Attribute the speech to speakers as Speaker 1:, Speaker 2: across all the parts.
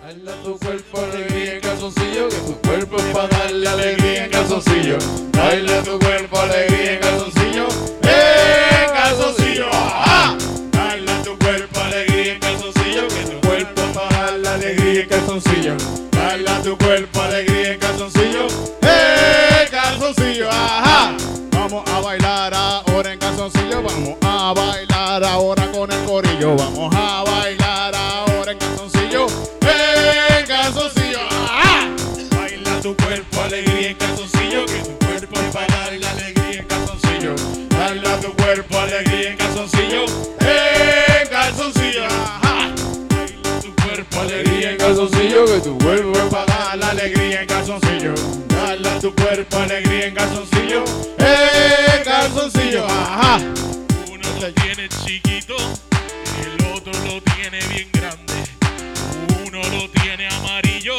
Speaker 1: Dale a tu cuerpo alegría en calzoncillo, que tu cuerpo es para darle alegría en calzoncillo. Dale a tu cuerpo alegría en calzoncillo, ¡eh, calzoncillo! ¡Ah! Dale a tu cuerpo alegría en calzoncillo, que tu cuerpo es para darle alegría en calzoncillo. Dale a tu cuerpo alegría en calzoncillo, ¡eh, calzoncillo! ¡Ajá! Vamos a bailar ahora en calzoncillo, vamos a bailar ahora con el corillo, vamos a bailar ahora en calzoncillo, en calzoncillo. ¡Ah! Baila tu cuerpo alegría en calzoncillo, que tu cuerpo es para dar la alegría en calzoncillo. Baila tu cuerpo alegría en calzoncillo, en calzoncillo. ¡Ajá! Baila tu cuerpo alegría en calzoncillo, que tu cuerpo es para dar la alegría en calzoncillo. Dale a tu cuerpo alegría en calzoncillo, en calzoncillo. Ajá.
Speaker 2: Uno lo tiene chiquito, el otro lo tiene bien grande. Uno lo tiene amarillo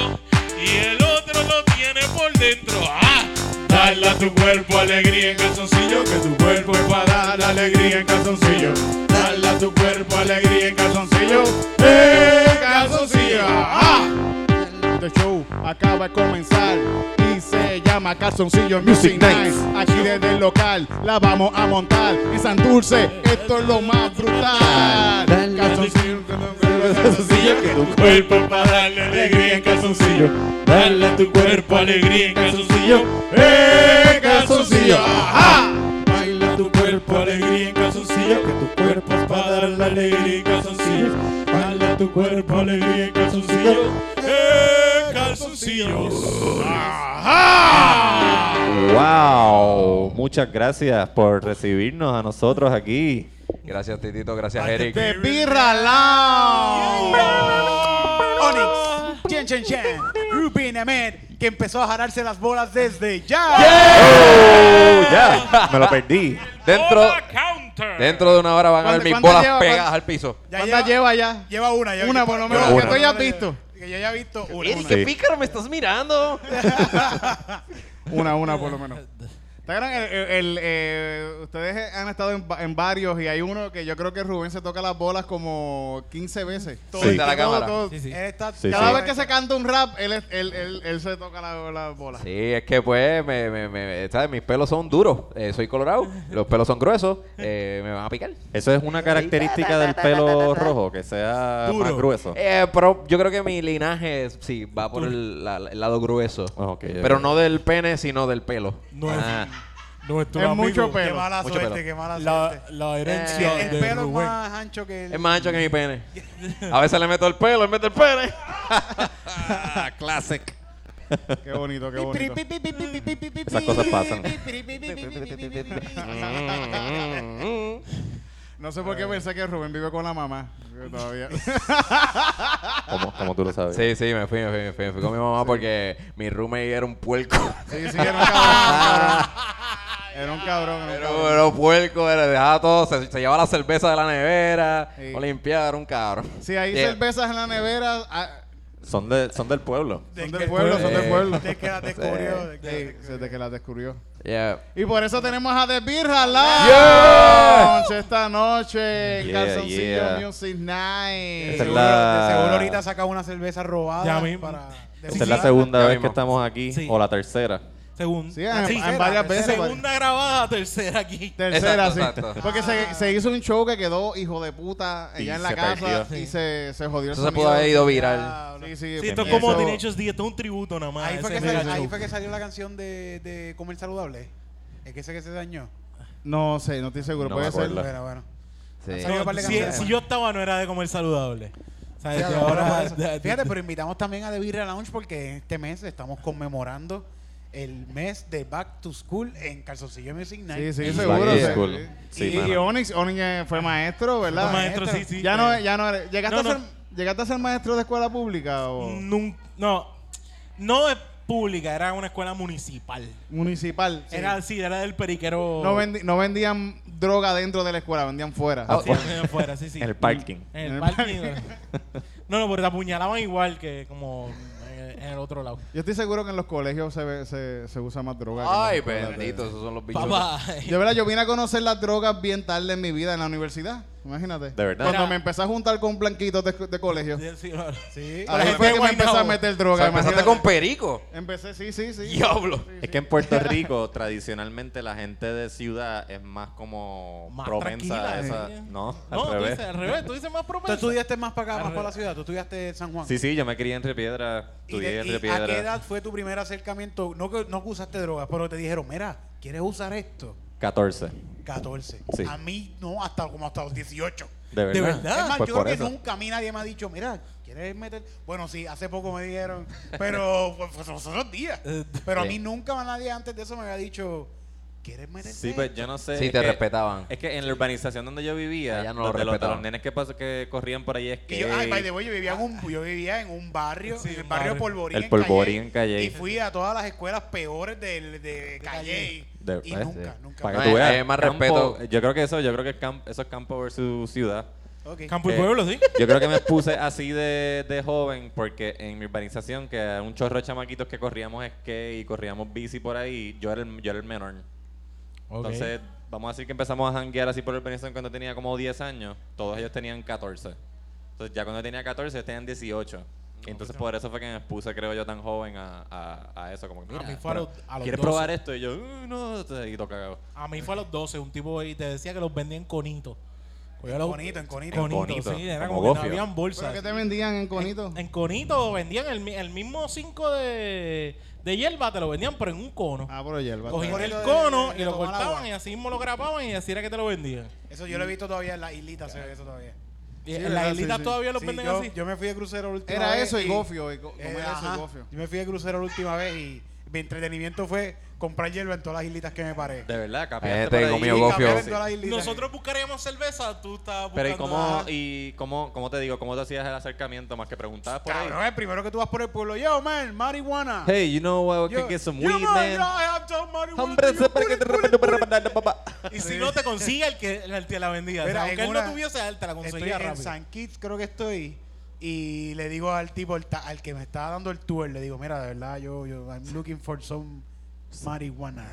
Speaker 2: y el otro lo tiene por dentro. ¡Ah!
Speaker 1: Dale a tu cuerpo alegría en calzoncillo, que tu cuerpo es para dar alegría en calzoncillo. Dale a tu cuerpo alegría en calzoncillo, en calzoncillo. ¡Ah! Este show acaba de comenzar y se llama Calzoncillo Music Nights. Aquí desde el local la vamos a montar en Santurce. Esto es lo más brutal. Calzoncillo, calzoncillo, que tu cuerpo es para darle alegría en calzoncillo. Dale a tu cuerpo alegría en calzoncillo, eh, calzoncillo. Ajá. Baila tu cuerpo alegría en calzoncillo, que tu cuerpo es para dar la alegría en calzoncillo. Baila tu cuerpo alegría en calzoncillo, eh, calzoncillos. Ajá.
Speaker 3: ¡Wow! Muchas gracias por recibirnos a nosotros aquí.
Speaker 4: Gracias, Titito. Gracias, Eric.
Speaker 1: De Birra Lounge.
Speaker 5: Onyx, Chen Chen Chen, Rubin Ahmed, que empezó a jararse las bolas desde ya.
Speaker 3: ¡Oh, ya! Me lo perdí.
Speaker 4: Dentro,
Speaker 2: Hola, counter.
Speaker 4: dentro de una hora van a ver
Speaker 1: ¿Cuánto-
Speaker 4: mis
Speaker 1: cuánto
Speaker 4: bolas
Speaker 1: lleva?
Speaker 4: pegadas
Speaker 1: ¿Cuánto?
Speaker 4: al piso.
Speaker 5: Ya
Speaker 1: ¿Cuántas lleva ya?
Speaker 5: Lleva una. ya-
Speaker 1: Una por lo menos,
Speaker 3: que
Speaker 5: una.
Speaker 3: tú
Speaker 1: hayas visto.
Speaker 5: Que yo haya visto una.
Speaker 3: Eric,
Speaker 5: una.
Speaker 3: qué Sí.
Speaker 4: pícaro me estás mirando.
Speaker 1: Una, una por lo menos. ¿Está claro? El- el- el, eh, ustedes han estado en, va- en varios y hay uno que yo creo que Rubén se toca las bolas como 15 veces.
Speaker 4: Sí. Frente a la cámara.
Speaker 6: Sí, sí.
Speaker 5: Él está-
Speaker 3: Sí,
Speaker 1: Cada
Speaker 3: sí.
Speaker 1: vez que se canta un rap, él, es- él, él, él se toca la- las bolas.
Speaker 4: Sí, es que pues, me, me, me- ¿sabes? mis pelos son duros. Eh, soy colorado, los pelos son gruesos, eh, me van a picar.
Speaker 3: Eso es una característica del pelo rojo, que sea más
Speaker 5: Duro.
Speaker 3: grueso.
Speaker 4: Eh, pero yo creo que mi linaje sí va por el, la- el lado grueso.
Speaker 3: Ah, ok, ya,
Speaker 4: pero
Speaker 3: ya.
Speaker 4: no del pene, sino del pelo.
Speaker 6: No
Speaker 4: Ah,
Speaker 6: Nuestro
Speaker 1: Es
Speaker 6: amigo,
Speaker 1: mucho
Speaker 5: Qué
Speaker 1: pelo.
Speaker 5: mala
Speaker 4: Mucho
Speaker 5: suerte,
Speaker 4: pelo.
Speaker 5: qué mala
Speaker 6: La,
Speaker 5: suerte.
Speaker 6: la
Speaker 5: El,
Speaker 6: herencia
Speaker 5: el
Speaker 6: de
Speaker 5: pelo es
Speaker 6: Rubén.
Speaker 5: Eh, más ancho que el...
Speaker 4: es más ancho que mi pene. A veces le meto el pelo en vez del pene. Classic.
Speaker 1: Qué bonito, qué bonito.
Speaker 3: Esas cosas pasan.
Speaker 1: No sé por qué pensé que Rubén vive con la mamá. Yo Todavía.
Speaker 3: Como, como tú lo sabes.
Speaker 4: Sí, sí, me fui, me fui, me fui, me fui con mi mamá porque mi roommate era un puerco.
Speaker 1: Sí, sí, era un cabrón. Era un cabrón. Era un
Speaker 4: Pero,
Speaker 1: cabrón.
Speaker 4: pero puerco, era, dejaba todo, se, se llevaba la cerveza de la nevera,
Speaker 1: Sí.
Speaker 4: no limpiaba, era un cabrón.
Speaker 1: Si hay
Speaker 4: Yeah.
Speaker 1: cervezas en la nevera, ah,
Speaker 3: Son, de, son del pueblo.
Speaker 1: son
Speaker 5: que-
Speaker 1: del pueblo, son del
Speaker 4: eh,
Speaker 1: pueblo.
Speaker 5: Desde que la descubrió. de que-
Speaker 1: Sí, desde que la descubrió.
Speaker 4: Yeah.
Speaker 1: Y por eso tenemos a The Birra Lounge esta noche en
Speaker 3: Yeah,
Speaker 1: Calzoncillo
Speaker 3: yeah.
Speaker 1: Music Night.
Speaker 3: Esa es
Speaker 5: Seguro,
Speaker 3: la-
Speaker 5: de seguro ahorita saca una cerveza robada.
Speaker 6: Ya mismo.
Speaker 5: Para
Speaker 3: Esta
Speaker 6: Sí,
Speaker 3: es la
Speaker 6: sí.
Speaker 3: segunda
Speaker 4: Ya
Speaker 3: vez
Speaker 4: mismo.
Speaker 3: que estamos aquí,
Speaker 6: Sí.
Speaker 3: o la tercera.
Speaker 6: Según.
Speaker 1: Sí, en-
Speaker 6: Ah,
Speaker 1: en varias veces,
Speaker 6: Segunda grabada, tercera aquí.
Speaker 1: Tercera,
Speaker 4: Exacto,
Speaker 1: sí.
Speaker 4: exacto.
Speaker 1: Porque se, se hizo un show que quedó hijo de puta allá
Speaker 3: Y
Speaker 1: en la
Speaker 3: se
Speaker 1: casa
Speaker 3: perdió.
Speaker 1: y se, se jodió el
Speaker 4: Eso se
Speaker 1: sonido.
Speaker 4: pudo haber ido viral.
Speaker 1: Sí, sí.
Speaker 6: Sí, esto es
Speaker 3: Bien,
Speaker 6: como
Speaker 1: eso-
Speaker 6: Teenage D, esto es un tributo nada
Speaker 7: Ah,
Speaker 6: más.
Speaker 5: Ahí fue, que
Speaker 6: ese
Speaker 5: salió,
Speaker 6: mega
Speaker 5: ahí
Speaker 6: show.
Speaker 5: fue que salió la canción de, de Comer Saludable. Es que ese que se dañó.
Speaker 1: No sé, no estoy seguro.
Speaker 3: No
Speaker 1: Puede
Speaker 3: me
Speaker 1: ser.
Speaker 3: acuerdo.
Speaker 5: Bueno, bueno.
Speaker 4: Sí.
Speaker 5: salió un par de
Speaker 6: Si-
Speaker 5: canciones.
Speaker 6: si yo estaba, no era de comer saludable. O sea,
Speaker 5: Fíjate,
Speaker 6: yo
Speaker 5: ahora
Speaker 6: ahora-
Speaker 5: por eso. Fíjate, pero invitamos también a The Birra Lounge porque este mes estamos conmemorando el mes de Back to School en Calzoncillo Music
Speaker 1: Sí,
Speaker 5: Night.
Speaker 1: sí,
Speaker 3: Back
Speaker 1: seguro.
Speaker 3: to
Speaker 1: sí.
Speaker 3: school.
Speaker 1: Y,
Speaker 3: Sí,
Speaker 1: y
Speaker 3: mano.
Speaker 1: Onyx, Onyx eh, fue maestro, ¿verdad?
Speaker 6: Fue maestro, sí, sí.
Speaker 1: Ya no,
Speaker 6: Eh,
Speaker 1: ya no eres- ¿Llegaste,
Speaker 6: No,
Speaker 1: a ser,
Speaker 6: no. Mm.
Speaker 1: ¿Llegaste a ser maestro de escuela pública o
Speaker 6: Nun- no, no es pública, era una escuela municipal.
Speaker 1: municipal? Sí.
Speaker 6: Era así, era del periquero.
Speaker 1: No, vendi- no vendían droga dentro de la escuela, vendían fuera.
Speaker 4: Ah.
Speaker 6: Sí, afuera, sí, sí.
Speaker 3: En el parking.
Speaker 6: En
Speaker 1: En el
Speaker 6: el parking. no, no, porque te apuñalaban igual que como en el, en el otro lado.
Speaker 1: Yo estoy seguro que en los colegios se, ve- se, se usa más droga. que en las
Speaker 4: Ay,
Speaker 1: escuelas de-
Speaker 4: bendito, esos son los bichos.
Speaker 6: Papá.
Speaker 1: Yo, ¿verdad? yo vine a conocer las drogas bien tarde en mi vida en la universidad.
Speaker 8: Imagínate.
Speaker 3: De verdad.
Speaker 8: Cuando
Speaker 6: Mira.
Speaker 8: me empecé a juntar con blanquitos de, de colegio.
Speaker 6: Sí, sí, no,
Speaker 5: Sí.
Speaker 8: Ahí
Speaker 6: Ahí
Speaker 8: fue
Speaker 6: fue
Speaker 8: que me
Speaker 6: Guaynabo.
Speaker 8: empecé a meter droga.
Speaker 4: O sea, empezaste
Speaker 8: imagínate.
Speaker 4: con Perico.
Speaker 8: Empecé, sí, sí, sí.
Speaker 4: Diablo.
Speaker 3: Es que en Puerto Rico, tradicionalmente, la gente de ciudad es más como
Speaker 6: Más
Speaker 3: propensa a
Speaker 6: tranquila,
Speaker 3: esa.
Speaker 6: ¿eh?
Speaker 3: No, al
Speaker 6: No, tú
Speaker 3: revés.
Speaker 6: dices al revés, tú dices más
Speaker 7: Pues,
Speaker 5: Tú
Speaker 6: propenso.
Speaker 5: estudiaste más para acá, más
Speaker 6: Arre-
Speaker 5: para la ciudad. Tú estudiaste en San Juan.
Speaker 3: Sí, sí, yo me crié entre piedras.
Speaker 5: ¿Y,
Speaker 3: Estudié
Speaker 5: de- y
Speaker 3: entre
Speaker 5: a qué edad
Speaker 3: piedras.
Speaker 5: fue tu primer acercamiento? No que, no que usaste drogas, pero te dijeron, mira, ¿quieres usar esto?
Speaker 3: 14.
Speaker 5: 14.
Speaker 3: Sí.
Speaker 5: A mí no, hasta como hasta los 18.
Speaker 3: De verdad.
Speaker 6: ¿De verdad?
Speaker 5: es más,
Speaker 3: Pues
Speaker 5: yo
Speaker 3: por
Speaker 5: creo
Speaker 3: eso.
Speaker 5: que nunca a mí nadie me ha dicho, mira, ¿quieres meter? Bueno, sí, hace poco me dijeron, pero pues, pues, son esos días. Pero a mí nunca nadie antes de eso me había dicho, ¿quieres meter?
Speaker 3: Sí, pues yo no sé.
Speaker 4: Sí,
Speaker 3: es
Speaker 4: te
Speaker 3: que-
Speaker 4: respetaban.
Speaker 3: Es que en la urbanización donde yo vivía,
Speaker 4: Allá no lo
Speaker 3: donde los, de
Speaker 4: respetaban.
Speaker 3: los nenes que, pas- que corrían por ahí es
Speaker 5: Y
Speaker 3: que.
Speaker 5: yo, ay, by the way, yo vivía en un, yo vivía en un barrio,
Speaker 6: Sí,
Speaker 5: en el
Speaker 6: un
Speaker 5: barrio
Speaker 6: barrio.
Speaker 5: Polvorín.
Speaker 3: El
Speaker 5: en
Speaker 3: Polvorín en Calle.
Speaker 5: Y fui a todas las escuelas peores del- de, Calle.
Speaker 3: De-
Speaker 5: y
Speaker 3: eh,
Speaker 5: nunca,
Speaker 3: sí.
Speaker 5: nunca.
Speaker 3: Para
Speaker 4: No,
Speaker 3: que tú
Speaker 4: hay-
Speaker 3: veas.
Speaker 4: hay más
Speaker 3: campo-
Speaker 4: respeto.
Speaker 3: Yo creo que eso, yo creo que es camp- eso es campo versus ciudad.
Speaker 5: Ok.
Speaker 6: Campo y
Speaker 3: Eh,
Speaker 6: pueblo, sí.
Speaker 3: Yo creo que me puse así de, de joven porque en mi urbanización, que era un chorro de chamaquitos que corríamos skate y corríamos bici por ahí, yo era el, yo era el menor. Entonces, vamos a decir que empezamos a janguear así por la urbanización cuando tenía como 10 años. Todos ellos tenían 14. Entonces, ya cuando tenía 14, ellos tenían 18. Y entonces, por eso fue que me puse, creo yo, tan joven a, a- a eso. Como que,
Speaker 6: A
Speaker 3: mira,
Speaker 6: mí fue a
Speaker 3: pero,
Speaker 6: los- a los
Speaker 3: ¿quieres
Speaker 6: 12.
Speaker 3: probar esto? Y yo, "Uh, no, entonces, y tocado.
Speaker 6: A mí fue a los 12, un tipo ahí te decía que los vendía en conito. Cogía
Speaker 5: En
Speaker 6: los-
Speaker 5: conito, en conito.
Speaker 3: En conito,
Speaker 6: sí, era
Speaker 3: como
Speaker 6: como, que no
Speaker 3: gofio.
Speaker 6: habían
Speaker 8: ¿Pero
Speaker 6: bolsas.
Speaker 8: qué te vendían en Conito?
Speaker 6: En conito vendían el, mi- el mismo 5 de, de hierba, te lo vendían, pero en un cono.
Speaker 8: Ah, por hierba.
Speaker 6: Cogían
Speaker 5: Conito
Speaker 6: el
Speaker 5: de-
Speaker 6: cono
Speaker 5: de- de
Speaker 6: y lo
Speaker 5: tomar
Speaker 6: cortaban
Speaker 5: agua.
Speaker 6: y así mismo lo grapaban y así era que te lo vendían.
Speaker 5: Eso yo lo he visto todavía en las islitas, se ve eso todavía.
Speaker 6: Y
Speaker 8: Sí,
Speaker 6: en
Speaker 8: ¿verdad?
Speaker 6: las
Speaker 8: Sí,
Speaker 6: islitas
Speaker 8: sí.
Speaker 6: todavía los
Speaker 5: Sí,
Speaker 6: venden
Speaker 5: yo,
Speaker 6: así.
Speaker 5: yo me fui de crucero la última
Speaker 8: Era
Speaker 5: vez.
Speaker 8: eso y gofio. y co-
Speaker 5: Eh,
Speaker 8: comer eso
Speaker 5: ajá.
Speaker 8: y gofio.
Speaker 5: Yo me fui de crucero la última vez y mi entretenimiento fue comprar hierba en todas las islitas que me paré.
Speaker 3: De verdad,
Speaker 4: gente
Speaker 3: capiaste por
Speaker 4: que
Speaker 3: ahí.
Speaker 4: comió
Speaker 5: Y
Speaker 4: gofio.
Speaker 5: cambiar en todas las islitas.
Speaker 6: Nosotros buscaríamos cerveza, tú estabas buscando...
Speaker 3: Pero ¿y cómo,
Speaker 6: ah,
Speaker 3: y cómo, cómo te digo, cómo te hacías el acercamiento más que preguntabas por ahí?
Speaker 5: Cabrón, el primero que tú vas por el pueblo, yo, man, marihuana.
Speaker 3: Hey, you know what? We
Speaker 5: Yo-
Speaker 3: can get some
Speaker 5: yo,
Speaker 3: weed,
Speaker 5: man,
Speaker 3: man.
Speaker 5: yo, I have some marijuana.
Speaker 3: Hombre,
Speaker 5: Yo,
Speaker 3: se para que
Speaker 5: put
Speaker 3: te
Speaker 5: it, put it,
Speaker 3: repente
Speaker 5: put it.
Speaker 3: para darle, papá.
Speaker 6: Y si no te consiga el que el que la vendía. O sea,
Speaker 5: Mira, en
Speaker 6: aunque él
Speaker 5: una-
Speaker 6: no tuviese, él te la
Speaker 5: Estoy
Speaker 6: conseguía
Speaker 5: en
Speaker 6: rápido.
Speaker 5: San Kitts, creo que estoy. Y le digo al tipo, al, ta- al que me estaba dando el tour, le digo, mira, de verdad, yo, yo I'm looking for some marihuana.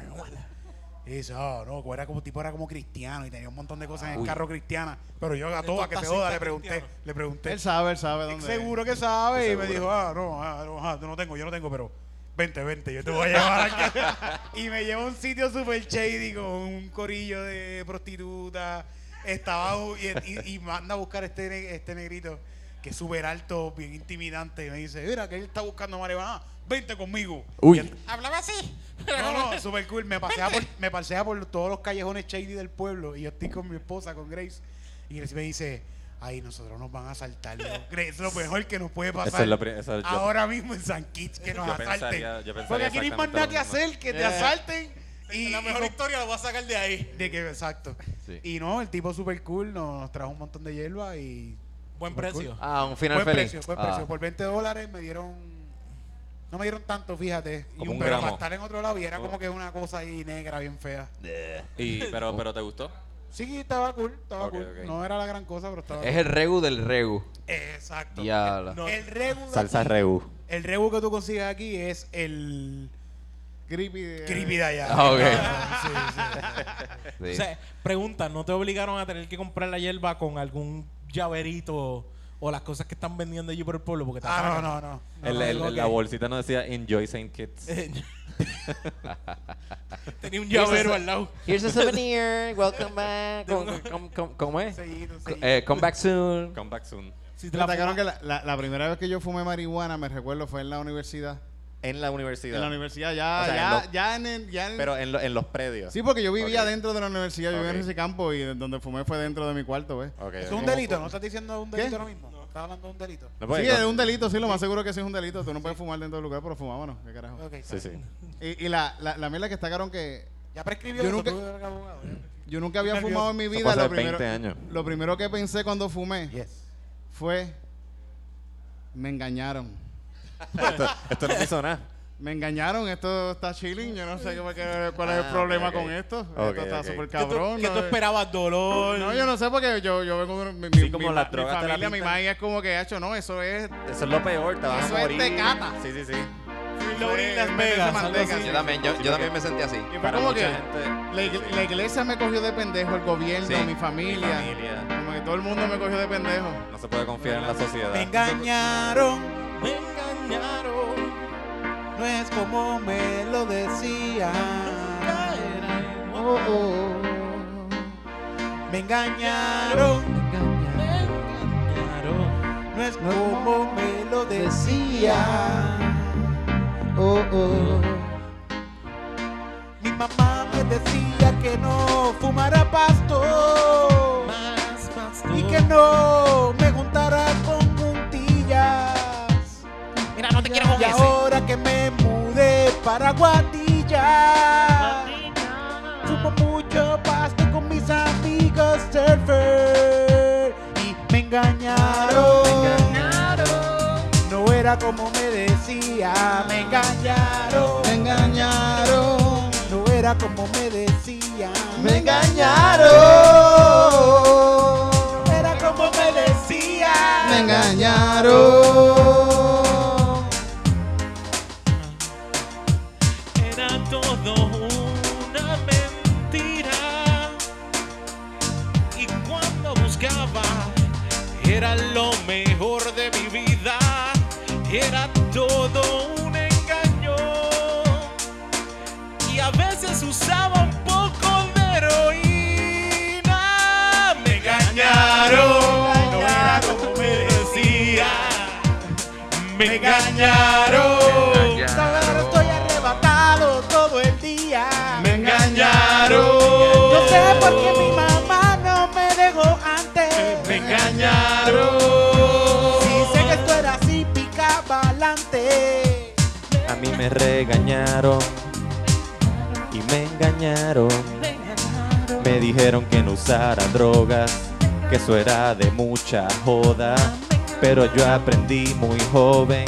Speaker 5: Y dice, oh, no, era como tipo, era como cristiano y tenía un montón de cosas en el
Speaker 4: Uy.
Speaker 5: carro cristiana. Pero yo a todas que te
Speaker 6: taxista
Speaker 5: joda, le pregunté,
Speaker 6: cristiano.
Speaker 5: le pregunté.
Speaker 8: Él sabe, él sabe dónde. es.
Speaker 5: Seguro que sabe.
Speaker 3: Estoy
Speaker 5: Y me
Speaker 3: seguro.
Speaker 5: dijo, ah, no, ah, no, ah, no tengo, yo no tengo, pero vente, vente, yo te voy a llevar acá. y me llevó a un sitio super shady con un corillo de prostitutas. Estaba u- y, y- y manda a buscar este, ne- este negrito que es súper alto, bien intimidante. Y me dice, mira, que él está buscando marihuana. ah, Vente conmigo. Y él-
Speaker 6: Hablaba así.
Speaker 5: no, no, super cool. Me pasea, por, me pasea por todos los callejones shady del pueblo y yo estoy con mi esposa, con Grace, y Grace me dice, ay, nosotros nos van a asaltar. Yo, Grace, es lo mejor que nos puede pasar
Speaker 3: Eso es lo pri- eso es- yo-
Speaker 5: ahora mismo en San Kitts, que nos
Speaker 3: Yo
Speaker 5: asalten.
Speaker 3: pensaría- yo pensaría
Speaker 5: Porque aquí no hay más nada que
Speaker 3: exactamente lo
Speaker 5: hacer, que te asalten y...
Speaker 6: Eh. la
Speaker 5: y
Speaker 6: mejor
Speaker 5: no-
Speaker 6: historia la voy a sacar de ahí.
Speaker 5: de que, exacto.
Speaker 4: Sí.
Speaker 5: Y no, el tipo super cool nos, nos trajo un montón de hierba y...
Speaker 6: Buen
Speaker 5: Muy cool.
Speaker 6: precio.
Speaker 4: Ah, un final
Speaker 5: Buen
Speaker 4: feliz.
Speaker 5: precio, buen
Speaker 4: Ah.
Speaker 5: precio. Por 20 dólares me dieron... No me dieron tanto, fíjate. Y
Speaker 3: Como un
Speaker 5: pero
Speaker 3: gramo. Oh.
Speaker 5: para estar en otro lado y era como que una cosa ahí negra bien fea.
Speaker 3: Y, pero, pero ¿te gustó?
Speaker 5: Sí, estaba cool, estaba
Speaker 3: Ok,
Speaker 5: cool.
Speaker 3: ok.
Speaker 5: No era la gran cosa, pero estaba
Speaker 4: Es el regu del regu.
Speaker 5: cool. Exacto.
Speaker 4: Diablo.
Speaker 6: No.
Speaker 5: El rebu de
Speaker 3: Salsa
Speaker 5: aquí-
Speaker 3: Reu.
Speaker 5: El rebu que tú consigues aquí es el
Speaker 8: Creepy. eh, de-
Speaker 5: creepy de allá.
Speaker 4: Ah, ok.
Speaker 5: Ah, sí, sí.
Speaker 4: Sí.
Speaker 6: O sea, pregunta, ¿no te obligaron a tener que comprar la hierba con algún llaverito o las cosas que están vendiendo allí por el pueblo? Porque te
Speaker 5: Ah, no,
Speaker 6: sacan?
Speaker 5: no, no. no,
Speaker 3: El-
Speaker 5: no,
Speaker 3: el-
Speaker 5: no,
Speaker 3: La
Speaker 5: ok.
Speaker 3: bolsita nos decía Enjoy St. Kitts.
Speaker 6: Tenía un llavero al lado.
Speaker 4: Here's a souvenir. Welcome back. Com- com- com- ¿Cómo es?
Speaker 5: Seguido,
Speaker 4: Co-
Speaker 5: seguido.
Speaker 4: eh, come back soon.
Speaker 3: Come back soon.
Speaker 6: Si te
Speaker 8: Me
Speaker 6: la
Speaker 8: atacaron
Speaker 6: fuma-
Speaker 8: que la, la- la primera vez que yo fumé marihuana, me recuerdo, fue en la universidad.
Speaker 3: En la universidad.
Speaker 8: En la universidad, ya,
Speaker 3: O sea,
Speaker 8: ya,
Speaker 3: en lo-
Speaker 8: ya en el. Ya en-
Speaker 3: Pero en, lo- en los predios.
Speaker 8: sí, porque yo vivía
Speaker 3: Ok.
Speaker 8: dentro de la universidad, yo vivía en
Speaker 3: Ok.
Speaker 8: ese campo y donde fumé fue dentro de mi cuarto, ¿ves?
Speaker 3: Ok,
Speaker 5: Es
Speaker 3: ok.
Speaker 5: un delito, ¿no estás diciendo un delito
Speaker 8: ¿Qué?
Speaker 5: ahora mismo? Estás hablando de un delito.
Speaker 3: No puede-
Speaker 8: sí,
Speaker 3: no-
Speaker 8: es un delito, sí, lo más seguro que sí es un delito. Tú no puedes fumar dentro del lugar, pero fumámonos, qué carajo.
Speaker 5: Ok,
Speaker 3: Sí, sí.
Speaker 8: Y, y la, la, la mierda que destacaron que
Speaker 5: Ya prescribió
Speaker 8: Yo
Speaker 5: eso,
Speaker 8: nunca-
Speaker 5: tú eres abogado, ¿eh?
Speaker 8: yo nunca había
Speaker 5: Estoy
Speaker 8: fumado en mi
Speaker 3: Eso
Speaker 8: vida.
Speaker 3: fue hace
Speaker 8: lo, primero,
Speaker 3: 20 años.
Speaker 8: lo primero que pensé cuando fumé
Speaker 5: Yes.
Speaker 8: fue, me engañaron.
Speaker 3: esto, esto no me hizo nada.
Speaker 8: Me engañaron, esto está chilling, yo no sé qué- qué- cuál es el
Speaker 3: Ah,
Speaker 8: problema
Speaker 3: ok, ok.
Speaker 8: con esto.
Speaker 3: Ok,
Speaker 8: esto está
Speaker 3: ok.
Speaker 8: súper
Speaker 6: ¿Qué tú-
Speaker 8: cabrón.
Speaker 6: ¿Qué tú
Speaker 8: no, eh.
Speaker 6: esperabas? ¿Dolor?
Speaker 8: No, yo no sé porque yo, yo vengo de mi, mi,
Speaker 3: Sí, como
Speaker 8: mi-
Speaker 3: las
Speaker 8: mi
Speaker 3: drogas te la
Speaker 8: familia, mi
Speaker 3: pintan.
Speaker 8: madre es como que ha hecho, no, eso es
Speaker 3: Eso es lo peor, te vas
Speaker 8: Eso
Speaker 3: a
Speaker 8: es
Speaker 3: morir.
Speaker 8: tecata.
Speaker 3: Sí, sí, sí.
Speaker 6: Fui Laurín
Speaker 8: Fue-
Speaker 6: Las
Speaker 8: me
Speaker 6: Vegas,
Speaker 8: puse
Speaker 6: algo así.
Speaker 8: manteca.
Speaker 4: Yo también, yo, yo también me sentí así.
Speaker 8: Y fue
Speaker 3: Para
Speaker 8: como
Speaker 3: mucha
Speaker 8: que
Speaker 3: gente.
Speaker 8: la, ig- la iglesia me cogió de pendejo, el gobierno,
Speaker 4: Sí,
Speaker 8: mi, familia,
Speaker 3: mi familia.
Speaker 8: Como
Speaker 9: Como que todo el mundo me cogió de pendejo.
Speaker 3: No se puede confiar en la sociedad.
Speaker 7: Me engañaron, me engañaron. No es como me lo decían. Oh, oh. Me engañaron, me engañaron. No es como me lo decían. Oh, oh. Mi mamá me decía que no fumara pasto y que no me juntara con juntillas.
Speaker 10: Mira, no te quiero con
Speaker 7: Y
Speaker 10: ese.
Speaker 7: ahora que me mudé para Guadilla, fumo mucho pasto con mis amigos surfer y me engañaron. No era como me decía, me engañaron. Me engañaron. No era como me decía, me engañaron. No era como me decía, me engañaron.
Speaker 11: Era todo una mentira. Y cuando buscaba, era lo mejor de mi vida. Era todo un engaño. Y a veces usaba un poco de heroína. Me engañaron. No era como me decía. Me engañaron.
Speaker 7: Ahora estoy arrebatado todo el día.
Speaker 11: Me engañaron.
Speaker 7: No sé por qué mi mamá no me dejó antes.
Speaker 11: Me engañaron.
Speaker 7: Si sé que esto era así, picaba adelante.
Speaker 3: A mí me regañaron y me engañaron. Me dijeron que no usara drogas, que eso era de mucha joda. Pero yo aprendí muy joven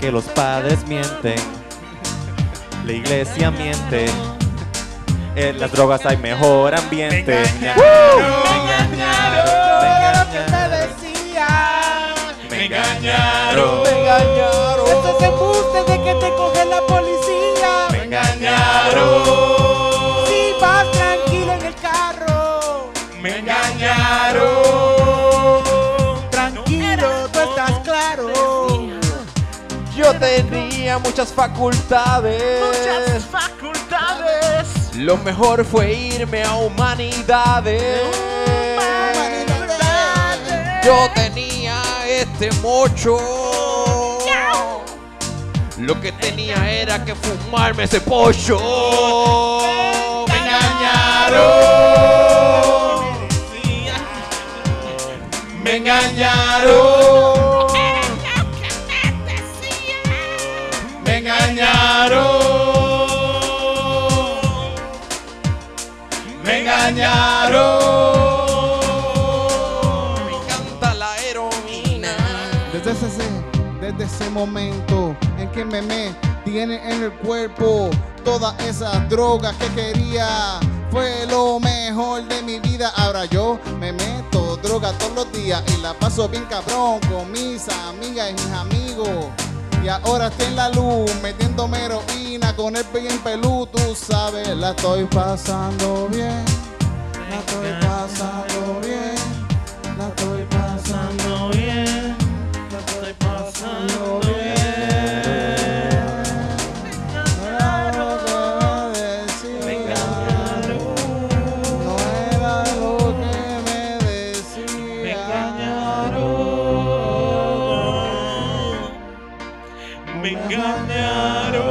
Speaker 3: que los padres mienten, la iglesia miente, en las drogas hay mejor ambiente.
Speaker 7: Era lo que me
Speaker 3: engañaron.
Speaker 7: decía.
Speaker 3: Me engañaron.
Speaker 7: Estos embustes de que te coge la policía.
Speaker 3: Me engañaron.
Speaker 7: Si vas tranquilo en el carro.
Speaker 11: Me engañaron.
Speaker 7: Tranquilo, tú estás claro.
Speaker 4: Yo tenía muchas facultades.
Speaker 10: Muchas facultades.
Speaker 4: Lo mejor fue irme a humanidades. Yo tenía este mocho. Lo que tenía era que fumarme ese pollo. Me engañaron. Me engañaron. Me engañaron. Me engañaron. Me encanta la heroína.
Speaker 8: Desde ese, desde ese momento en que me me tiene en el cuerpo todas esas drogas que quería. Fue lo mejor de mi vida. Ahora yo me meto droga todos los días y la paso bien cabrón con mis amigas y mis amigos. Y ahora estoy en la luz metiéndome heroína con el en pelú. Tú sabes, la estoy pasando bien. La estoy pasando bien. La estoy pasando bien. La estoy pasando bien. Me engañaron. No era lo que me decían. Me engañaron.
Speaker 11: Me engañaron.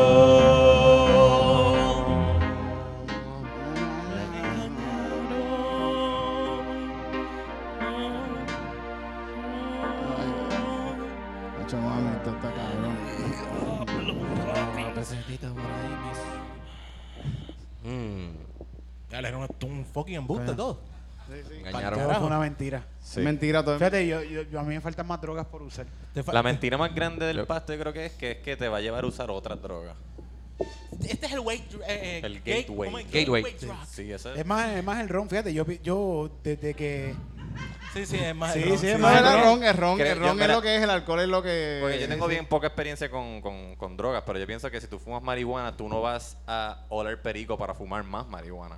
Speaker 9: Hacho, mami, esto está cabrón.
Speaker 7: Mm.
Speaker 5: Dale, era un, un fucking embuste todo.
Speaker 4: Engañaron.
Speaker 7: Fue una mentira.
Speaker 3: Sí.
Speaker 9: Mentira todo.
Speaker 7: Fíjate, yo, yo- yo- a mí me faltan más drogas por usar.
Speaker 5: Te fa-
Speaker 3: La mentira más grande del pasto yo creo que es que es que te va a llevar a usar otras drogas.
Speaker 10: Este es el weight. eh,
Speaker 3: El
Speaker 10: gate-
Speaker 3: gateway.
Speaker 10: ¿cómo es?
Speaker 4: Gateway.
Speaker 10: drug.
Speaker 3: Sí, eso es.
Speaker 7: Es más, es más el ron, fíjate, yo, yo desde que...
Speaker 5: Sí, sí, es más.
Speaker 7: Sí,
Speaker 5: no,
Speaker 7: sí, es
Speaker 9: No,
Speaker 7: más-
Speaker 9: era
Speaker 7: Creo-
Speaker 9: ron, es ron,
Speaker 3: creo-
Speaker 9: el ron
Speaker 3: yo-
Speaker 9: es
Speaker 3: mira-
Speaker 9: lo que es, el alcohol es lo que.
Speaker 3: Porque yo tengo bien poca experiencia con, con- con drogas, pero yo pienso que si tú fumas marihuana, tú no vas a oler perico para fumar más marihuana.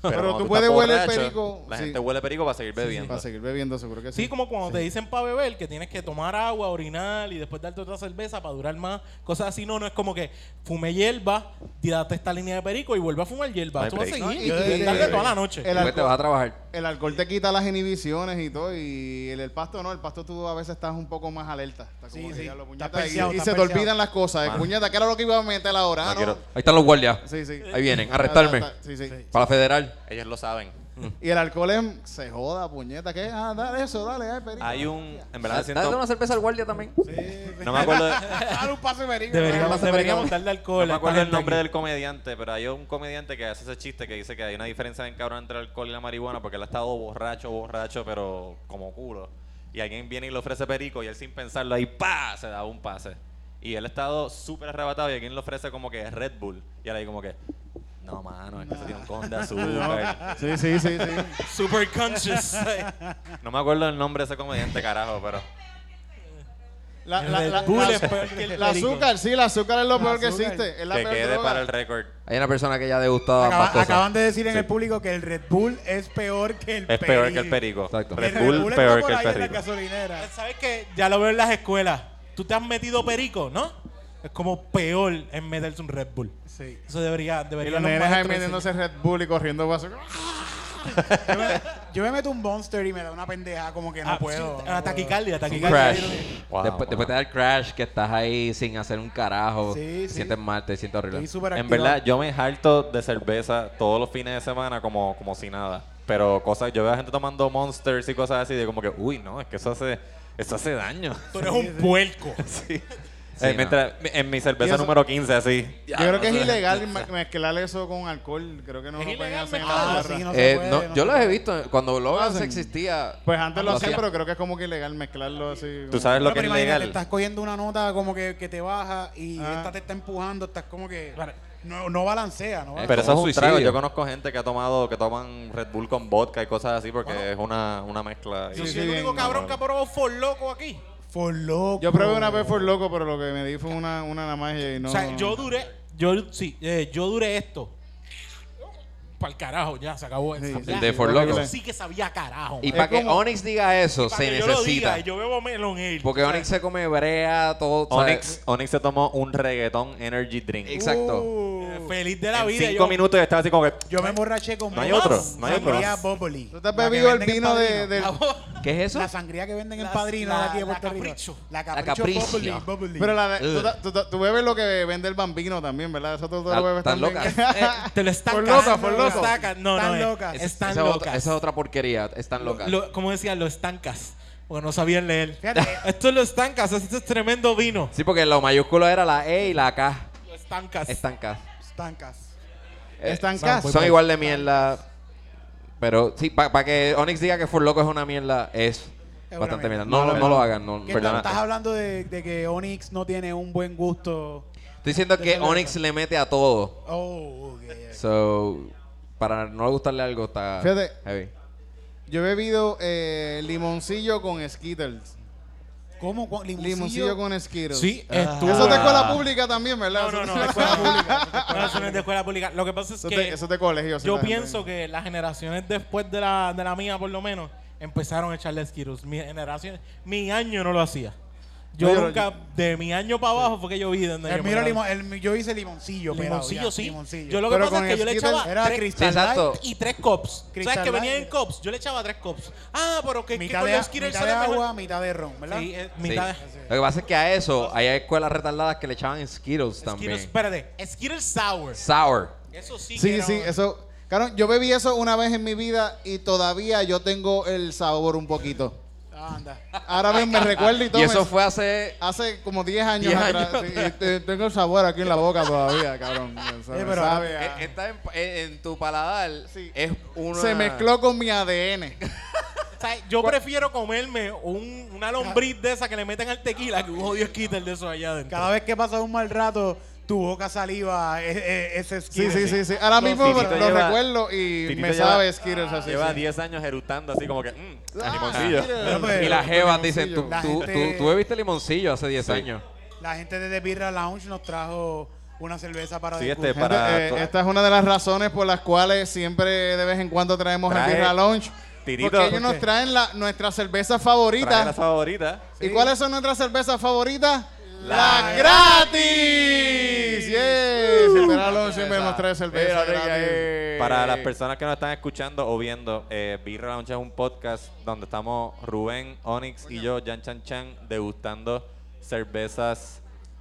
Speaker 3: Pero, cuando
Speaker 8: tú
Speaker 3: estás
Speaker 8: puedes hueler
Speaker 3: borracho,
Speaker 8: perico,
Speaker 3: La
Speaker 8: sí.
Speaker 3: gente huele perico para seguir bebiendo.
Speaker 12: Para seguir bebiendo, seguro que sí.
Speaker 7: Sí, como cuando te dicen para beber que tienes que tomar agua, orinar y después darte otra cerveza para durar más. Cosas así, no, no es como que fume hierba, date esta línea de perico y vuelve a fumar hierba.
Speaker 3: No hay
Speaker 7: Tú vas a
Speaker 3: break.
Speaker 8: No, y-
Speaker 7: seguir
Speaker 8: y-
Speaker 7: y,
Speaker 8: y-
Speaker 7: darle
Speaker 8: y-
Speaker 7: toda la noche.
Speaker 8: el
Speaker 4: Después te
Speaker 8: alcohol-
Speaker 4: vas a trabajar.
Speaker 8: El alcohol te quita las inhibiciones y todo, y el, el pasto no, el pasto tú a veces estás un poco más alerta. Está como
Speaker 5: Sí,
Speaker 8: que,
Speaker 5: sí.
Speaker 8: diablo, puñeta,
Speaker 5: Está
Speaker 8: y-
Speaker 5: perseado,
Speaker 8: y
Speaker 5: está
Speaker 8: se te
Speaker 5: perseado.
Speaker 8: olvidan las cosas. eh, Puñeta, ¿qué era lo que iba a meter ahora? Ah,
Speaker 3: No
Speaker 8: no.
Speaker 3: quiero-
Speaker 4: Ahí están los guardias.
Speaker 8: Sí, sí.
Speaker 4: Ahí vienen, a arrestarme.
Speaker 8: Ah, está- sí, sí.
Speaker 4: Para la federal.
Speaker 3: Ellos lo saben.
Speaker 8: Y el alcohol es- se joda, puñeta, ¿qué? Ah, dale eso, dale, ay, perico.
Speaker 3: Hay un. En verdad,
Speaker 4: Dale
Speaker 3: siento.
Speaker 4: una cerveza al guardia también.
Speaker 3: No me acuerdo. de-
Speaker 5: Dale un paso de perico.
Speaker 7: Deberíamos,
Speaker 4: Pasa
Speaker 7: deberíamos
Speaker 4: perico.
Speaker 7: darle alcohol.
Speaker 3: No me
Speaker 7: a esta
Speaker 3: acuerdo el
Speaker 7: gente
Speaker 3: nombre
Speaker 7: aquí.
Speaker 3: del comediante, pero hay un comediante que hace ese chiste que dice que hay una diferencia en cabrón entre el alcohol y la marihuana porque él ha estado borracho, borracho, pero como culo. Y alguien viene y le ofrece perico y él sin pensarlo ahí, pa, se da un pase. Y él ha estado súper arrebatado y alguien le ofrece como que Red Bull. Y él ahí como que, no, mano, es que se tiene un con de azúcar.
Speaker 12: Sí, sí, sí, sí.
Speaker 7: Super conscious.
Speaker 3: No me acuerdo el nombre de ese comediante, carajo, pero...
Speaker 8: La,
Speaker 7: El Red Bull es peor que el
Speaker 8: la
Speaker 7: perico.
Speaker 8: azúcar, sí, la azúcar es lo peor que
Speaker 5: azúcar.
Speaker 8: existe. Es la
Speaker 3: Que
Speaker 8: peor
Speaker 3: quede
Speaker 8: droga.
Speaker 3: para el récord.
Speaker 4: Hay una persona que ya ha degustado
Speaker 5: Acaba-
Speaker 4: ambas cosas.
Speaker 5: acaban de decir en el público que el Red Bull es peor que el
Speaker 3: Es
Speaker 5: perico.
Speaker 3: peor que el perico.
Speaker 4: Exacto.
Speaker 5: El
Speaker 3: Red Bull
Speaker 5: está
Speaker 3: peor
Speaker 5: por
Speaker 3: que el
Speaker 5: ahí en la
Speaker 3: perico.
Speaker 5: gasolinera.
Speaker 7: ¿Sabes qué? Ya lo veo en las escuelas. Tú te has metido perico, ¿no? Es como peor en meterse un Red Bull.
Speaker 5: Sí.
Speaker 7: Eso debería,
Speaker 12: Y
Speaker 7: debería
Speaker 12: los nenes ahí metiéndose Red Bull y corriendo vaso.
Speaker 5: Yo me, yo me meto un Monster y me da una pendeja como
Speaker 7: Ah,
Speaker 5: que no puedo. no puedo.
Speaker 7: taquicardia, taquicardia.
Speaker 4: Crash.
Speaker 3: Wow,
Speaker 4: después,
Speaker 3: wow.
Speaker 4: después te da el crash que estás ahí sin hacer un carajo.
Speaker 5: Sí,
Speaker 4: te
Speaker 5: sí.
Speaker 4: sientes mal, te sientes horrible.
Speaker 5: Estoy súper
Speaker 3: En
Speaker 5: activado.
Speaker 3: verdad, yo me harto de cerveza todos los fines de semana como, como si nada. Pero cosas, yo veo a gente tomando monsters y cosas así, de como que, uy, no, es que eso hace, eso hace daño.
Speaker 5: Pues,
Speaker 7: Tú eres un puerco.
Speaker 3: Sí. Eh,
Speaker 4: Sí,
Speaker 3: mientras, En mi cerveza
Speaker 8: Y eso-
Speaker 3: número 15, así.
Speaker 8: Yo creo
Speaker 4: Ah,
Speaker 8: que es ilegal ma- mezclar eso con alcohol. Creo que no
Speaker 7: Es
Speaker 8: lo pueden
Speaker 7: ilegal
Speaker 8: hacer en la
Speaker 5: Ah,
Speaker 7: mezclarlo.
Speaker 8: barra.
Speaker 5: sí, no se
Speaker 4: Eh,
Speaker 5: puede,
Speaker 4: no,
Speaker 5: no
Speaker 4: yo
Speaker 5: se
Speaker 4: los he
Speaker 5: puede.
Speaker 4: visto. eh, Cuando Lowlands
Speaker 8: hacen.
Speaker 4: existía.
Speaker 8: Pues
Speaker 5: Ah,
Speaker 8: antes lo hacían,
Speaker 4: hacían.
Speaker 8: pero creo que es como que ilegal mezclarlo así.
Speaker 3: Tú sabes lo
Speaker 5: No,
Speaker 3: que
Speaker 5: pero
Speaker 3: es
Speaker 5: imagínate,
Speaker 3: ilegal.
Speaker 5: estás cogiendo una nota como que, que te baja y
Speaker 8: Ah.
Speaker 5: esta te está empujando, estás como que no, no balancea, no balancea.
Speaker 4: Eh,
Speaker 3: Pero eso es
Speaker 4: como
Speaker 3: un
Speaker 4: un
Speaker 3: trago.
Speaker 4: suicidio.
Speaker 3: Yo conozco gente que ha tomado, que toman Red Bull con vodka y cosas así porque es una, una mezcla.
Speaker 7: Yo
Speaker 3: Y-
Speaker 7: soy el
Speaker 8: bien,
Speaker 7: único cabrón que ha probado for loco aquí.
Speaker 3: Eh.
Speaker 5: For loco.
Speaker 8: Yo probé una vez por loco, pero lo que me di fue una, una nada más y no.
Speaker 7: O sea, yo duré, yo, sí, eh, yo duré esto. Para el carajo, ya se acabó eso.
Speaker 8: Sí,
Speaker 4: El
Speaker 7: Ya.
Speaker 4: de For
Speaker 8: horrible.
Speaker 4: Loco.
Speaker 7: Eso sí que sabía a carajo.
Speaker 4: Y
Speaker 7: man.
Speaker 4: para que
Speaker 8: como-
Speaker 4: Onyx diga eso,
Speaker 7: Pa'
Speaker 4: se
Speaker 7: que Yo, lo
Speaker 4: necesita.
Speaker 7: diga, y yo bebo melon ale.
Speaker 4: Porque
Speaker 7: O sea,
Speaker 4: Onyx se come brea, todo. ¿sabes?
Speaker 3: Onyx, Onyx se tomó un reggaetón energy drink.
Speaker 5: Uh,
Speaker 4: Exacto.
Speaker 7: eh, feliz de la
Speaker 3: En
Speaker 7: vida.
Speaker 3: cinco
Speaker 7: yo-
Speaker 3: minutos y estaba así como que...
Speaker 5: Yo me emborraché con
Speaker 3: No hay
Speaker 5: Bubbles.
Speaker 3: otro, no hay otro.
Speaker 5: Sangría Bubbly.
Speaker 8: ¿Tú te has
Speaker 5: La que
Speaker 8: bebido el
Speaker 5: venden en
Speaker 8: vino de,
Speaker 5: Padrino. Ah,
Speaker 8: del-
Speaker 4: ¿Qué es eso?
Speaker 5: La sangría que venden en
Speaker 7: La-
Speaker 5: Padrino
Speaker 7: la-
Speaker 5: de aquí
Speaker 7: la
Speaker 5: de Puerto Rico.
Speaker 7: Capricho.
Speaker 5: La
Speaker 4: La
Speaker 5: Capricho.
Speaker 4: Capricio.
Speaker 5: Bubbly, Bubbly.
Speaker 8: Pero la de- tú, ta- tú ta- tú bebes lo que vende el bambino también, ¿verdad? Eso tú, tú
Speaker 5: Ah,
Speaker 4: Tan-
Speaker 8: lo bebes
Speaker 4: tan
Speaker 8: también.
Speaker 4: locas.
Speaker 7: Eh, te lo están
Speaker 8: Por loca, por
Speaker 7: Lo
Speaker 8: loca.
Speaker 7: estacas. No,
Speaker 5: Están
Speaker 7: no,
Speaker 5: locas.
Speaker 7: Es,
Speaker 5: Es-
Speaker 7: están
Speaker 4: esa, es otra,
Speaker 7: locas.
Speaker 4: esa es otra porquería. Están locas.
Speaker 7: Lo- ¿Cómo decía? Lo estancas. Porque no sabían leer.
Speaker 5: Fíjate.
Speaker 7: Esto es lo estancas. Esto es tremendo vino.
Speaker 4: Sí, porque lo mayúsculo era la E y la K.
Speaker 7: Lo estancas.
Speaker 4: Están K.
Speaker 5: Estancas.
Speaker 4: Eh,
Speaker 8: Están K.
Speaker 4: Son igual de mierda. Pero sí, para que Onyx diga que For Loco es una mierda, es,
Speaker 5: una
Speaker 4: bastante mierda.
Speaker 5: mierda.
Speaker 4: No, lo- no lo hagan, no,
Speaker 5: Que
Speaker 4: perdona.
Speaker 5: Estás hablando de, de que Onyx no tiene un buen gusto.
Speaker 4: Estoy diciendo que
Speaker 5: Déjalo.
Speaker 4: Onyx le mete a todo.
Speaker 5: Oh, ok.
Speaker 4: So, para no gustarle algo está
Speaker 8: Fíjate.
Speaker 4: heavy.
Speaker 8: Yo he bebido eh, limoncillo con Skittles.
Speaker 5: ¿Cómo? ¿Cuál? ¿Limoncillo?
Speaker 8: Limoncillo con Skittles.
Speaker 7: Sí,
Speaker 4: Ah.
Speaker 7: Ah. estuvo.
Speaker 8: Eso es de escuela pública también,
Speaker 7: No,
Speaker 8: ¿verdad?
Speaker 7: no, no,
Speaker 8: Eso-
Speaker 7: de escuela pública. No, eso no es de escuela pública. Lo que pasa es
Speaker 8: Eso es de,
Speaker 7: que
Speaker 8: eso es de colegio. sí,
Speaker 7: yo
Speaker 8: también.
Speaker 7: pienso que las generaciones después de la, de la mía, por lo menos, empezaron a echarle Skittles. Mi generación, mi año no lo hacía. Yo
Speaker 8: No, yo lo-
Speaker 7: nunca, de mi año para abajo, fue que yo vi. Donde
Speaker 5: El
Speaker 7: yo
Speaker 5: mío era
Speaker 7: me-
Speaker 5: limo- el- yo hice limoncillo. pelado,
Speaker 7: Limoncillo,
Speaker 5: ya,
Speaker 7: sí.
Speaker 5: limoncillo.
Speaker 7: Yo lo que
Speaker 8: Pero
Speaker 7: pasa
Speaker 8: con
Speaker 7: es que yo le
Speaker 8: Skittles
Speaker 7: echaba
Speaker 5: era
Speaker 7: tres,
Speaker 5: Crystal
Speaker 4: Exacto.
Speaker 7: y tres cops.
Speaker 5: Crystal
Speaker 7: ¿Sabes que venían en
Speaker 5: Light.
Speaker 7: cops? Yo le echaba tres cops. Ah, pero que, que
Speaker 5: mitad
Speaker 7: con
Speaker 5: de,
Speaker 7: los Skittles
Speaker 5: mitad de
Speaker 7: sale mejor.
Speaker 5: agua, mitad de ron, ¿verdad?
Speaker 7: Sí, eh,
Speaker 4: Sí.
Speaker 7: mitad de...
Speaker 4: Lo que pasa es que a eso hay escuelas retardadas que le echaban Skittles también.
Speaker 7: Skittles, espérate. Skittles Sour.
Speaker 4: Sour.
Speaker 7: Eso sí que
Speaker 8: Sí,
Speaker 7: era-
Speaker 8: sí, eso. Claro, yo bebí eso una vez en mi vida y todavía yo tengo el sabor un poquito.
Speaker 5: Ah, anda.
Speaker 8: Ahora bien, me recuerdo y todo.
Speaker 4: Y
Speaker 8: me-
Speaker 4: eso fue hace...
Speaker 8: Hace como 10 años
Speaker 4: 10
Speaker 8: atrás.
Speaker 4: años
Speaker 8: sí, y te- tengo el sabor aquí en la boca todavía, cabrón. Eso
Speaker 5: Oye,
Speaker 8: me
Speaker 5: pero-
Speaker 8: sabe a-
Speaker 4: eh, Está en, eh, en tu paladar.
Speaker 8: Sí.
Speaker 4: Es una...
Speaker 8: Se mezcló con mi ADN.
Speaker 7: O sea, yo prefiero comerme un- una lombriz de esa que le meten al tequila que un jodido skitter de eso allá adentro.
Speaker 5: Cada vez que pasas un mal rato, tu boca saliva eh, eh, ese
Speaker 8: Sí,
Speaker 5: Skittles.
Speaker 8: sí, sí, sí. Ahora mismo
Speaker 3: Tirito
Speaker 8: lo
Speaker 3: lleva-
Speaker 8: recuerdo y
Speaker 3: Tirito
Speaker 8: me
Speaker 3: lleva-
Speaker 8: sabe Skittles así.
Speaker 3: Lleva
Speaker 8: sí.
Speaker 3: 10 años eructando así como que... mm,
Speaker 5: Ah,
Speaker 3: limoncillo.
Speaker 5: Pero, pues,
Speaker 4: Y las jevas dicen, tú,
Speaker 5: La
Speaker 4: tú,
Speaker 5: gente-
Speaker 4: tú- tú bebiste limoncillo hace 10 años.
Speaker 5: La gente de The Birra Lounge nos trajo una cerveza para
Speaker 3: Sí, este,
Speaker 5: descubrir.
Speaker 3: para-
Speaker 8: Gente, eh,
Speaker 3: to-
Speaker 8: esta es una de las razones por las cuales siempre de vez en cuando traemos
Speaker 3: Trae-
Speaker 8: aquí la Lounge.
Speaker 3: Tirito.
Speaker 8: porque ellos
Speaker 3: ¿Por
Speaker 8: nos
Speaker 3: qué?
Speaker 8: traen la, nuestra cerveza
Speaker 3: Traje la
Speaker 8: favorita.
Speaker 3: favorita.
Speaker 8: ¿Y cuáles son nuestras cervezas favoritas?
Speaker 3: La
Speaker 8: gratis. Yeah.
Speaker 3: Uh.
Speaker 8: Siempre la Lounge siempre nos trae cerveza. gratis.
Speaker 3: eh.
Speaker 4: eh.
Speaker 3: Para las personas que nos están escuchando o viendo, eh, Birra Lounge es un podcast donde estamos Rubén, Onyx y yo, Jan Chan Chan, degustando cervezas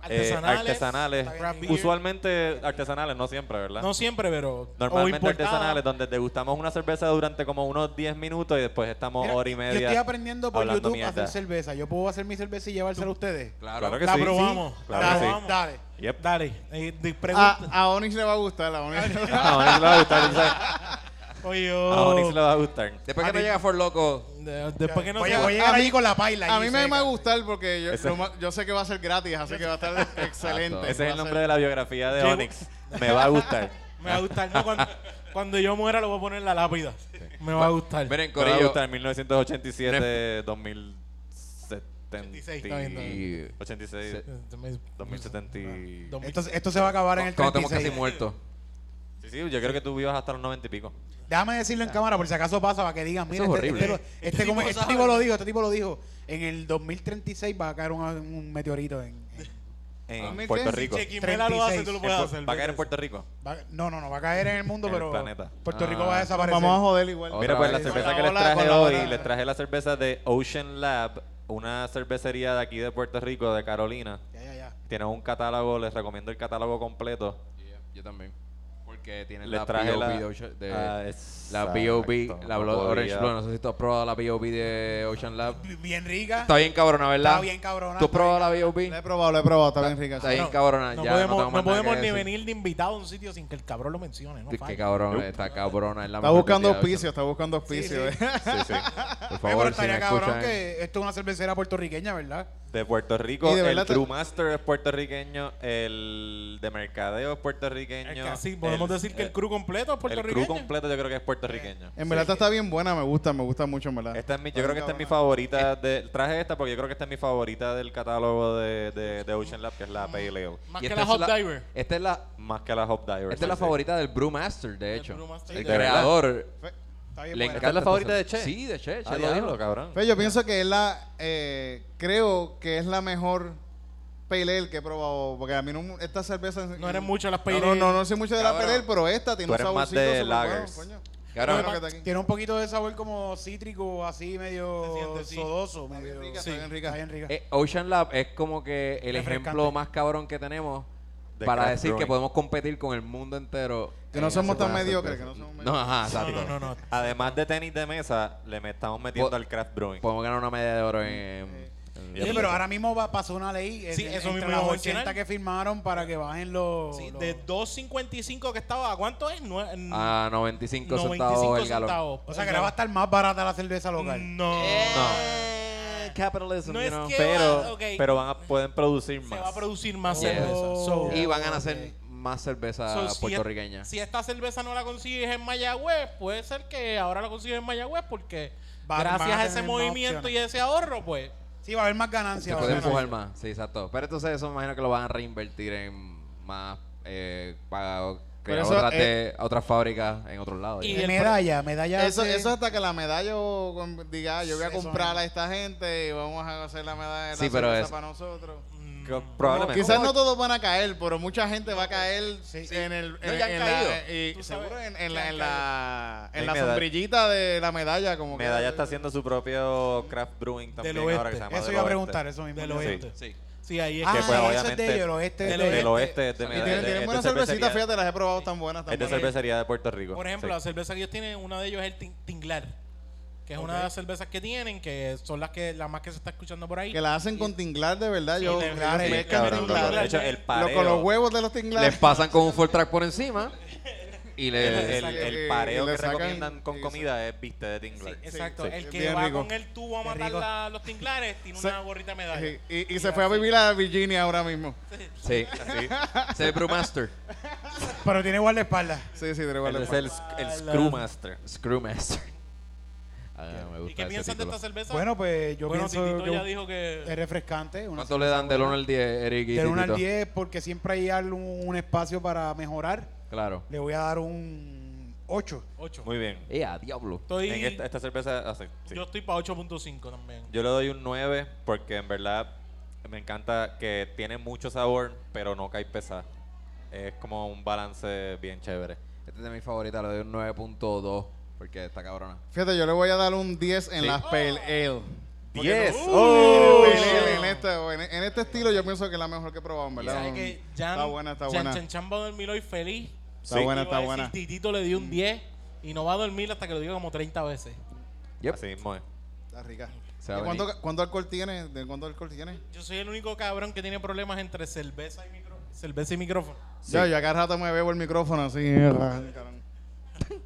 Speaker 3: eh,
Speaker 7: Artesanales,
Speaker 3: artesanales.
Speaker 7: craft beer.
Speaker 3: Usualmente artesanales, no siempre, ¿verdad?
Speaker 7: No siempre, pero. o
Speaker 3: Normalmente
Speaker 7: importada.
Speaker 3: artesanales, donde degustamos una cerveza durante como unos 10 minutos y después estamos
Speaker 7: este,
Speaker 5: Mira,
Speaker 3: hora y media.
Speaker 5: Yo estoy aprendiendo por
Speaker 3: hablando
Speaker 5: YouTube a
Speaker 3: mierda.
Speaker 5: hacer cerveza. Yo puedo hacer mi cerveza y llevársela a ustedes.
Speaker 3: Claro, que
Speaker 5: la
Speaker 3: sí.
Speaker 5: probamos.
Speaker 3: Sí, claro
Speaker 5: dale,
Speaker 3: que sí.
Speaker 5: dale.
Speaker 3: Yep.
Speaker 7: Dale, eh, de-
Speaker 8: A,
Speaker 7: pregunta.
Speaker 8: a Onyx le va a gustar. A Onyx.
Speaker 3: A Onyx le va a gustar. tú sabes.
Speaker 5: Ah.
Speaker 7: Oye,
Speaker 4: Ah,
Speaker 3: A
Speaker 7: oh,
Speaker 3: Onyx le va a gustar.
Speaker 4: Después que no llega For Loco,
Speaker 7: de- después que no
Speaker 5: Oye,
Speaker 7: sea-
Speaker 5: voy a llegar
Speaker 8: A
Speaker 5: ahí
Speaker 8: mí-
Speaker 5: con la paila.
Speaker 8: A
Speaker 5: allí
Speaker 8: mí me
Speaker 5: seca.
Speaker 8: va a gustar porque yo,
Speaker 3: Ese-
Speaker 8: lo ma- yo sé que va a ser gratis, así que va a estar excelente.
Speaker 3: Ese
Speaker 8: Va
Speaker 3: es
Speaker 8: a
Speaker 3: el nombre
Speaker 8: ser-
Speaker 3: de la biografía de
Speaker 7: Llegó-
Speaker 3: Onyx. Me va a gustar.
Speaker 7: me va a gustar. No, cuando, cuando yo muera, lo voy a poner en la lápida. Me va a gustar.
Speaker 4: miren,
Speaker 3: Me va a
Speaker 4: Corillo.
Speaker 3: gustar 1987, 2076.
Speaker 7: está bien, está
Speaker 4: bien.
Speaker 3: 86, 2070.
Speaker 7: Dos mil-
Speaker 5: Esto, esto se va a acabar en el
Speaker 4: Cuando estamos casi
Speaker 5: 36.
Speaker 4: muertos.
Speaker 3: Sí, sí, yo creo que tú vivas hasta los 90 y pico.
Speaker 5: Déjame decirlo en cámara por si acaso pasa para que digan, mira,
Speaker 4: es
Speaker 5: este,
Speaker 4: horrible.
Speaker 5: este lo- este como- este
Speaker 13: sabe.
Speaker 5: tipo lo dijo, este tipo lo dijo. En el 2036 va a caer un, un meteorito en, en-
Speaker 3: En
Speaker 8: ¿2015?
Speaker 3: Puerto Rico.
Speaker 7: Si Chequimela lo hace, tú lo
Speaker 3: En
Speaker 7: puedes
Speaker 3: Pu-
Speaker 7: hacer.
Speaker 3: Va a caer en
Speaker 7: vete.
Speaker 3: Puerto Rico.
Speaker 5: va- no, no, no, va a caer en el mundo,
Speaker 3: En el
Speaker 5: pero
Speaker 3: planeta.
Speaker 5: Puerto Rico
Speaker 4: Ah.
Speaker 5: va a desaparecer.
Speaker 8: Vamos a joder igual.
Speaker 4: Otra
Speaker 3: Mira, pues la
Speaker 4: vez.
Speaker 3: cerveza
Speaker 8: Con
Speaker 3: que
Speaker 8: la
Speaker 3: les
Speaker 8: bola,
Speaker 3: traje
Speaker 8: con la
Speaker 3: hoy,
Speaker 8: bola.
Speaker 3: les traje la cerveza de Ocean Lab, una cervecería de aquí de Puerto Rico, de Carolina.
Speaker 5: Ya, ya, ya.
Speaker 3: Tienen un catálogo, les recomiendo el catálogo completo.
Speaker 4: Yo también. Porque tienen
Speaker 3: Les
Speaker 4: la
Speaker 3: traje la...
Speaker 4: B.O.B. de- de-
Speaker 3: Ah,
Speaker 4: La
Speaker 3: exacto,
Speaker 4: B.O.B. La
Speaker 3: no
Speaker 4: Blood Orange
Speaker 3: podía.
Speaker 4: Blood. No sé si tú has probado la B.O.B. de Ocean Lab.
Speaker 5: Bien rica.
Speaker 4: Está bien cabrona, ¿verdad?
Speaker 5: Está bien cabrona, pues.
Speaker 4: ¿Tú has
Speaker 5: está
Speaker 4: probado la
Speaker 8: La he
Speaker 4: B.O.B.?
Speaker 8: probado, la he probado, está bien rica.
Speaker 4: Está bien
Speaker 7: No,
Speaker 4: cabrona.
Speaker 7: No
Speaker 4: ya,
Speaker 7: podemos,
Speaker 4: tengo
Speaker 7: no
Speaker 4: más nada
Speaker 7: podemos
Speaker 4: que
Speaker 7: ni
Speaker 4: decir.
Speaker 7: venir de invitado a un sitio sin que el cabrón lo mencione. No
Speaker 4: Qué
Speaker 7: falla.
Speaker 4: cabrona, está cabrona. Es la
Speaker 8: Está
Speaker 4: mejor
Speaker 8: buscando
Speaker 4: bebida de
Speaker 8: auspicio, está buscando auspicio. eh.
Speaker 3: Sí, sí.
Speaker 4: Ocean Lab. Por
Speaker 5: Oye, pero
Speaker 4: favor, si me
Speaker 5: estaría cabrón
Speaker 4: escuchan.
Speaker 5: que esto es una cervecera puertorriqueña, ¿verdad?
Speaker 3: De Puerto Rico,
Speaker 8: Y de verdad
Speaker 3: el
Speaker 8: te-
Speaker 3: brewmaster es puertorriqueño, el de mercadeo es
Speaker 7: El
Speaker 3: puertorriqueño.
Speaker 7: que- sí, podemos
Speaker 3: el-
Speaker 7: decir que el
Speaker 3: eh,
Speaker 7: crew completo es
Speaker 3: el
Speaker 7: puertorriqueño.
Speaker 3: crew completo yo creo que es puertorriqueño.
Speaker 8: En verdad esta está bien buena, me gusta, me gusta mucho, en verdad.
Speaker 3: Esta es mi,
Speaker 8: Está
Speaker 3: yo creo que
Speaker 8: bien
Speaker 3: esta es
Speaker 8: cabrona.
Speaker 3: mi
Speaker 4: Eh.
Speaker 3: favorita. De, traje esta porque yo creo que esta es mi favorita del catálogo de, de, de Ocean Lab, que es la Pale Ale.
Speaker 7: Más
Speaker 4: Y
Speaker 7: que
Speaker 4: esta
Speaker 7: la
Speaker 4: es
Speaker 7: Hot Diver.
Speaker 4: Esta es la,
Speaker 3: Más que la Hop Diver.
Speaker 4: esta es la
Speaker 3: sí.
Speaker 4: favorita del Brewmaster, de
Speaker 7: El
Speaker 4: hecho.
Speaker 7: Brewmaster.
Speaker 4: El
Speaker 3: ¿De verdad?
Speaker 4: creador.
Speaker 5: Está bien
Speaker 4: Le
Speaker 5: buena.
Speaker 4: encanta
Speaker 3: es la
Speaker 4: esta
Speaker 3: favorita de
Speaker 4: cerveza.
Speaker 3: Che?
Speaker 4: Sí, de Che.
Speaker 3: Ah,
Speaker 4: Che
Speaker 3: diablo,
Speaker 4: diablo.
Speaker 3: cabrón.
Speaker 8: Pero Pues yo pienso que es la, eh, creo que es la mejor pale ale que he probado, porque a mí no, esta cerveza...
Speaker 7: No eres mucho de las E pale
Speaker 8: No, no,
Speaker 7: ale.
Speaker 8: no, no sé mucho de la
Speaker 4: Cabrón.
Speaker 8: pale ale, E pero esta tiene
Speaker 3: Tú
Speaker 8: un
Speaker 3: eres más
Speaker 8: saborcito
Speaker 3: de
Speaker 8: súper
Speaker 3: lagers.
Speaker 8: bueno, coño.
Speaker 4: Cabrón.
Speaker 8: Bueno, que está aquí.
Speaker 5: pues, Tiene un poquito de sabor como cítrico, así medio
Speaker 7: Se siente, sí.
Speaker 5: sodoso.
Speaker 8: Está bien
Speaker 5: medio-
Speaker 8: rica,
Speaker 5: Sí.
Speaker 8: está bien rica.
Speaker 5: Está bien rica.
Speaker 4: Eh, Ocean Lab es como que el
Speaker 5: Refrescante.
Speaker 4: ejemplo más cabrón que tenemos
Speaker 3: De
Speaker 4: para
Speaker 3: craft
Speaker 4: decir que
Speaker 3: brewing.
Speaker 4: podemos competir con el mundo entero.
Speaker 8: Que no
Speaker 4: en
Speaker 8: somos
Speaker 4: hacer
Speaker 8: tan
Speaker 4: buenas
Speaker 8: mediocres,
Speaker 4: cervezas.
Speaker 8: que no somos
Speaker 4: No,
Speaker 8: mediocres.
Speaker 4: ajá,
Speaker 7: No,
Speaker 4: exacto.
Speaker 7: no, no, no.
Speaker 3: Además de tenis de mesa, le me estamos metiendo
Speaker 4: Po-
Speaker 3: al craft brewing.
Speaker 4: Podemos ganar una medalla de oro en... en-
Speaker 5: Oye, pero ahora mismo va, pasó una ley
Speaker 7: Sí,
Speaker 5: en-
Speaker 7: eso
Speaker 5: entre
Speaker 7: mismo
Speaker 5: las
Speaker 7: iba a
Speaker 5: 80
Speaker 7: mencionar.
Speaker 5: que firmaron para que bajen los...
Speaker 7: Sí,
Speaker 5: los-
Speaker 7: de 2.55 que estaba, ¿a cuánto es? No, en-
Speaker 4: a 95 Ah, centavos
Speaker 7: 95
Speaker 4: el galón.
Speaker 7: centavos.
Speaker 5: o sea, que ahora va a estar más barata la cerveza local.
Speaker 7: Mm, No. Eh,
Speaker 4: No. Capitalism,
Speaker 7: No
Speaker 4: you
Speaker 7: es
Speaker 4: know.
Speaker 7: que-
Speaker 3: Pero,
Speaker 7: va- ok.
Speaker 3: pero van a, pueden producir
Speaker 7: Se
Speaker 3: más.
Speaker 7: va a producir más
Speaker 4: Yes.
Speaker 7: cerveza. So-
Speaker 4: Y van a hacer más cerveza
Speaker 7: so, si
Speaker 4: Ah, puertorriqueña.
Speaker 7: es- Si, esta cerveza no la consigues en Mayagüez, puede ser que ahora la consigues en Mayagüez porque
Speaker 5: Va- van
Speaker 7: gracias
Speaker 5: a
Speaker 7: a ese
Speaker 5: tener más
Speaker 7: movimiento y
Speaker 5: opciones.
Speaker 7: ese ahorro, pues
Speaker 5: Sí, va a haber más ganancias.
Speaker 4: Se
Speaker 5: va a
Speaker 4: puede
Speaker 5: haber
Speaker 4: empujar
Speaker 5: ganancias.
Speaker 4: más, sí, exacto. Pero entonces eso me imagino que lo van a reinvertir en más, eh, para crear
Speaker 8: eso,
Speaker 4: otras,
Speaker 8: eh,
Speaker 4: de- otras fábricas en otros lados.
Speaker 7: Y
Speaker 4: ya.
Speaker 7: el-
Speaker 5: medalla, medalla.
Speaker 8: Eso,
Speaker 5: hace-
Speaker 8: eso hasta que la medalla o con- diga, "Ah, yo voy a
Speaker 5: Eso
Speaker 8: comprarla a esta gente y vamos a hacer la medalla de la
Speaker 4: Sí, pero
Speaker 8: cerveza
Speaker 4: es-
Speaker 8: para nosotros.
Speaker 7: mm,
Speaker 3: Co- Probablemente.
Speaker 8: Quizás no todos van a caer, pero mucha gente va a caer
Speaker 5: Sí.
Speaker 8: en el
Speaker 4: No,
Speaker 8: en-
Speaker 4: ya han
Speaker 8: en
Speaker 4: caído.
Speaker 8: la y
Speaker 7: Tú
Speaker 8: seguro
Speaker 7: sabes
Speaker 8: en,
Speaker 7: que
Speaker 8: en la
Speaker 7: han
Speaker 8: en la, en
Speaker 3: Hay
Speaker 8: la
Speaker 3: medall-
Speaker 8: sombrillita de la medalla como que-
Speaker 3: Medalla está haciendo su propio craft brewing también
Speaker 7: oeste.
Speaker 3: ahora que se llama
Speaker 5: Eso
Speaker 3: del
Speaker 5: iba a
Speaker 3: oeste.
Speaker 5: preguntar, eso mismo.
Speaker 7: del
Speaker 5: Sí.
Speaker 7: oeste.
Speaker 4: Sí.
Speaker 7: Sí, ahí es
Speaker 5: Ah,
Speaker 3: que
Speaker 7: que
Speaker 3: pues
Speaker 5: eso es
Speaker 3: obviamente
Speaker 5: de ellos, el oeste
Speaker 7: del
Speaker 5: de-
Speaker 3: Del oeste es de
Speaker 8: Y
Speaker 3: medalla.
Speaker 8: tienen,
Speaker 3: de-
Speaker 8: tienen
Speaker 3: es de
Speaker 8: buenas cervecitas,
Speaker 3: cervecería.
Speaker 8: fíjate, las he probado tan buenas
Speaker 3: Es de
Speaker 8: también.
Speaker 3: cervecería de Puerto Rico.
Speaker 7: Por ejemplo,
Speaker 3: sí.
Speaker 7: la cerveza que ellos tienen, una de ellos es el tin- Tinglar, que es una de las cervezas que tienen, que son las que la más que se está escuchando por ahí.
Speaker 8: Que la hacen con tinglar de verdad, yo
Speaker 7: de
Speaker 8: yo
Speaker 7: verdad,
Speaker 8: me
Speaker 3: Sí,
Speaker 7: es
Speaker 8: cabrón,
Speaker 3: cabrón,
Speaker 7: que
Speaker 8: tinglar.
Speaker 3: loco. De hecho, el
Speaker 8: Lo- con los
Speaker 3: pareo,
Speaker 8: huevos de los
Speaker 4: Les
Speaker 8: tinglares.
Speaker 4: pasan con un full track por encima y
Speaker 3: el,
Speaker 4: le...
Speaker 3: el- el
Speaker 8: eh,
Speaker 3: pareo
Speaker 8: le
Speaker 3: que
Speaker 8: sacan-
Speaker 3: recomiendan con
Speaker 8: sí,
Speaker 3: comida es viste de tinglar.
Speaker 7: Exacto,
Speaker 8: sí.
Speaker 7: el que
Speaker 8: Bien
Speaker 7: va
Speaker 8: rico.
Speaker 7: con el tubo a
Speaker 5: Qué
Speaker 7: matar
Speaker 5: rico.
Speaker 7: la- los tinglares tiene
Speaker 8: Se-
Speaker 7: una gorrita de medalla.
Speaker 8: Sí, y, y se fue a vivir a Virginia ahora mismo.
Speaker 4: Sí. Se ve Brewmaster.
Speaker 5: Pero tiene guardaespaldas.
Speaker 8: Sí, sí, de
Speaker 3: Ese
Speaker 8: igual.
Speaker 3: es el, sc- el Screwmaster.
Speaker 4: Screwmaster. Ah, me gusta
Speaker 7: ¿Y qué
Speaker 4: ese
Speaker 7: piensas de
Speaker 4: título.
Speaker 7: esta cerveza?
Speaker 5: Bueno, pues yo
Speaker 7: Bueno,
Speaker 5: pienso
Speaker 7: Titito
Speaker 5: que
Speaker 7: ya dijo que...
Speaker 5: es refrescante. una
Speaker 4: ¿Cuánto le dan del 1 al 10, Eric? y
Speaker 5: Del 1 al
Speaker 4: Titito?
Speaker 5: 10 porque siempre hay algún, un espacio para mejorar.
Speaker 4: Claro.
Speaker 5: Le voy a dar un 8.
Speaker 7: 8.
Speaker 3: Muy bien.
Speaker 4: ¡Eh, a diablo!
Speaker 7: Estoy,
Speaker 3: En esta, esta cerveza hace. sí.
Speaker 7: Yo estoy para 8.5 también.
Speaker 3: Yo le doy un 9 porque en verdad me encanta que tiene mucho sabor, pero no cae pesada. Es como un balance bien chévere.
Speaker 4: Este es de mis favoritas, le doy un 9.2 porque está cabrona.
Speaker 14: Fíjate, yo le voy a dar un 10 en las Pale Ale.
Speaker 3: 10.
Speaker 14: Pale
Speaker 3: ¡Oh!
Speaker 14: Ale en, esta- en- en este estilo yo pienso que es la mejor que he probado, en
Speaker 7: Y
Speaker 14: verdad.
Speaker 7: sabes que
Speaker 8: Mm.
Speaker 7: Jan,
Speaker 14: está buena, está buena.
Speaker 7: Jan Chanchan va a dormir hoy feliz.
Speaker 14: Está buena,
Speaker 7: Y va
Speaker 14: está
Speaker 7: a decir,
Speaker 14: buena. Mm.
Speaker 7: Titito le dio un 10 y no va a dormir hasta que lo diga como 30 veces.
Speaker 4: Yep.
Speaker 3: Así mismo es.
Speaker 14: Está rica.
Speaker 4: Se va
Speaker 14: ¿Y
Speaker 4: a
Speaker 14: cuánto,
Speaker 4: venir.
Speaker 14: cuánto alcohol tiene? ¿De cuánto alcohol tiene?
Speaker 7: Yo soy el único cabrón que tiene problemas entre cerveza y micro, cerveza y micrófono.
Speaker 14: Yo, yo a cada rato me bebo el micrófono así. cabrón.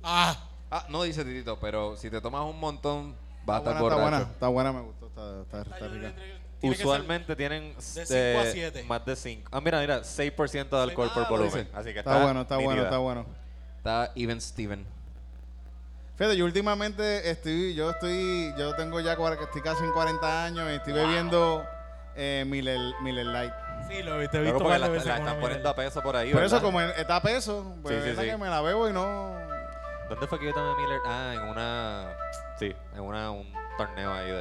Speaker 7: Ah,
Speaker 4: Ah, no dice Titito, pero si te tomas un montón, vas a
Speaker 14: Está
Speaker 4: estar
Speaker 14: buena, está buena,
Speaker 4: borracho.
Speaker 14: está buena, me gustó, está, está- está rica.
Speaker 7: tiene que
Speaker 3: Usualmente tienen
Speaker 7: cinco
Speaker 3: eh,
Speaker 7: a siete.
Speaker 3: más de 5. Ah, mira, mira, 6% de alcohol por
Speaker 7: Ah,
Speaker 3: volumen.
Speaker 4: dice.
Speaker 3: Así que está,
Speaker 14: Está bueno, está bueno,
Speaker 3: nítida.
Speaker 14: está bueno.
Speaker 4: Está Even Steven.
Speaker 14: Fíjate, yo últimamente estoy, yo estoy, yo tengo ya, cuar- estoy casi en 40 años y estoy bebiendo eh, Miller, Miller Light.
Speaker 7: ser- Sí, lo he visto, he
Speaker 3: Claro,
Speaker 7: visto
Speaker 3: porque
Speaker 7: varias
Speaker 3: la,
Speaker 7: veces
Speaker 3: la
Speaker 7: con
Speaker 3: están
Speaker 7: una
Speaker 3: poniendo a
Speaker 7: mierda.
Speaker 3: peso por ahí.
Speaker 14: Por eso
Speaker 3: ¿verdad?
Speaker 14: como está a peso, pues,
Speaker 3: Sí, sí,
Speaker 14: es la
Speaker 3: sí.
Speaker 14: que me la bebo y no...
Speaker 3: ¿Dónde fue que yo tomé Miller? Ah, en una. Sí, en una, un torneo ahí de,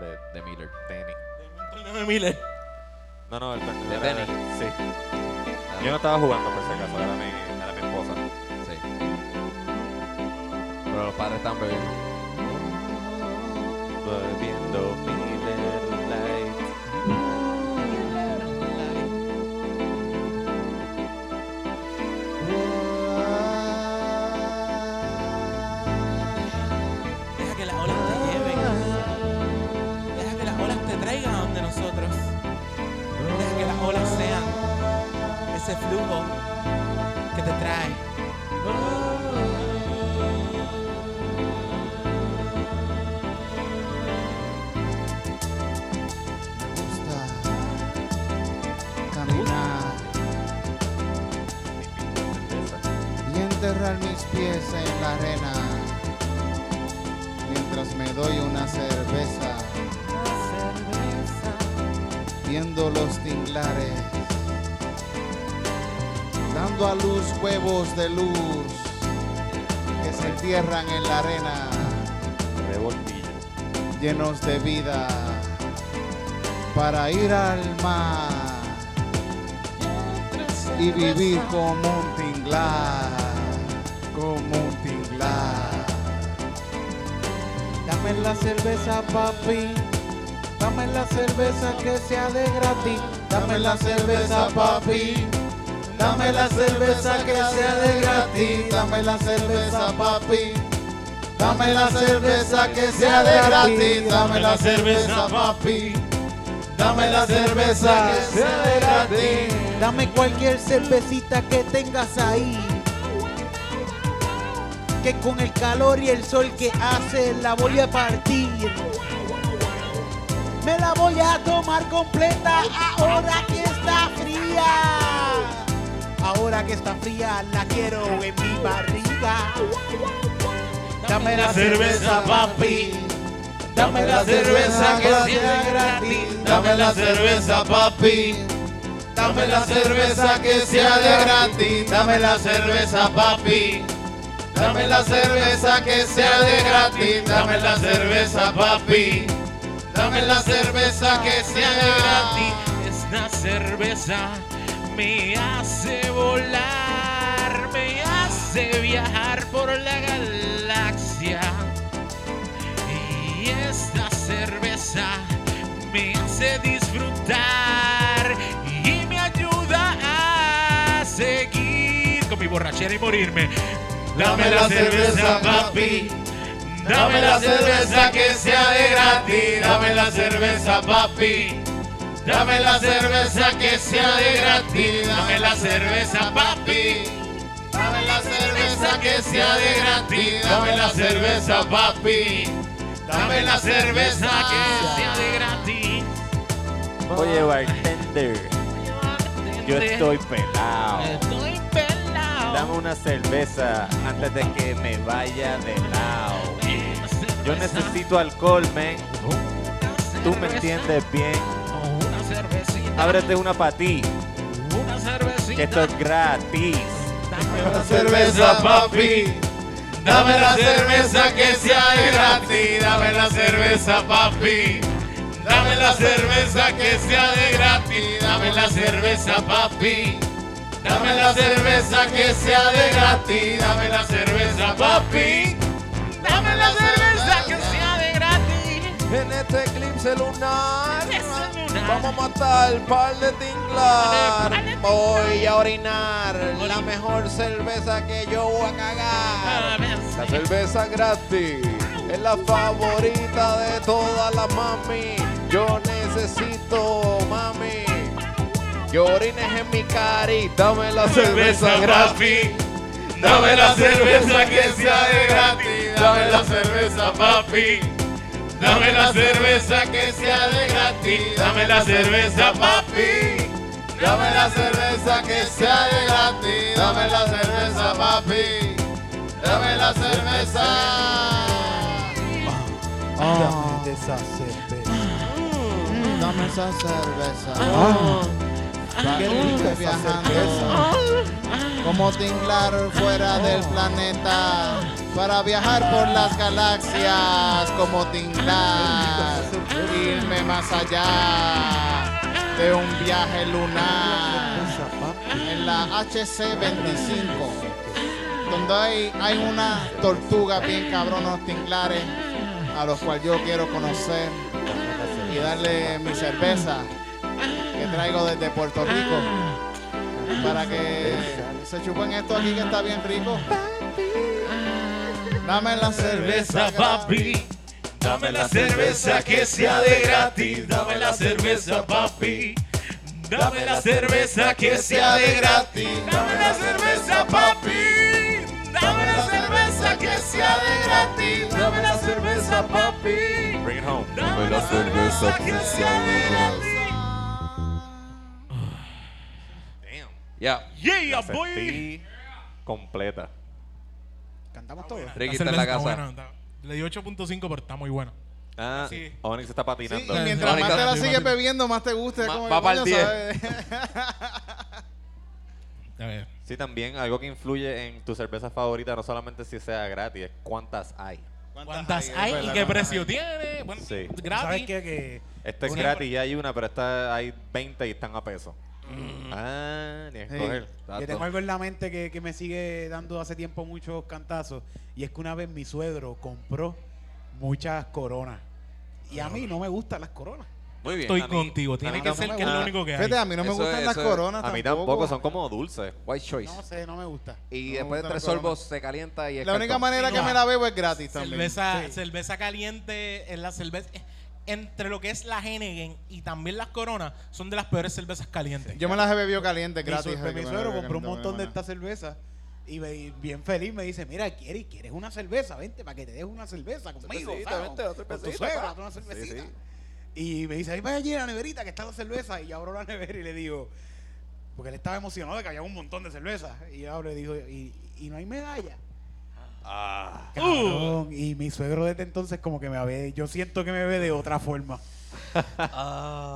Speaker 3: de, de Miller, tenis.
Speaker 7: Un torneo de Miller.
Speaker 3: No, no, el torneo
Speaker 4: ¿De
Speaker 3: era
Speaker 4: tenis?
Speaker 3: Sí. Yo no estaba jugando por si acaso, era mi, era mi esposa.
Speaker 4: Sí. Pero los padres están bebiendo.
Speaker 3: Bebiendo Miller Lite.
Speaker 7: Deja que las olas te lleven. Deja que las olas te traigan a donde nosotros. Deja que las olas sean ese flujo que te trae.
Speaker 8: caminar y enterrar mis pies en la arena mientras me doy una cerveza viendo los tinglares dando a luz huevos de luz que se entierran en la arena
Speaker 3: Revoltillo.
Speaker 8: llenos de vida para ir al mar y vivir como un tinglar, como un tinglar. Dame la cerveza, papi. Dame la cerveza que sea de gratis. Dame la cerveza, papi. Dame la cerveza que sea de gratis. Dame la cerveza, papi. Dame la cerveza que sea de gratis. Dame la cerveza, papi. Dame la cerveza que sea de gratis.
Speaker 15: Dame cualquier cervecita que tengas ahí. Que con el calor y el sol que hace la voy a partir. Me la voy a tomar completa ahora que está fría. Ahora que está fría la quiero en mi barriga. Dame la cerveza, papi. Dame la cerveza que sea gratis.
Speaker 8: Dame la cerveza, papi. Dame la cerveza que sea de gratis. Dame la cerveza, papi. Dame la cerveza que sea de gratis. Dame la cerveza, papi. Dame la cerveza que sea de gratis.
Speaker 1: Esta cerveza me hace volar, me hace viajar por la galaxia. Y esta cerveza me hace disfrutar y me ayuda a seguir con mi borrachera y morirme. Dame la cerveza, papi. Dame la cerveza que sea de gratis. Dame la cerveza, papi. Dame la cerveza que sea de gratis. Dame la cerveza, papi. Dame la cerveza que sea de gratis. Dame la cerveza, papi. Dame la cerveza que sea de gratis.
Speaker 3: Oye, bartender, yo estoy pelado.
Speaker 16: Estoy pelado.
Speaker 3: Dame una cerveza antes de que me vaya de lado.
Speaker 1: Esta
Speaker 3: Yo necesito alcohol, men. Tú me entiendes bien.
Speaker 17: Una cervecita.
Speaker 3: Ábrete una para ti,
Speaker 17: Una cervecita.
Speaker 3: que esto es gratis.
Speaker 1: La cerveza, papi. Dame la cerveza que sea de gratis. Dame la cerveza, papi. Dame la cerveza que sea de gratis. Dame la cerveza, papi. Dame la cerveza que sea de gratis. Dame la cerveza, papi.
Speaker 18: Dame la cerveza que sea de gratis.
Speaker 4: En este eclipse lunar
Speaker 18: Eclipse este lunar.
Speaker 4: vamos a matar par de tinglar.
Speaker 18: Par de tinglar.
Speaker 4: Voy a orinar la mejor cerveza que yo voy a
Speaker 18: Ah,
Speaker 4: cagar. La cerveza gratis es la favorita de todas las mami. Yo necesito mami. Que orines en mi carita dame la cerveza
Speaker 1: Cerveza,
Speaker 4: gratis.
Speaker 1: papi. Dame la cerveza que sea de gratis. Dame la cerveza, papi. Dame la cerveza que sea de gratis. Dame la cerveza, papi. Dame la cerveza que sea de gratis. Dame la cerveza, papi. Dame la cerveza.
Speaker 5: Dame esa cerveza.
Speaker 8: Dame esa cerveza. Ah. Qué rico
Speaker 5: Esa
Speaker 8: viajando. Como tinglar fuera del planeta. Para viajar por las galaxias. Como tinglar. Irme más allá. De un viaje lunar. En la HC25. donde hay, hay una tortuga bien cabrón, unos tinglares, a los cuales yo quiero conocer y darle mi cerveza que traigo desde Puerto Rico para que se chupen esto aquí que está bien rico. Dame la cerveza,
Speaker 1: cerveza, papi. Dame la cerveza que sea de gratis. Dame la cerveza, papi. Dame la cerveza que sea de gratis. Dame la cerveza, papi. Dame la cerveza que sea de gratis. Dame la cerveza, papi.
Speaker 3: Bring it home.
Speaker 1: Dame Pues la cerveza que sea de gratis.
Speaker 4: Ya,
Speaker 17: Yeah, boy.
Speaker 3: Sentí completa.
Speaker 5: Cantamos todo.
Speaker 4: Ricky está en la casa.
Speaker 7: Le di 8.5, pero está muy buena.
Speaker 3: Ah,
Speaker 7: Sí.
Speaker 3: Onyx está
Speaker 8: Sí,
Speaker 3: patinando.
Speaker 8: y mientras más te la sigues bebiendo, más te gusta. es
Speaker 4: Ma-
Speaker 8: como
Speaker 4: va
Speaker 8: que,
Speaker 4: pa'l
Speaker 8: coño,
Speaker 4: 10.
Speaker 8: ¿sabes?
Speaker 7: A ver.
Speaker 3: Sí, también algo que influye en tu cerveza favorita, no solamente si sea gratis, es cuántas hay.
Speaker 7: ¿Cuántas hay y qué precio tiene? Bueno,
Speaker 3: Sí.
Speaker 5: ¿Sabes
Speaker 7: gratis.
Speaker 5: qué? Que
Speaker 3: Esta es
Speaker 7: Una-
Speaker 3: gratis, ya hay una, pero esta hay 20 y están a peso. Ah, ni a
Speaker 5: Sí.
Speaker 3: escoger.
Speaker 5: Yo tengo algo en la mente que, que me sigue dando hace tiempo muchos cantazos. Y es que una vez mi suegro compró muchas coronas. Y a mí no me gustan las coronas.
Speaker 4: Muy bien.
Speaker 7: Estoy
Speaker 3: A mí-
Speaker 7: contigo.
Speaker 3: a
Speaker 7: Tiene
Speaker 3: mí
Speaker 7: que
Speaker 3: tampoco
Speaker 7: ser que
Speaker 3: me
Speaker 7: es lo
Speaker 3: gusta.
Speaker 7: único que hay.
Speaker 8: Fíjate, a mí no me
Speaker 4: Eso-
Speaker 8: gustan las
Speaker 4: eso-
Speaker 8: coronas.
Speaker 3: A mí tampoco, son como dulces.
Speaker 4: White choice.
Speaker 5: No sé, no me gusta.
Speaker 4: Y
Speaker 8: No me
Speaker 4: después de
Speaker 8: gusta
Speaker 4: tres
Speaker 8: la corona.
Speaker 4: sorbos se calienta y es
Speaker 8: La única
Speaker 4: cartón.
Speaker 8: manera que
Speaker 7: No.
Speaker 8: me la bebo es gratis también.
Speaker 7: Cerveza, cerveza caliente es la cerveza. eh, Entre lo que es la Henneken y también las coronas, son de las peores cervezas calientes.
Speaker 8: Yo me las he bebido caliente,
Speaker 5: Mi,
Speaker 8: gratis.
Speaker 5: suegro-
Speaker 8: así que
Speaker 5: mi
Speaker 8: me
Speaker 5: suegro
Speaker 8: bebo
Speaker 5: compró un
Speaker 8: caliente,
Speaker 5: montón de
Speaker 8: buena.
Speaker 5: estas cervezas. Y me- y bien feliz me dice, mira, ¿quieres, quieres una cerveza? Vente para que te des una cerveza conmigo.
Speaker 4: Cervecita,
Speaker 5: ¿sabes?
Speaker 4: vente, una
Speaker 5: Con tu
Speaker 4: cervecita,
Speaker 5: suegra,
Speaker 4: pa.
Speaker 5: una cervecita. Y me dice, ahí vaya allí a la neverita que está la cerveza. Y yo abro la nevera y le digo, porque él estaba emocionado de que había un montón de cerveza. Y yo abro y digo, y, y no hay medalla.
Speaker 4: Ah.
Speaker 8: Uh.
Speaker 5: Cabrón. Y mi suegro desde entonces como que me ve, yo siento que me ve de otra forma.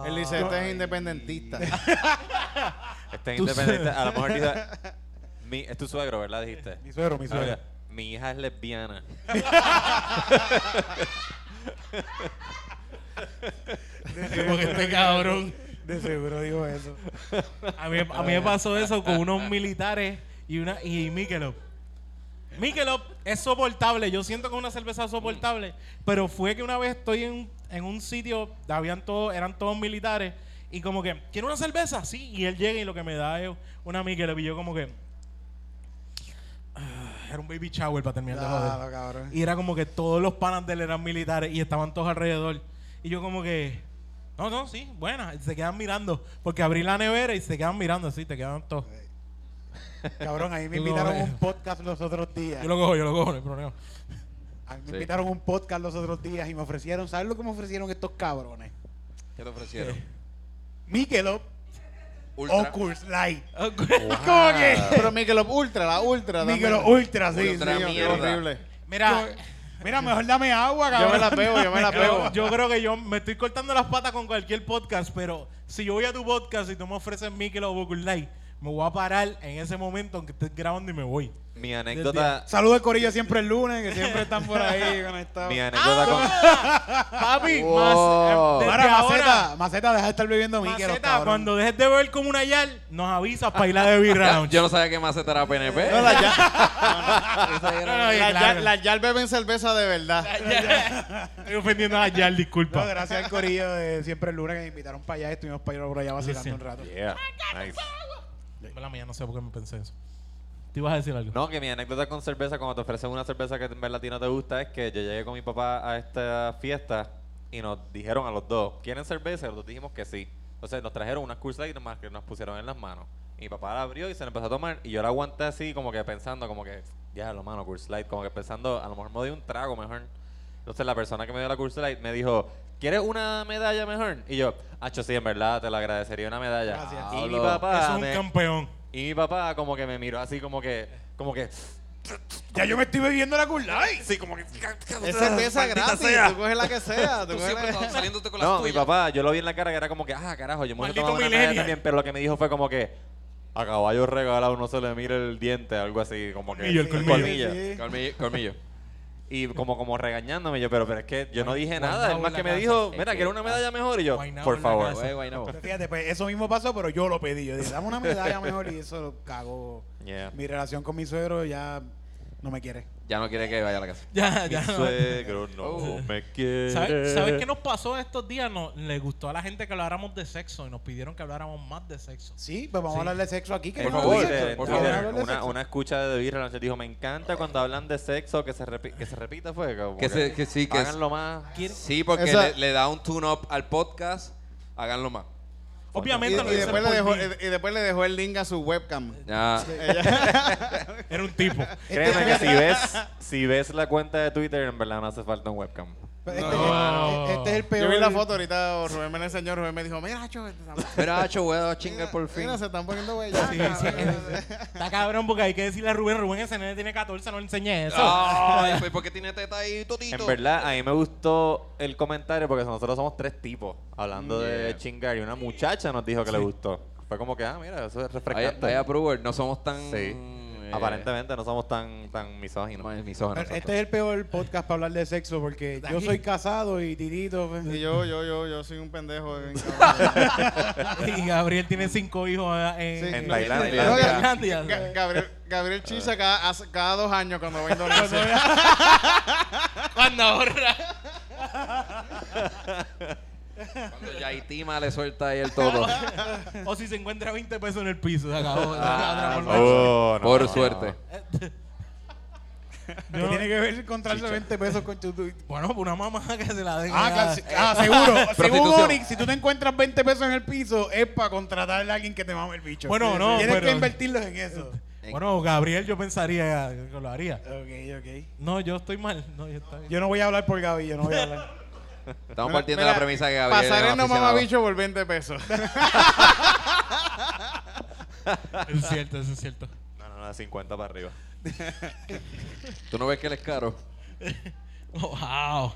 Speaker 8: Él dice, este es independentista.
Speaker 3: Este
Speaker 7: Tu
Speaker 3: independiente,
Speaker 7: suegro.
Speaker 3: a lo mejor dice, mi, es tu suegro, ¿verdad? Dijiste.
Speaker 5: Mi suegro, mi
Speaker 3: Ah,
Speaker 5: suegro.
Speaker 3: mira, mi hija es lesbiana.
Speaker 7: Como que este cabrón.
Speaker 5: De seguro digo eso.
Speaker 7: A mí, a mí me pasó eso con unos militares y una y Michelob. Michelob es soportable. Yo siento que es una cerveza soportable. Pero fue que una vez estoy en, en un sitio, habían todos, eran todos militares. Y como que, ¿quiere una cerveza? Sí. Y él llega y lo que me da es una Michelob. Y yo como que... ah, Era un baby shower para
Speaker 5: Ah,
Speaker 7: terminar de joder.
Speaker 5: Claro, cabrón.
Speaker 7: Y era como que todos los panas de él eran militares y estaban todos alrededor. Y yo como que, no, no, sí, buena. Y se quedan mirando. Porque abrí la nevera y se quedan mirando así, te quedan todos.
Speaker 5: Cabrón, ahí me
Speaker 7: Lo
Speaker 5: invitaron a un
Speaker 7: veo.
Speaker 5: podcast los otros días.
Speaker 7: Yo lo cojo, yo lo cojo, no hay problema.
Speaker 5: A mí me invitaron a un podcast los otros días y me ofrecieron, ¿sabes lo que me ofrecieron estos cabrones? Eh,
Speaker 4: ¿Qué te ofrecieron?
Speaker 5: Michelob
Speaker 4: Ultra.
Speaker 5: Oculus Light.
Speaker 8: ¿Cómo que? Pero Michelob Ultra, la Ultra.
Speaker 5: Michelob
Speaker 8: también.
Speaker 5: Ultra, sí,
Speaker 4: Ultra
Speaker 5: sí,
Speaker 8: Dios, qué
Speaker 4: mierda.
Speaker 8: horrible.
Speaker 7: Mira,
Speaker 5: Mira, mejor dame agua, cabrón.
Speaker 8: me la pego, yo me la pego.
Speaker 7: Yo creo que yo me estoy cortando las patas con cualquier podcast, pero si yo voy a tu podcast y tú me ofreces Mikel o Booker Light, me voy a parar en ese momento aunque estés grabando y me voy.
Speaker 3: Mi anécdota.
Speaker 5: Saludos al corillo siempre el lunes, que siempre están por ahí conectados.
Speaker 3: Mi anécdota con-
Speaker 7: Papi,
Speaker 5: Wow.
Speaker 7: más, eh, desde
Speaker 5: Ahora, Maceta,
Speaker 7: ahora-
Speaker 5: Maceta, deja de estar bebiendo Mikel.
Speaker 7: Maceta,
Speaker 5: cabrón.
Speaker 7: cuando dejes de beber como una yal, nos avisas para ir a de birra.
Speaker 3: Ya, Yo Ah, no sabía que más era PNP.
Speaker 7: oye,
Speaker 8: Las
Speaker 7: claro.
Speaker 8: Yal- las Yal beben cerveza de verdad.
Speaker 7: Estoy ofendiendo a Yal, disculpa.
Speaker 5: No, gracias al corillo de siempre el lunes que me invitaron para allá. Estuvimos para ir por allá vacilando un rato.
Speaker 3: Yeah. Nice.
Speaker 7: La mía, no sé por qué me pensé eso. ¿Te ibas a decir algo?
Speaker 3: No, que mi anécdota con cerveza, cuando te ofrecen una cerveza que en verdad a ti no te gusta, es que yo llegué con mi papá a esta fiesta y nos dijeron a los dos, ¿quieren cerveza? Y los dos dijimos que sí. Entonces nos trajeron unas Coors Light nomás que nos pusieron en las manos. Y mi papá la abrió y se la empezó a tomar y yo la aguanté así como que pensando, como que, ya lo mano, Coors Light, como que pensando, a lo mejor me doy un trago mejor. Entonces la persona que me dio la Coors Light me dijo, ¿quieres una medalla mejor? Y yo, hacho, sí, en verdad, te la agradecería una medalla.
Speaker 7: Gracias.
Speaker 3: Y mi
Speaker 7: Pablo,
Speaker 3: papá...
Speaker 7: eso es un
Speaker 3: me-
Speaker 7: campeón.
Speaker 3: y mi papá como que me miró así como que, como que,
Speaker 5: Ya yo me estoy bebiendo la Cool Light.
Speaker 3: Sí, como que.
Speaker 8: Es cerveza
Speaker 3: Maldita
Speaker 8: gratis,
Speaker 3: sea.
Speaker 8: tú coges la que sea. Tú coges la que sea.
Speaker 3: no, mi papá, yo lo vi en la cara que era como que, ah, carajo, yo me voy a
Speaker 7: Maldito
Speaker 3: tomar una medalla
Speaker 7: millennial.
Speaker 3: también, pero lo que me dijo fue como que, a caballo regalado no se le mira el diente, algo así, como que.
Speaker 7: Colmillo, el colmillo.
Speaker 5: Sí.
Speaker 3: Colmillo, colmillo. Y como, como regañándome yo, pero, pero es que yo no dije
Speaker 7: Guaynabo
Speaker 3: nada. El
Speaker 7: en
Speaker 3: más
Speaker 7: la
Speaker 3: que me
Speaker 7: casa.
Speaker 3: dijo,
Speaker 7: Es
Speaker 3: mira,
Speaker 7: que-
Speaker 3: que era una medalla mejor. Y yo,
Speaker 7: Guaynabo
Speaker 3: por
Speaker 7: en la
Speaker 3: favor.
Speaker 7: casa.
Speaker 5: Pero fíjate, pues eso mismo pasó, pero yo lo pedí. Yo dije, dame una medalla mejor y eso lo cago.
Speaker 3: Yeah.
Speaker 5: Mi relación con mi suegro ya no me quiere.
Speaker 4: Ya no quiere que vaya a la casa.
Speaker 7: Ya,
Speaker 3: Mi
Speaker 7: ya. no.
Speaker 3: suegro no
Speaker 7: Oh.
Speaker 3: me quiere.
Speaker 7: ¿Sabes, sabes qué nos pasó estos días? No, le gustó a la gente que habláramos de sexo y nos pidieron que habláramos más de sexo.
Speaker 5: Sí, pues vamos
Speaker 7: Sí.
Speaker 5: a hablar de sexo aquí. que
Speaker 3: Por
Speaker 5: no
Speaker 3: favor,
Speaker 5: hablo de sexo.
Speaker 3: en
Speaker 5: Vamos a
Speaker 3: Twitter,
Speaker 5: hablar de
Speaker 3: una,
Speaker 5: sexo.
Speaker 3: una escucha de Birra nos dijo, me encanta cuando hablan de sexo, que se, repi- que se repita, fue como
Speaker 4: Que se- que sí, que es-
Speaker 3: háganlo más.
Speaker 4: Sí, porque
Speaker 8: Esa-
Speaker 4: le, le da un tune-up al podcast. Háganlo más.
Speaker 8: Y,
Speaker 7: Obviamente
Speaker 8: y
Speaker 7: lo dicen
Speaker 8: después le
Speaker 7: por
Speaker 8: dejó,
Speaker 7: mí.
Speaker 8: y después le dejó el link a su webcam.
Speaker 4: Ya.
Speaker 7: Era un tipo.
Speaker 8: Este
Speaker 3: Créeme que si ves, si ves la cuenta de Twitter, en verdad no hace falta un webcam.
Speaker 5: Pero Este,
Speaker 7: No.
Speaker 5: este es el peor.
Speaker 8: Yo vi la foto ahorita, Rubén me la enseñó, Rubén me dijo, mira, cho,
Speaker 4: Mira, Hacho, voy a chingar por fin.
Speaker 8: mira, se están poniendo bellas.
Speaker 7: Sí, sí, sí. Está cabrón porque hay que decirle a Rubén, Rubén ese nene tiene 14, no le enseñé eso.
Speaker 8: Ah.
Speaker 4: Ay, pues, ¿por qué tiene teta ahí, totito?
Speaker 3: En verdad, a mí me gustó el comentario porque nosotros somos tres tipos hablando de
Speaker 4: Yeah.
Speaker 3: chingar y una muchacha nos dijo que le gustó. Fue como que, ah, mira, eso es
Speaker 4: Hay,
Speaker 3: refrescante.
Speaker 4: hay approver, no somos tan.
Speaker 3: Sí.
Speaker 4: eh,
Speaker 3: Aparentemente no somos tan, tan misóginos.
Speaker 4: no, misógenos.
Speaker 5: Pero Este es el peor podcast para hablar de sexo porque yo soy casado y Tirito. pues,
Speaker 8: Y yo, yo, yo, yo soy un pendejo. bien cabrón.
Speaker 7: Y Gabriel tiene cinco hijos eh, en,
Speaker 8: Sí.
Speaker 3: En
Speaker 8: No,
Speaker 3: Tailandia.
Speaker 8: no,
Speaker 7: Tailandia.
Speaker 8: Ga- Gabriel, Gabriel chisa cada, hace- cada dos años cuando va a Indonesia.
Speaker 6: Cuando ahorra.
Speaker 4: Cuando Yaitima le suelta ahí el todo.
Speaker 7: O si se encuentra 20 pesos en el piso, se acabó. se
Speaker 8: Ah.
Speaker 7: acabó la
Speaker 3: Oh, no,
Speaker 4: por
Speaker 3: no,
Speaker 4: suerte.
Speaker 5: pues, que tiene que ver encontrarse 20 pesos con tu... tu-
Speaker 7: Bueno, pues una mamá que se la den.
Speaker 5: Ah,
Speaker 7: allá.
Speaker 5: claro, sí- ah, seguro. Según
Speaker 4: Prostitución.
Speaker 5: Onyx, si tú te encuentras 20 pesos en el piso, es para contratar a alguien que te mame el bicho.
Speaker 7: Bueno,
Speaker 5: Sí,
Speaker 7: no,
Speaker 5: Tienes
Speaker 7: pero-
Speaker 5: que invertirlos en eso.
Speaker 7: Eh, Bueno, Gabriel yo pensaría que lo haría.
Speaker 5: Ok, ok.
Speaker 7: No, yo estoy mal. No, yo estoy
Speaker 5: Yo no voy a hablar por Gaby, yo no voy a hablar.
Speaker 4: Estamos
Speaker 8: Mira,
Speaker 4: partiendo
Speaker 8: mira,
Speaker 4: la premisa que Gabriel.
Speaker 8: Pasar
Speaker 4: es
Speaker 8: en
Speaker 4: un
Speaker 8: no
Speaker 4: aficionado.
Speaker 8: mamabicho por 20 pesos.
Speaker 7: Es cierto, eso es cierto.
Speaker 3: No, no, no, de 50 para arriba.
Speaker 4: ¿Tú no ves que él es caro?
Speaker 7: Wow.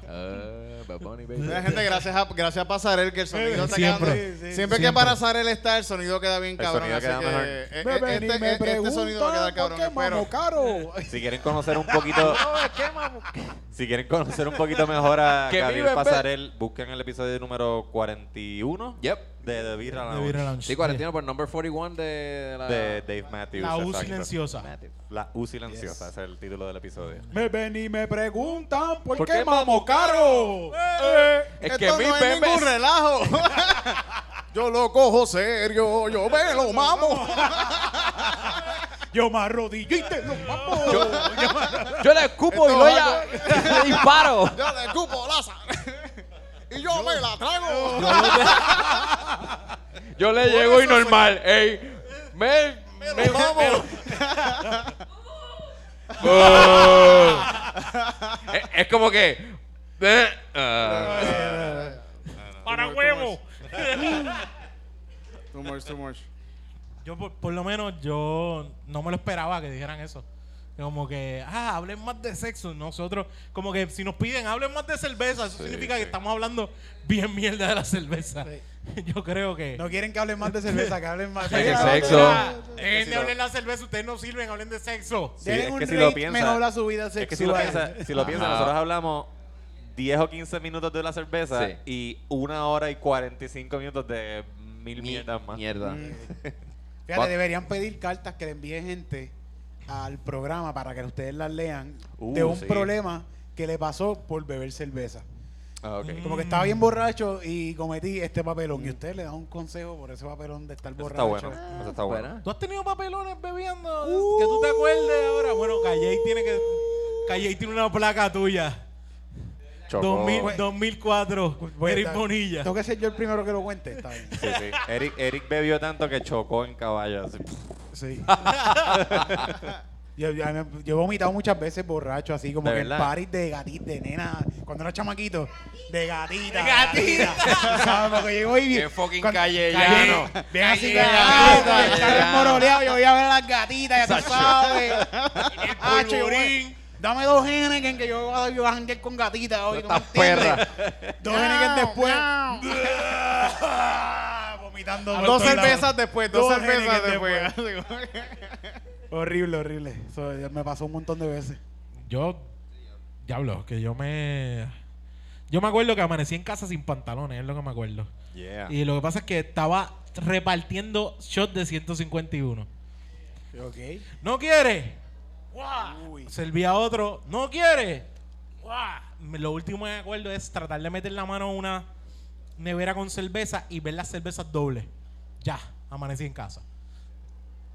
Speaker 4: Ah, Bad Bunny,
Speaker 8: Mira,
Speaker 4: baby.
Speaker 8: Eh, gente, gracias a, gracias a Pasarel que el sonido está
Speaker 7: Siempre.
Speaker 8: quedando.
Speaker 5: Sí, sí.
Speaker 8: siempre que
Speaker 7: Siempre.
Speaker 8: Pasarel está, el sonido queda bien
Speaker 3: El
Speaker 8: cabrón.
Speaker 3: sonido
Speaker 8: así
Speaker 3: queda
Speaker 8: que,
Speaker 3: mejor.
Speaker 8: eh, eh,
Speaker 5: Me ven y
Speaker 8: este,
Speaker 5: me
Speaker 8: eh, este sonido va a quedar
Speaker 5: preguntan
Speaker 8: cabrón.
Speaker 5: por qué
Speaker 8: espero.
Speaker 5: mamo caro.
Speaker 3: Si quieren conocer un poquito. si quieren conocer un poquito mejor a
Speaker 4: Que
Speaker 3: Gabriel
Speaker 4: vive en Be-
Speaker 3: Pasarel, busquen el episodio número 41
Speaker 4: Yep.
Speaker 3: de The
Speaker 7: De
Speaker 3: Beer
Speaker 7: Vira
Speaker 3: Lounge.
Speaker 7: Lounge.
Speaker 4: Sí, 41 por number 41 de, la.
Speaker 3: De Dave Matthews.
Speaker 7: La U
Speaker 3: exacto.
Speaker 7: silenciosa.
Speaker 3: La U silenciosa, ese es el título del episodio.
Speaker 5: Me ven y me preguntan por,
Speaker 4: ¿Por
Speaker 5: qué
Speaker 4: qué
Speaker 5: mamo caro.
Speaker 4: Es que
Speaker 8: Esto
Speaker 4: mi
Speaker 8: no es
Speaker 4: bebé.
Speaker 8: ningún relajo. yo lo cojo serio, yo me lo mamo.
Speaker 5: Yo me arrodillo y te lo mamo.
Speaker 4: Yo le escupo y
Speaker 8: Esto
Speaker 4: lo
Speaker 8: va
Speaker 4: ya- le disparo.
Speaker 8: Yo le escupo la sangre. Y yo, me la trago.
Speaker 4: Yo le llego y normal. Ey, me, me, me- Oh. es, es como que. eh, ah.
Speaker 7: Para huevo.
Speaker 8: Too much, too much.
Speaker 7: Yo por, por lo menos yo no me lo esperaba que dijeran eso. Como que, ah, hablen más de sexo. Nosotros, como que si nos piden, hablen más de cerveza, eso significa que estamos hablando bien mierda de la cerveza. Yo creo que. "Ah,
Speaker 5: No quieren que hablen más de cerveza, que hablen más
Speaker 3: De que sexo.
Speaker 7: Dejen
Speaker 3: Es que si
Speaker 7: de
Speaker 3: lo-
Speaker 7: hablar de la cerveza, ustedes no sirven, hablen de sexo.
Speaker 3: Sí, es que si lo piensas.
Speaker 5: mejora su vida
Speaker 3: Es que si lo
Speaker 5: sexual.
Speaker 3: piensas, si lo piensas,
Speaker 5: Ajá.
Speaker 3: nosotros hablamos 10 o 15 minutos de la cerveza
Speaker 4: Sí.
Speaker 3: y una hora y 45 minutos de mil mierdas más.
Speaker 4: Mierda.
Speaker 5: Fíjate, deberían pedir cartas que le envíe gente al programa para que ustedes las lean
Speaker 3: Uh,
Speaker 5: de un
Speaker 3: sí.
Speaker 5: problema que le pasó por beber cerveza.
Speaker 3: Ah, ok.
Speaker 5: Como que estaba bien borracho y cometí este papelón. Y usted le da un consejo por ese papelón de estar
Speaker 3: Eso está
Speaker 5: borracho.
Speaker 3: bueno. Eso está bueno.
Speaker 7: ¿Tú has tenido papelones bebiendo? que tú
Speaker 5: Uh.
Speaker 7: te acuerdes ahora. Bueno, Calle tiene que. Calle tiene una placa tuya. 2000 2004.
Speaker 5: Voy a
Speaker 7: Eric
Speaker 5: estar-
Speaker 7: Bonilla.
Speaker 5: Pues, Tengo que ser yo el primero que lo cuente. Está bien.
Speaker 3: Sí, sí. Eric, Eric bebió tanto que chocó en caballo. así.
Speaker 5: Sí. yo, yo- yo he vomitado muchas veces borracho, así como
Speaker 3: ¿De
Speaker 5: que en
Speaker 3: verdad?
Speaker 5: paris de gatita, de nena. Cuando era chamaquito, de gatita.
Speaker 19: De gatita.
Speaker 5: gatita. ¿Sabes? Porque llegó y
Speaker 19: Qué fucking
Speaker 5: cuando-
Speaker 19: callellano.
Speaker 5: Calle- Bien así que
Speaker 19: Callellano,
Speaker 5: gatita, está
Speaker 19: callellano.
Speaker 5: desmoroleado, Yo voy a ver a las gatitas, ya tú
Speaker 19: Sacho.
Speaker 5: sabes. Ah, che, yo voy- Dame dos Henneken que yo voy a- yo voy a janguear con gatitas hoy. ¿tú me entiendes? Dos Henneken después. Vomitando.
Speaker 8: Dos
Speaker 5: por todos lados.
Speaker 8: cervezas después, dos cervezas
Speaker 5: Heineken
Speaker 8: después.
Speaker 5: Horrible, horrible. Eso ya me pasó un montón de veces.
Speaker 7: Yo, diablo, que yo me... Yo me acuerdo que amanecí en casa sin pantalones, es lo que me acuerdo.
Speaker 3: Yeah.
Speaker 7: Y lo que pasa es que estaba repartiendo shots de 151.
Speaker 5: Ok.
Speaker 7: ¿No quiere? Serví a otro. ¿No quiere? ¡Guau! Me- Lo último que me acuerdo es tratar de meter la mano a una nevera con cerveza y ver las cervezas dobles. Ya, amanecí en casa.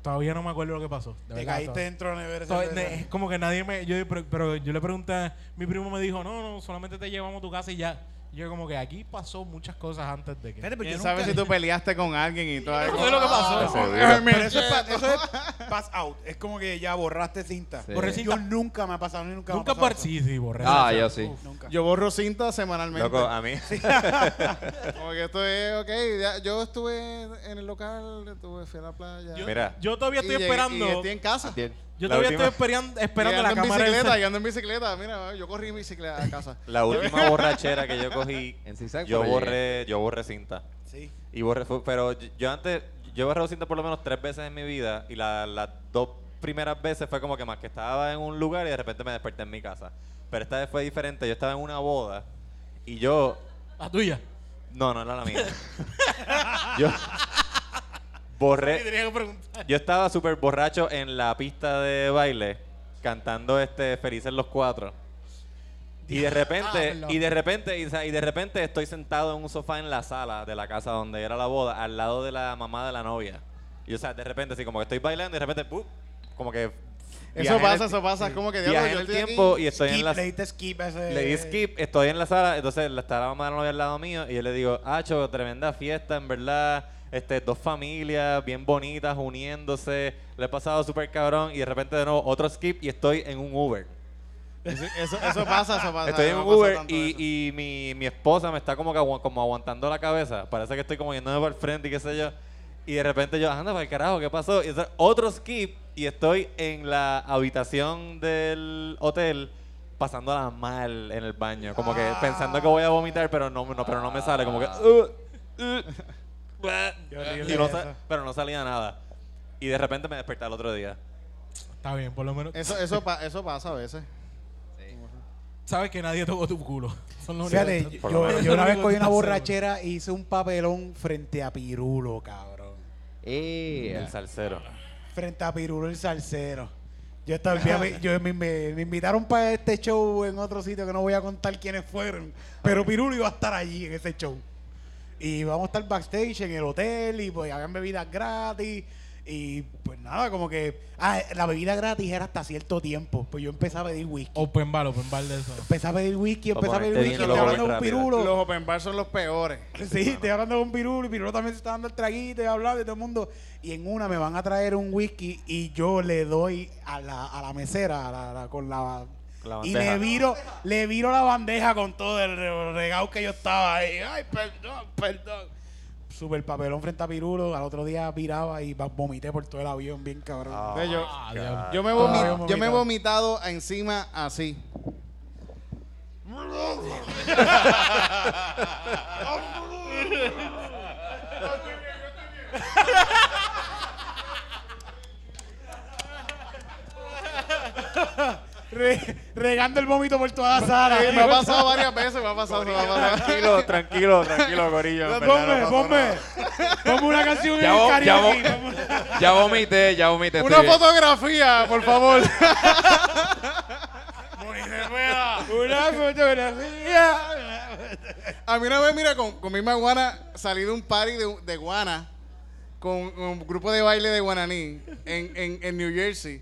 Speaker 7: Todavía no me acuerdo lo que pasó. de
Speaker 5: Te
Speaker 7: verdad,
Speaker 5: caíste
Speaker 7: todavía.
Speaker 5: dentro de la nevera.
Speaker 7: Todo-
Speaker 5: cerveza.
Speaker 7: ne- es como que nadie me. Yo, pero, pero yo le pregunté, mi primo me dijo, no, no, solamente te llevamos a tu casa y ya. Yo, como que aquí pasó muchas cosas antes de que.
Speaker 5: Espérate, pero
Speaker 7: que
Speaker 5: yo
Speaker 7: nunca-
Speaker 8: ¿Sabes si tú peleaste con alguien y todo
Speaker 7: Eso es lo que pasó.
Speaker 5: Ay, mira, eso, es pa- eso es pass out. Es como que ya borraste cinta.
Speaker 8: Sí. Borré
Speaker 5: Yo nunca me ha pasado, ni nunca,
Speaker 7: Nunca
Speaker 5: me ha pasado.
Speaker 7: partí, sí, borré.
Speaker 4: Ah, yo sí.
Speaker 5: Nunca.
Speaker 8: Yo borro cinta semanalmente.
Speaker 3: Loco, ah. a mí.
Speaker 8: Como que esto es, ok, ya- yo estuve en el local, estuve, fui a la playa.
Speaker 7: Yo,
Speaker 3: Mira.
Speaker 7: yo todavía estoy
Speaker 8: Y llegué-
Speaker 7: esperando.
Speaker 8: Y estoy en casa.
Speaker 7: Yo
Speaker 3: La
Speaker 7: todavía
Speaker 3: última-
Speaker 7: estoy esperando, esperando
Speaker 8: Esperando
Speaker 7: la
Speaker 8: en
Speaker 7: cámara. del
Speaker 8: bicicleta,
Speaker 7: cel-
Speaker 8: y ando en bicicleta. Mira, yo corrí en bicicleta a casa.
Speaker 3: La última borrachera que yo cogí,
Speaker 4: En zigzag,
Speaker 3: yo
Speaker 4: pero
Speaker 3: borré, yo borré cinta.
Speaker 5: Sí.
Speaker 3: Y borré, fu- pero yo- yo antes, yo he borrado cinta por lo menos tres veces en mi vida y la- las dos primeras veces fue como que más que estaba en un lugar y de repente me desperté en mi casa. Pero esta vez fue diferente, yo estaba en una boda y yo,
Speaker 7: La tuya.
Speaker 3: no, no era la mía. yo borré,
Speaker 7: Tendría que preguntar.
Speaker 3: yo estaba súper borracho en la pista de baile cantando este Felices los Cuatro. Y de
Speaker 8: Ah,
Speaker 3: repente,
Speaker 7: Diablo.
Speaker 3: y de repente, y, o sea, y de repente estoy sentado en un sofá en la sala de la casa donde era la boda, al lado de la mamá de la novia. Y o sea, de repente, así como que estoy bailando y de repente, ¡pum! como que. viajé
Speaker 8: Eso
Speaker 3: en
Speaker 8: pasa,
Speaker 3: el-
Speaker 8: eso pasa. Es como que
Speaker 3: viajé
Speaker 8: diablo,
Speaker 3: en
Speaker 8: yo
Speaker 3: el
Speaker 8: estoy aquí.
Speaker 3: tiempo y estoy en
Speaker 5: Skip,
Speaker 3: la.
Speaker 5: le diste skip a ese.
Speaker 3: Le di skip, estoy en la sala, entonces la- está la mamá de la novia al lado mío y yo le digo, Acho, tremenda fiesta, en verdad, este, dos familias bien bonitas, uniéndose, le he pasado súper cabrón y de repente de nuevo otro skip y estoy en un Uber.
Speaker 8: Eso, eso- eso pasa, eso pasa.
Speaker 3: Estoy en
Speaker 8: me
Speaker 3: un
Speaker 8: pasa
Speaker 3: Uber
Speaker 8: tanto eso.
Speaker 3: y, y mi, mi esposa me está como, que agu- como aguantando la cabeza. Parece que estoy como yéndome para el frente y qué sé yo. Y de repente yo, anda para el carajo, ¿qué pasó? Y eso- otro skip y estoy en la habitación del hotel pasándola mal en el baño. Como que pensando que voy a vomitar, pero no, no- pero no me sale. Como que... "Uh, uh, bah",
Speaker 5: horrible
Speaker 3: y no
Speaker 5: eso.
Speaker 3: sa- pero no salía nada. Y de repente me desperté al otro día.
Speaker 7: Está bien, por lo menos.
Speaker 8: Eso, eso, pa- eso pasa a veces.
Speaker 7: Sabes que nadie tocó tu culo. Son los
Speaker 5: Fíjate,
Speaker 7: únicos-
Speaker 3: Por lo
Speaker 5: yo,
Speaker 3: menos.
Speaker 5: yo una vez cogí
Speaker 7: Eso es
Speaker 5: una
Speaker 7: lo
Speaker 5: borrachera y hice un papelón frente a Pirulo, cabrón.
Speaker 3: El salsero.
Speaker 5: Frente a Pirulo el salsero. Yo, estaba, fíjate, yo me, me- me invitaron para este show en otro sitio que no voy a contar quiénes fueron, pero Pirulo iba a estar allí en ese show. Y vamos a estar backstage en el hotel y pues habían bebidas gratis. Y pues nada, como que ah, la bebida gratis era hasta cierto tiempo. Pues yo empecé a pedir whisky.
Speaker 7: Open bar, open bar de eso.
Speaker 5: Empecé a pedir whisky,
Speaker 3: Pa'
Speaker 5: empecé a pedir
Speaker 3: ponerte
Speaker 5: whisky.
Speaker 3: bien
Speaker 5: Estoy
Speaker 3: loco,
Speaker 5: hablando de un
Speaker 3: rápido.
Speaker 5: pirulo.
Speaker 8: Los open bar son los peores.
Speaker 5: Sí, estoy hablando con Pirulo y Pirulo también se está dando el traguito y hablando y todo el mundo. Y en una me van a traer un whisky y yo le doy a la, a la mesera a la- a la- con la,
Speaker 3: La
Speaker 5: y
Speaker 3: bandeja.
Speaker 5: le viro, le viro la bandeja con todo el re- regao que yo estaba ahí. Ay, perdón, perdón. super papelón frente a Pirulo. Al otro día viraba y va- vomité por todo el avión, bien cabrón.
Speaker 1: Ah.
Speaker 8: Ve, yo,
Speaker 7: Ah,
Speaker 5: Dios.
Speaker 8: yo me
Speaker 5: Todo el
Speaker 8: vomi-
Speaker 5: avión
Speaker 8: yo me he
Speaker 5: vomitado.
Speaker 8: vomitado encima así.
Speaker 5: Re- regando el vómito por toda la sala.
Speaker 8: Sí, me ha pasado varias veces, me ha pasado, me ha pasado.
Speaker 1: Tranquilo, tranquilo, tranquilo, Corillo. en verdad,
Speaker 5: Ponme,
Speaker 1: no pasó
Speaker 5: ponme.
Speaker 1: nada.
Speaker 5: Ponme una canción
Speaker 1: Ya,
Speaker 5: en
Speaker 1: vo-
Speaker 5: karaoke,
Speaker 1: ya, vo-
Speaker 5: ponme-
Speaker 1: ya vomité, ya vomité. estoy
Speaker 8: Una
Speaker 1: bien.
Speaker 8: fotografía, por favor.
Speaker 5: Una fotografía.
Speaker 8: A mí una vez, mira, con, con misma guana, salí de un party de, de guana con, con un grupo de baile de guananí en, en, en New Jersey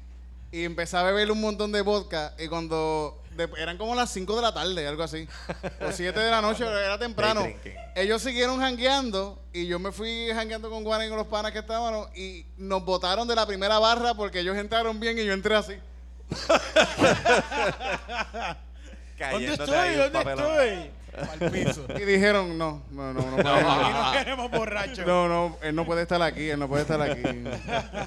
Speaker 8: y empecé a beber un montón de vodka y cuando de- eran como las 5 de la tarde, algo así, o 7 de la noche, era temprano,
Speaker 1: Day drinking.
Speaker 8: ellos siguieron jangueando y yo me fui jangueando con guana y con los panas que estaban y nos botaron de la primera barra porque ellos entraron bien y yo entré así.
Speaker 5: ¿Dónde
Speaker 3: Cayéndote ahí
Speaker 5: estoy?
Speaker 3: un
Speaker 5: ¿Dónde
Speaker 3: papelón.
Speaker 5: estoy? Al piso.
Speaker 8: Y dijeron, no, no, no, no.
Speaker 5: Aquí
Speaker 8: podemos.
Speaker 5: no queremos borrachos.
Speaker 8: No, no, él no puede estar aquí, él no puede estar aquí.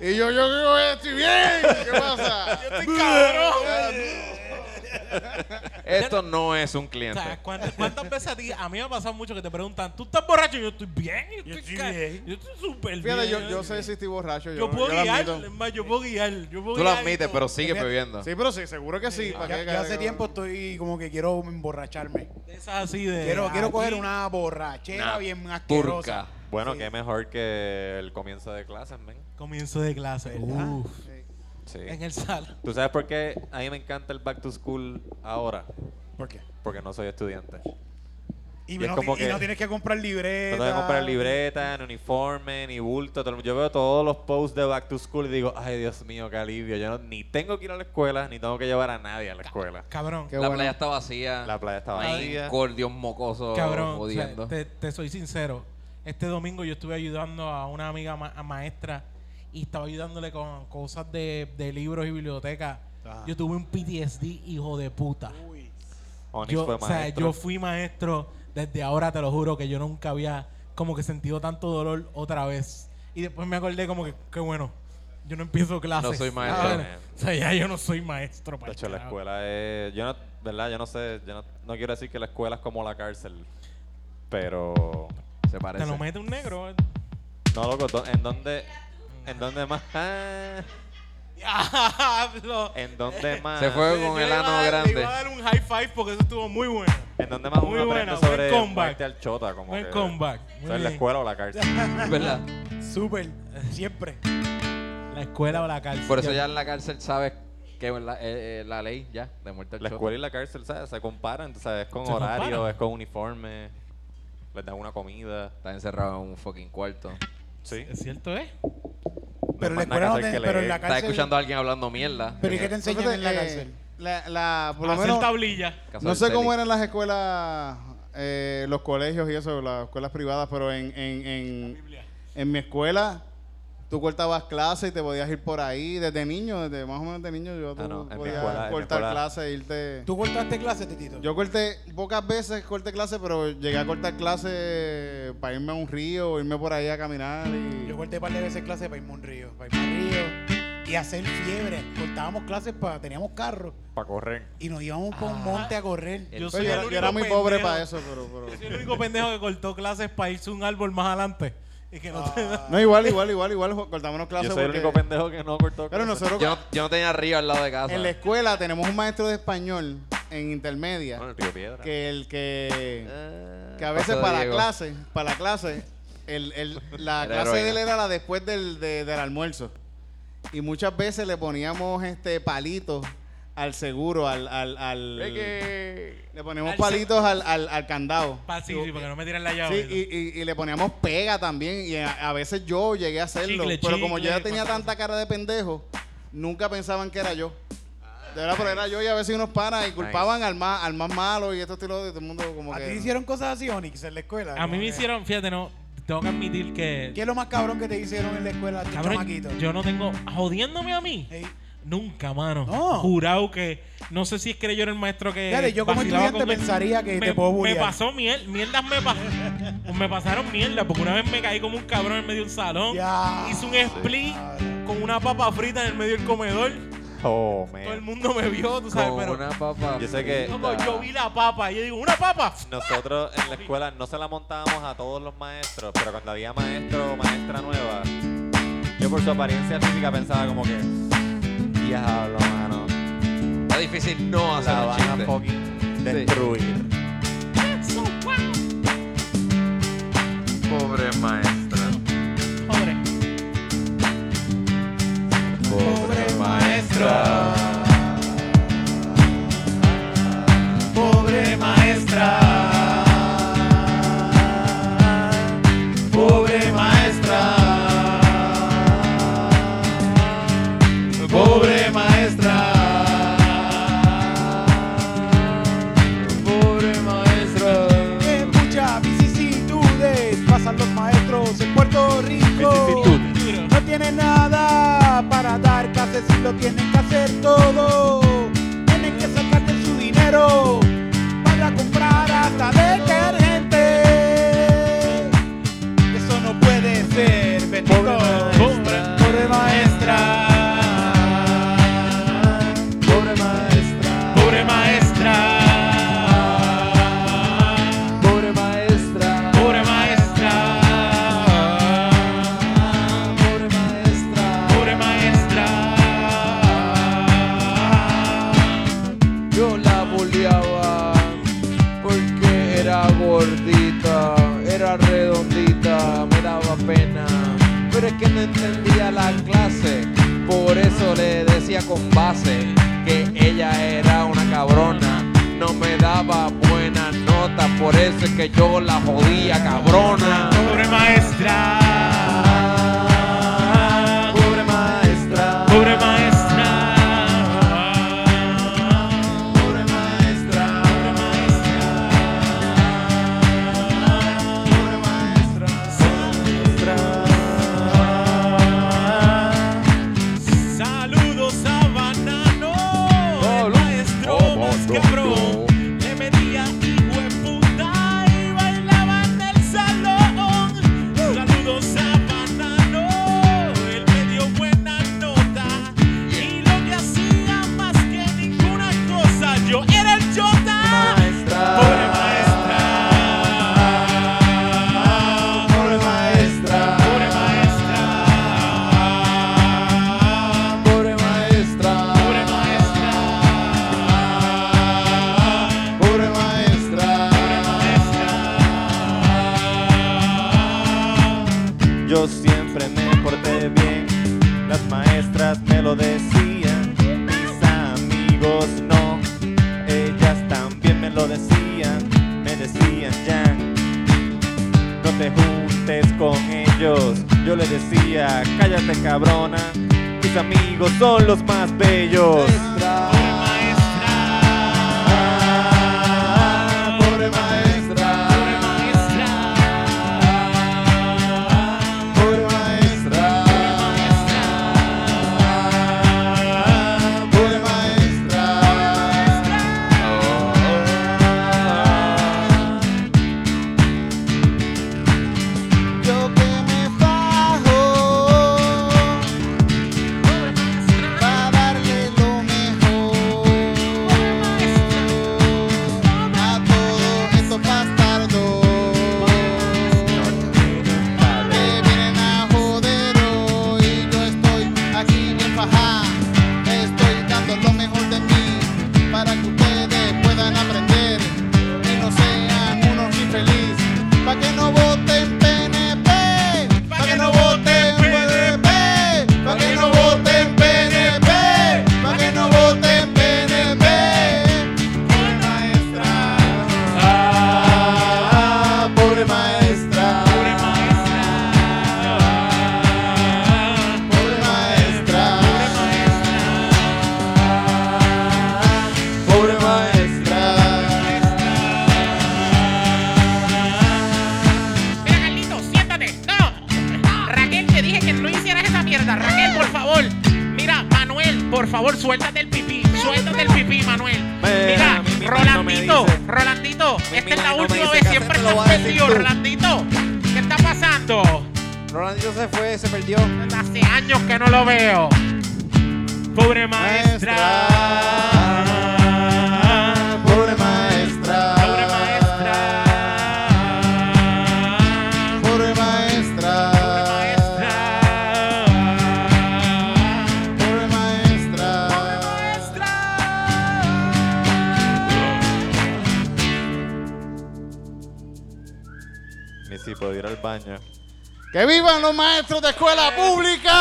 Speaker 8: y yo, yo, yo estoy bien. ¿Qué pasa?
Speaker 5: Yo
Speaker 7: Este
Speaker 5: estoy cabrón.
Speaker 1: Esto no es un
Speaker 7: O
Speaker 1: cliente.
Speaker 7: sea, ¿cuántas, cuántas veces a ti? A mí me ha pasado mucho que te preguntan, ¿tú estás borracho? Y yo estoy bien. Yo estoy,
Speaker 5: estoy
Speaker 7: ca-
Speaker 5: bien.
Speaker 7: Yo estoy súper bien.
Speaker 8: Fíjate, yo, yo sé si estoy borracho. Yo,
Speaker 7: Yo puedo
Speaker 8: lo
Speaker 7: guiar,
Speaker 8: admito.
Speaker 7: es más, yo puedo guiar. Yo puedo
Speaker 1: Tú lo
Speaker 7: guiar y
Speaker 1: admites,
Speaker 7: todo.
Speaker 1: pero sigues bebiendo.
Speaker 8: Sí, pero sí, seguro que sí. ¿para
Speaker 5: Ya,
Speaker 8: qué
Speaker 5: ya
Speaker 8: carajo?
Speaker 5: hace tiempo estoy como que quiero emborracharme.
Speaker 7: Es así de.
Speaker 5: Quiero, quiero
Speaker 7: Eh, aquí.
Speaker 5: coger una borrachera bien asquerosa.
Speaker 1: Turca.
Speaker 3: Bueno, qué mejor que el comienzo de clases, men.
Speaker 7: Comienzo de clase. Uf.
Speaker 3: Sí.
Speaker 7: En el salón.
Speaker 3: ¿Tú sabes por qué a mí me encanta el back to school ahora?
Speaker 5: ¿Por qué?
Speaker 3: Porque no soy estudiante.
Speaker 5: Y,
Speaker 3: Y
Speaker 5: no,
Speaker 3: es como
Speaker 5: y
Speaker 3: que-
Speaker 5: no tienes que comprar libretas.
Speaker 3: No tengo que comprar libreta, ni uniforme, ni bulto. todo el- Yo veo todos los posts de back to school y digo, ay, Dios mío, qué alivio. Yo no- ni tengo que ir a la escuela, ni tengo que llevar a nadie a la escuela.
Speaker 7: Cabrón.
Speaker 8: Qué
Speaker 19: la
Speaker 8: bueno.
Speaker 19: playa está vacía.
Speaker 3: La playa está
Speaker 19: No hay
Speaker 3: vacía.
Speaker 19: incordios mocosos
Speaker 7: Cabrón, o sea,
Speaker 19: jodiendo.
Speaker 7: te, te soy sincero. Este domingo yo estuve ayudando a una amiga ma- a maestra y estaba ayudándole con cosas de, de libros y biblioteca. Yo tuve un PTSD, hijo de puta.
Speaker 3: Onyx
Speaker 7: yo,
Speaker 3: fue
Speaker 7: o sea,
Speaker 3: maestro.
Speaker 7: yo fui maestro desde ahora, te lo juro, que yo nunca había como que sentido tanto dolor otra vez. Y después me acordé como que, qué bueno, yo no empiezo clases.
Speaker 19: No soy maestro.
Speaker 7: Ah, bueno. o sea, ya yo no soy maestro.
Speaker 3: De
Speaker 7: pa'l
Speaker 3: hecho, la
Speaker 7: carajo.
Speaker 3: escuela es. Yo no, ¿verdad? Yo no sé. Yo no, no quiero decir que la escuela es como la cárcel. Pero.
Speaker 19: se parece.
Speaker 7: Te lo mete un negro. eh.
Speaker 3: No, loco, do- ¿en dónde. ¿En dónde más? Ah,
Speaker 7: Diablo.
Speaker 3: ¿En dónde más?
Speaker 19: Se fue con
Speaker 7: Yo
Speaker 19: el
Speaker 7: le iba a
Speaker 19: ano
Speaker 7: dar- le
Speaker 19: grande.
Speaker 7: Iba a dar un high five porque eso estuvo muy bueno.
Speaker 3: ¿En dónde más
Speaker 7: Muy
Speaker 3: uno
Speaker 7: buena,
Speaker 3: aprende
Speaker 7: buen
Speaker 3: sobre
Speaker 7: comeback.
Speaker 3: muerte al chota? Como
Speaker 7: Buen
Speaker 3: que,
Speaker 7: comeback, muy
Speaker 3: ¿Eso es la
Speaker 7: bien.
Speaker 3: escuela o la cárcel?
Speaker 19: ¿Verdad?
Speaker 5: Súper, siempre.
Speaker 7: La escuela o la cárcel.
Speaker 19: Por eso ya en la cárcel sabes que la, eh, eh, la ley ya de muerte al
Speaker 3: La
Speaker 19: choto.
Speaker 3: escuela y la cárcel, ¿sabes? Se comparan, ¿sabes? Con
Speaker 7: Se
Speaker 3: horario,
Speaker 7: comparan.
Speaker 3: es con uniforme, les dan una comida.
Speaker 19: Está encerrado en un fucking cuarto.
Speaker 3: Sí.
Speaker 7: ¿Es cierto, eh?
Speaker 5: Pero, en
Speaker 3: más
Speaker 5: la escuela
Speaker 3: nada
Speaker 5: no
Speaker 3: que
Speaker 5: te-
Speaker 3: hacer que
Speaker 5: pero en
Speaker 3: leer.
Speaker 5: la
Speaker 19: Estás
Speaker 5: cárcel.
Speaker 19: escuchando a alguien hablando mierda.
Speaker 5: ¿Pero y qué te enseñan
Speaker 8: Entonces,
Speaker 5: en la
Speaker 8: eh,
Speaker 5: cárcel?
Speaker 8: la, la- por lo
Speaker 7: Hacer
Speaker 8: menos,
Speaker 7: tablilla.
Speaker 19: Caso
Speaker 8: no
Speaker 19: del
Speaker 8: sé cómo
Speaker 19: Celi.
Speaker 8: eran las escuelas, eh, los colegios y eso, las escuelas privadas, pero en, en, en, en mi escuela tú cortabas clases y te podías ir por ahí desde niño, desde más o menos de niño yo
Speaker 3: Ah,
Speaker 8: tú
Speaker 3: no, en mi
Speaker 8: podías
Speaker 3: escuela- en mi
Speaker 8: cortar
Speaker 3: escuela-
Speaker 8: clases e irte...
Speaker 5: ¿Tú cortaste clases, Titito?
Speaker 8: Yo corté, pocas veces corté clase, pero llegué a cortar clase para irme a un río, irme por ahí a caminar. Y...
Speaker 5: Yo corté un par de veces clases para irme a un río, para irme a un río y hacer fiebre. Cortábamos clases para, teníamos carro
Speaker 3: Para correr.
Speaker 5: y nos íbamos para un monte a correr.
Speaker 19: El-
Speaker 7: Yo
Speaker 8: Pues
Speaker 7: soy
Speaker 8: yo,
Speaker 7: el
Speaker 8: yo
Speaker 7: único
Speaker 8: era muy pobre
Speaker 7: pendejo-
Speaker 8: para eso, pero... pero-
Speaker 7: Yo soy el único pendejo que cortó clases para irse a un árbol más adelante. Y que no te da.
Speaker 8: No, igual, igual, igual, igual, jo- cortámonos clases.
Speaker 3: Yo soy el
Speaker 8: porque-
Speaker 3: único pendejo que no cortó
Speaker 8: Pero
Speaker 3: clases.
Speaker 8: nosotros
Speaker 19: Yo no, yo no tenía río al lado de casa.
Speaker 8: en la escuela tenemos un maestro de español en intermedia
Speaker 3: Bueno, el Río Piedra.
Speaker 8: que el que,
Speaker 19: Ah,
Speaker 8: que a veces
Speaker 19: paso de
Speaker 8: para la
Speaker 19: Diego.
Speaker 8: clase, para la clase, el, el- la
Speaker 19: Era
Speaker 8: clase de él
Speaker 19: heroína.
Speaker 8: era la después del, de- del almuerzo. Y muchas veces le poníamos este palitos al seguro, al, al, al- le poníamos
Speaker 7: Al
Speaker 8: palitos al, al, al candado.
Speaker 7: Pa- sí, sí, para que no me tiren la llave.
Speaker 8: Sí, y, y- y le poníamos pega también. Y a, a veces yo llegué a hacerlo.
Speaker 7: Chicle,
Speaker 8: pero como yo ya
Speaker 7: chicle,
Speaker 8: tenía
Speaker 7: cuántas
Speaker 8: tanta cara de pendejo, nunca pensaban que era yo. De verdad, pero era yo y a veces unos panas y culpaban al, más, al más malo y esto y lo otro, y todo el mundo como
Speaker 5: ¿A
Speaker 8: que.
Speaker 5: ti te hicieron cosas así, Onix, en la escuela? Eh.
Speaker 7: a mí me
Speaker 5: Como que-
Speaker 7: hicieron, fíjate, no, tengo que admitir que.
Speaker 5: ¿Qué es lo más cabrón que te hicieron en la escuela, a ti,
Speaker 7: Cabrón,
Speaker 5: chamaquito?
Speaker 7: yo no tengo. Jodiéndome a mí.
Speaker 5: Ey,
Speaker 7: Nunca, mano.
Speaker 5: No.
Speaker 7: Jurado que. No sé si es que yo era el maestro que.
Speaker 5: Dale, yo como
Speaker 7: vacilaba
Speaker 5: estudiante
Speaker 7: con él.
Speaker 5: pensaría que
Speaker 7: me,
Speaker 5: te puedo
Speaker 7: me
Speaker 5: bullear.
Speaker 7: pasó miel, mierdas me pasó. me pasaron mierda porque una vez me caí como un cabrón en medio de un salón.
Speaker 20: Ya.
Speaker 7: Hice un split con una papa frita en el medio del comedor.
Speaker 3: Oh, man.
Speaker 7: Todo el mundo me vio, tú sabes,
Speaker 3: Con
Speaker 7: pero.
Speaker 3: una papa Yo sé que-
Speaker 7: Loco, yo vi la papa y yo digo, ¡una papa!
Speaker 3: Nosotros en la escuela no se la montábamos a todos los maestros, pero cuando había maestro o maestra nueva, yo por su apariencia física pensaba como que, diablo, mano,
Speaker 4: Está difícil no hacer
Speaker 3: la
Speaker 4: un
Speaker 3: van a
Speaker 4: chiste.
Speaker 3: fucking destruir.
Speaker 4: Pobre maestra.
Speaker 7: Pobre.
Speaker 4: Pobre maestra.
Speaker 1: Pobre maestra. Pobre maestra. Pobre maestra.
Speaker 4: Pobre maestra.
Speaker 5: En muchas vicisitudes pasan los maestros en Puerto Rico. No tienen nada para dar clases y lo tienen que hacer todo. Tienen que sacarte su dinero para comprar hasta detergente. Eso no puede ser, bendito. Pobre maestra.
Speaker 1: Pobre maestra. Pobre maestra. Pobre maestra. Pobre maestra. Pobre maestra. Pobre maestra.
Speaker 4: Yo la bulleaba porque era gordita, era redondita, me daba pena. Pero es que no entendía la clase, por eso le decía con base que ella era una cabrona. No me daba buenas notas, por eso es que yo la jodía cabrona.
Speaker 1: Pobre maestra. Pobre maestra. Pobre maestra. Pobre maestra. Pobre maestra. Pobre maestra.
Speaker 7: Saludos a Banano, el maestro más cabrón. Le metía hijo de puta y bailaba en el salón. Saludos a Banano, él me dio buena nota. Y lo que hacía más que ninguna cosa, yo era el Jota. Pobre maestra.
Speaker 1: Pobre maestra. Pobre maestra. Pobre maestra. Pobre maestra. Pobre maestra.
Speaker 3: Yo siempre me porté bien, las maestras me lo decían, mis amigos no, ellas también me lo decían, me decían, Jan, no te juntes con ellos, yo les decía, cállate cabrona, mis amigos son los más bellos.
Speaker 1: Pobre maestra. Pobre maestra. Pobre maestra. Pobre maestra.
Speaker 8: Yo que me fajo para darle lo mejor a todos estos bastardos que vienen a joder hoy. Yo estoy aquí bien fajá, estoy dando lo mejor de mí para que ustedes puedan aprender y no sean unos infelices. Pa' que no voten PNP, pa' que no voten PNP, pa' que no voten PNP, pa' que no voten PNP.
Speaker 1: Ah, pobre maestra. Pobre maestra. Pobre maestra. Pobre maestra.
Speaker 21: Mira, Carlitos, siéntate. No. Raquel, te dije que no hicieras esa mierda. Raquel, por favor. Mira, Manuel, por favor, suéltate el pipí. Suéltate el pipí, Manuel. Mira,
Speaker 7: mi mano me
Speaker 19: Rolandito,
Speaker 7: dice-
Speaker 19: Rolandito,
Speaker 7: mi
Speaker 19: esta es
Speaker 7: mano
Speaker 19: la
Speaker 7: me
Speaker 19: última
Speaker 7: dice
Speaker 19: vez,
Speaker 7: que
Speaker 19: siempre
Speaker 7: hacerlo
Speaker 19: estás
Speaker 7: va a decir
Speaker 19: perdido,
Speaker 7: tú.
Speaker 19: Rolandito. ¿Qué está pasando?
Speaker 4: Rolandito se fue, se perdió.
Speaker 19: Hace años que no lo veo.
Speaker 7: Pobre maestra.
Speaker 22: Pobre maestra. Pobre maestra. Pobre maestra. Pobre maestra.
Speaker 3: Ni si puedo ir al baño.
Speaker 8: ¡Que vivan los maestros de escuela
Speaker 4: Eso
Speaker 8: pública!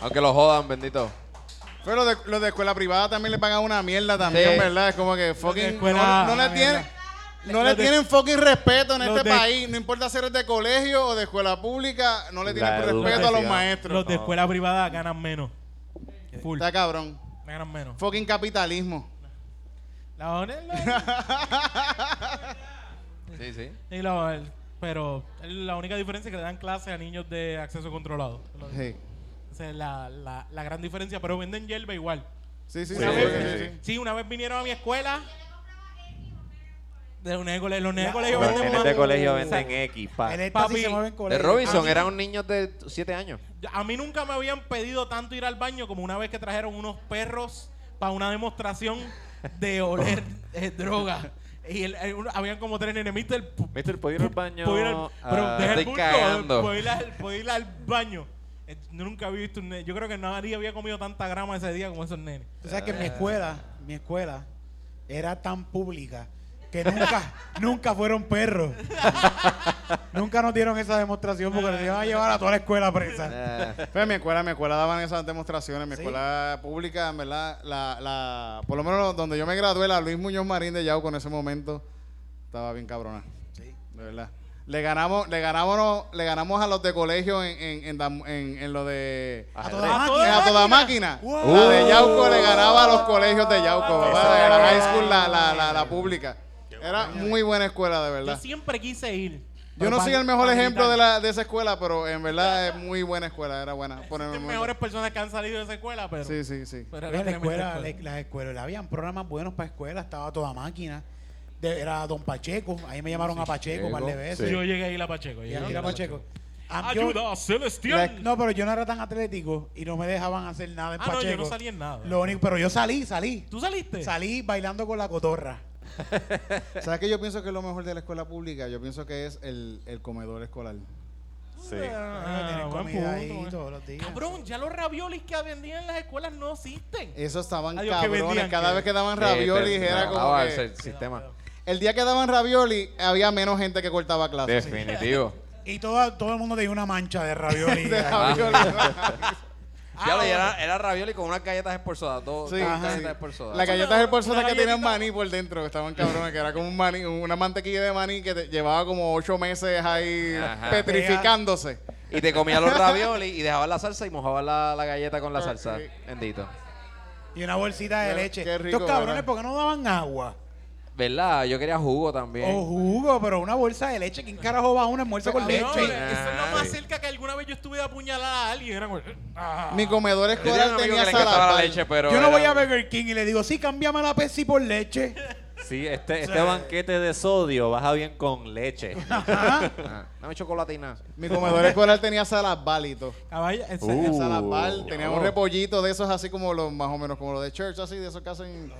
Speaker 4: Aunque lo jodan, bendito.
Speaker 8: Pero de- los de escuela privada también le pagan una mierda también,
Speaker 4: Sí.
Speaker 8: ¿verdad? Es como que fucking.
Speaker 7: escuela-
Speaker 8: no, no le
Speaker 7: una
Speaker 8: tienen. No
Speaker 7: Los
Speaker 8: le
Speaker 7: de-
Speaker 8: tienen fucking respeto en
Speaker 7: los
Speaker 8: este
Speaker 7: de-
Speaker 8: país. No importa si eres de colegio o de escuela pública, no le tienen
Speaker 3: La
Speaker 8: respeto a los
Speaker 3: educación.
Speaker 8: maestros.
Speaker 7: Los de escuela privada ganan menos. Full.
Speaker 8: Está cabrón.
Speaker 7: Ganan menos.
Speaker 8: Fucking capitalismo.
Speaker 7: La ONU-
Speaker 4: Sí, sí.
Speaker 7: y la ONU, Pero la única diferencia es que le dan clases a niños de acceso controlado.
Speaker 8: Sí.
Speaker 7: Esa es la, la- la gran diferencia. Pero venden yerba igual.
Speaker 8: Sí, sí, sí.
Speaker 3: Sí,
Speaker 8: sí,
Speaker 3: sí,
Speaker 8: sí, sí.
Speaker 7: Sí, una vez vinieron a mi escuela. De los nenes de cole- los nenes de colegio
Speaker 3: Los
Speaker 7: venden
Speaker 3: nenes
Speaker 7: más.
Speaker 3: de colegio venden X, pa.
Speaker 5: El éxtasis
Speaker 7: Papi.
Speaker 5: se mueve en
Speaker 4: De
Speaker 5: colegio.
Speaker 4: Robinson,
Speaker 7: Ah,
Speaker 4: eran niños de 7 años.
Speaker 7: A mí nunca me habían pedido tanto ir al baño como una vez que trajeron unos perros para una demostración de oler eh, droga. Y el- el- uno- habían como tres nenes. Mister, pu-
Speaker 3: Mister, ¿puedo ir al baño?
Speaker 7: puedo ir al- pero
Speaker 3: Ah,
Speaker 7: deja el
Speaker 4: estoy
Speaker 7: bulto,
Speaker 4: cagando.
Speaker 7: puedo ir al, puedo ir al baño. Eh, Nunca había visto un nene. Yo creo que nadie había comido tanta grama ese día como esos nenes.
Speaker 5: Tú sabes
Speaker 7: Ah.
Speaker 5: que mi escuela, mi escuela era tan pública que nunca, nunca fueron perros. nunca nos dieron esa demostración porque nos iban a llevar a toda la escuela presa.
Speaker 8: Pero Pues, en mi escuela, en mi escuela daban esas demostraciones. En mi escuela pública, en verdad, la, la, por lo menos donde yo me gradué, la Luis Muñoz Marín de Yauco en ese momento estaba bien cabrona. Sí. De verdad. Le ganamos, le ganamos, le ganamos a los de colegio en, en, en, dam- en- en lo de.
Speaker 7: Ah.
Speaker 5: A
Speaker 3: Ajedrez.
Speaker 5: toda
Speaker 8: en-
Speaker 5: máquina.
Speaker 8: Ah, a toda máquina.
Speaker 5: Wow.
Speaker 8: La de Yauco le ganaba a los colegios de Yauco,
Speaker 7: Eso
Speaker 8: papá, de la
Speaker 7: Ah, era.
Speaker 8: high school, la, la, la, la pública. Era muy buena escuela, de
Speaker 7: Yo
Speaker 8: verdad.
Speaker 7: siempre quise ir.
Speaker 8: Yo
Speaker 7: pero
Speaker 8: no
Speaker 7: pa-
Speaker 8: soy el mejor
Speaker 7: pa'
Speaker 8: ejemplo
Speaker 7: gritar.
Speaker 8: de, la, de esa escuela, pero en verdad es muy buena escuela, era buena. Ponerme
Speaker 7: Existen
Speaker 8: muy-
Speaker 7: mejores personas que han salido de esa escuela, pero.
Speaker 8: Sí, sí, sí.
Speaker 7: pero
Speaker 5: Mira,
Speaker 7: era
Speaker 5: la
Speaker 7: tremenda
Speaker 5: escuela,
Speaker 7: escuela.
Speaker 5: la- las escuelas, habían programas buenos para escuela, estaba toda máquina. De- era Don Pacheco, ahí me llamaron a Pacheco un par de veces.
Speaker 7: Yo llegué a ir a Pacheco. llegué a
Speaker 5: Llegaron
Speaker 7: ir
Speaker 5: a
Speaker 7: a Pacheco.
Speaker 5: Pacheco. Ah, yo-
Speaker 7: Ayuda, Celestial.
Speaker 5: no, pero yo no era tan atlético y no me dejaban hacer nada en
Speaker 7: Ah, no,
Speaker 5: Pacheco.
Speaker 7: yo no salí en nada.
Speaker 5: Lo único, pero yo salí, salí.
Speaker 7: ¿Tú saliste?
Speaker 5: Salí bailando con la cotorra.
Speaker 8: ¿Sabes qué yo pienso que es lo mejor de la escuela pública? Yo pienso que es el, el comedor escolar.
Speaker 3: Sí.
Speaker 7: Ah,
Speaker 5: Tienen
Speaker 7: buen
Speaker 5: comida ahí
Speaker 7: punto, buen-
Speaker 5: todos los días.
Speaker 7: Cabrón, ya los raviolis que vendían en las escuelas no existen.
Speaker 5: Eh,
Speaker 8: Esos estaban
Speaker 7: Adiós, que
Speaker 8: cabrones.
Speaker 7: vendían,
Speaker 8: Cada
Speaker 7: que-
Speaker 8: vez que daban raviolis era como
Speaker 4: Ah,
Speaker 8: que...
Speaker 4: el sistema.
Speaker 8: El día que daban ravioli había menos gente que cortaba clases.
Speaker 4: Definitivo.
Speaker 5: Y todo, todo el mundo tenía una mancha de ravioli.
Speaker 8: De
Speaker 5: ahí.
Speaker 8: ravioli.
Speaker 7: Ah,
Speaker 4: Ya lo era, era ravioli con unas galletas esforzadas. Dos
Speaker 8: Sí,
Speaker 4: dos
Speaker 8: ajá,
Speaker 4: galletas
Speaker 8: sí.
Speaker 4: esforzadas.
Speaker 8: Las galletas del porcelato que
Speaker 7: galletita.
Speaker 8: tenían maní por dentro, que estaban cabrones, que era como un maní, una mantequilla de maní que te- llevaba como ocho meses ahí
Speaker 4: Ajá.
Speaker 8: petrificándose.
Speaker 4: Y te comías los ravioli y dejabas la salsa y mojabas la, la galleta con la salsa.
Speaker 8: Ok.
Speaker 4: Bendito.
Speaker 5: Y una bolsita de
Speaker 8: Qué-
Speaker 5: leche.
Speaker 8: qué rico,
Speaker 5: Estos cabrones,
Speaker 8: ¿verdad?
Speaker 5: ¿por qué no daban agua?
Speaker 4: ¿Verdad? Yo quería jugo también.
Speaker 5: O jugo, pero una bolsa de leche. ¿Quién carajo va a un almuerzo con
Speaker 7: Cabrón,
Speaker 5: leche?
Speaker 7: Eso es lo más cerca que alguna vez yo estuve de apuñalar a alguien. Era como, ah.
Speaker 8: Mi comedor
Speaker 4: Yo tenía un
Speaker 8: escolar
Speaker 4: amigo que
Speaker 8: tenía
Speaker 4: le encantaba
Speaker 8: salada.
Speaker 4: la leche, pero
Speaker 5: Yo no voy
Speaker 4: era-
Speaker 5: a Burger King y le digo, sí, cámbiame la Pepsi por leche.
Speaker 3: Sí, este, este banquete de sodio baja bien con leche.
Speaker 4: Ah, Dame chocolate y nada.
Speaker 8: Mi comedor escolar tenía salas balito.
Speaker 7: Caballo, en serio.
Speaker 8: Tenía
Speaker 3: Uh,
Speaker 8: salas bal, tenía un
Speaker 3: wow.
Speaker 8: repollito de esos así como los más o menos como los de church, así de esos que hacen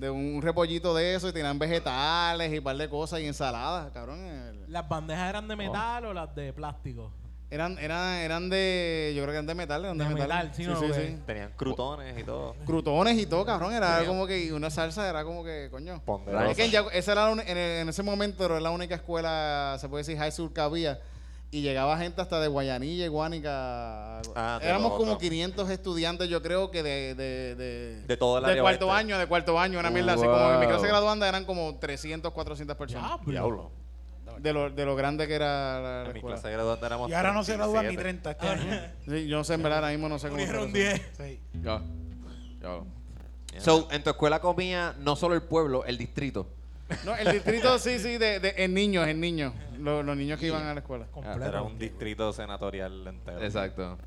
Speaker 8: de un repollito de eso y tenían vegetales y un par de cosas y ensaladas, cabrón. el-
Speaker 7: ¿Las bandejas eran de metal o las de plástico?
Speaker 8: Eran eran eran de yo creo que eran de metal, eran de,
Speaker 7: De
Speaker 8: metal.
Speaker 7: metal, sí, no, güey.
Speaker 3: Tenían crutones y todo.
Speaker 8: Crutones y todo, cabrón, era como que y una salsa era como que coño.
Speaker 3: Ponderosa.
Speaker 8: Es que en, Yaco- esa era la uni- en, e, en ese momento era la única escuela, se puede decir, high school que había. Y llegaba gente hasta de Guayanilla y Guánica.
Speaker 3: Ah, de
Speaker 8: Éramos
Speaker 3: lo
Speaker 8: como
Speaker 3: otro.
Speaker 8: 500 estudiantes, yo creo que de... De, de,
Speaker 3: De todo el
Speaker 8: de
Speaker 3: área
Speaker 8: cuarto
Speaker 3: oeste.
Speaker 8: año, de cuarto año, una mierda así. Como que en mi clase
Speaker 4: Wow.
Speaker 8: graduanda eran como 300, 400 personas.
Speaker 7: Diablo.
Speaker 3: Diablo.
Speaker 8: De lo, de lo grande que era la- la,
Speaker 3: En mi
Speaker 8: escuela.
Speaker 3: clase de graduación éramos
Speaker 5: Y ahora no se gradúan ni
Speaker 3: 37.
Speaker 5: 30 este año.
Speaker 8: Sí, yo no sé, en verdad, ahora mismo no sé cómo...
Speaker 7: Unieron
Speaker 8: fue eso.
Speaker 7: 10.
Speaker 5: Sí.
Speaker 4: Ya. Ya. So, en tu escuela comía no solo el pueblo, el distrito.
Speaker 8: No, el distrito sí, sí, de, de, en niños, en niños. Los, los niños que iban a la escuela.
Speaker 3: Ah, Era un distrito senatorial entero.
Speaker 4: Exacto.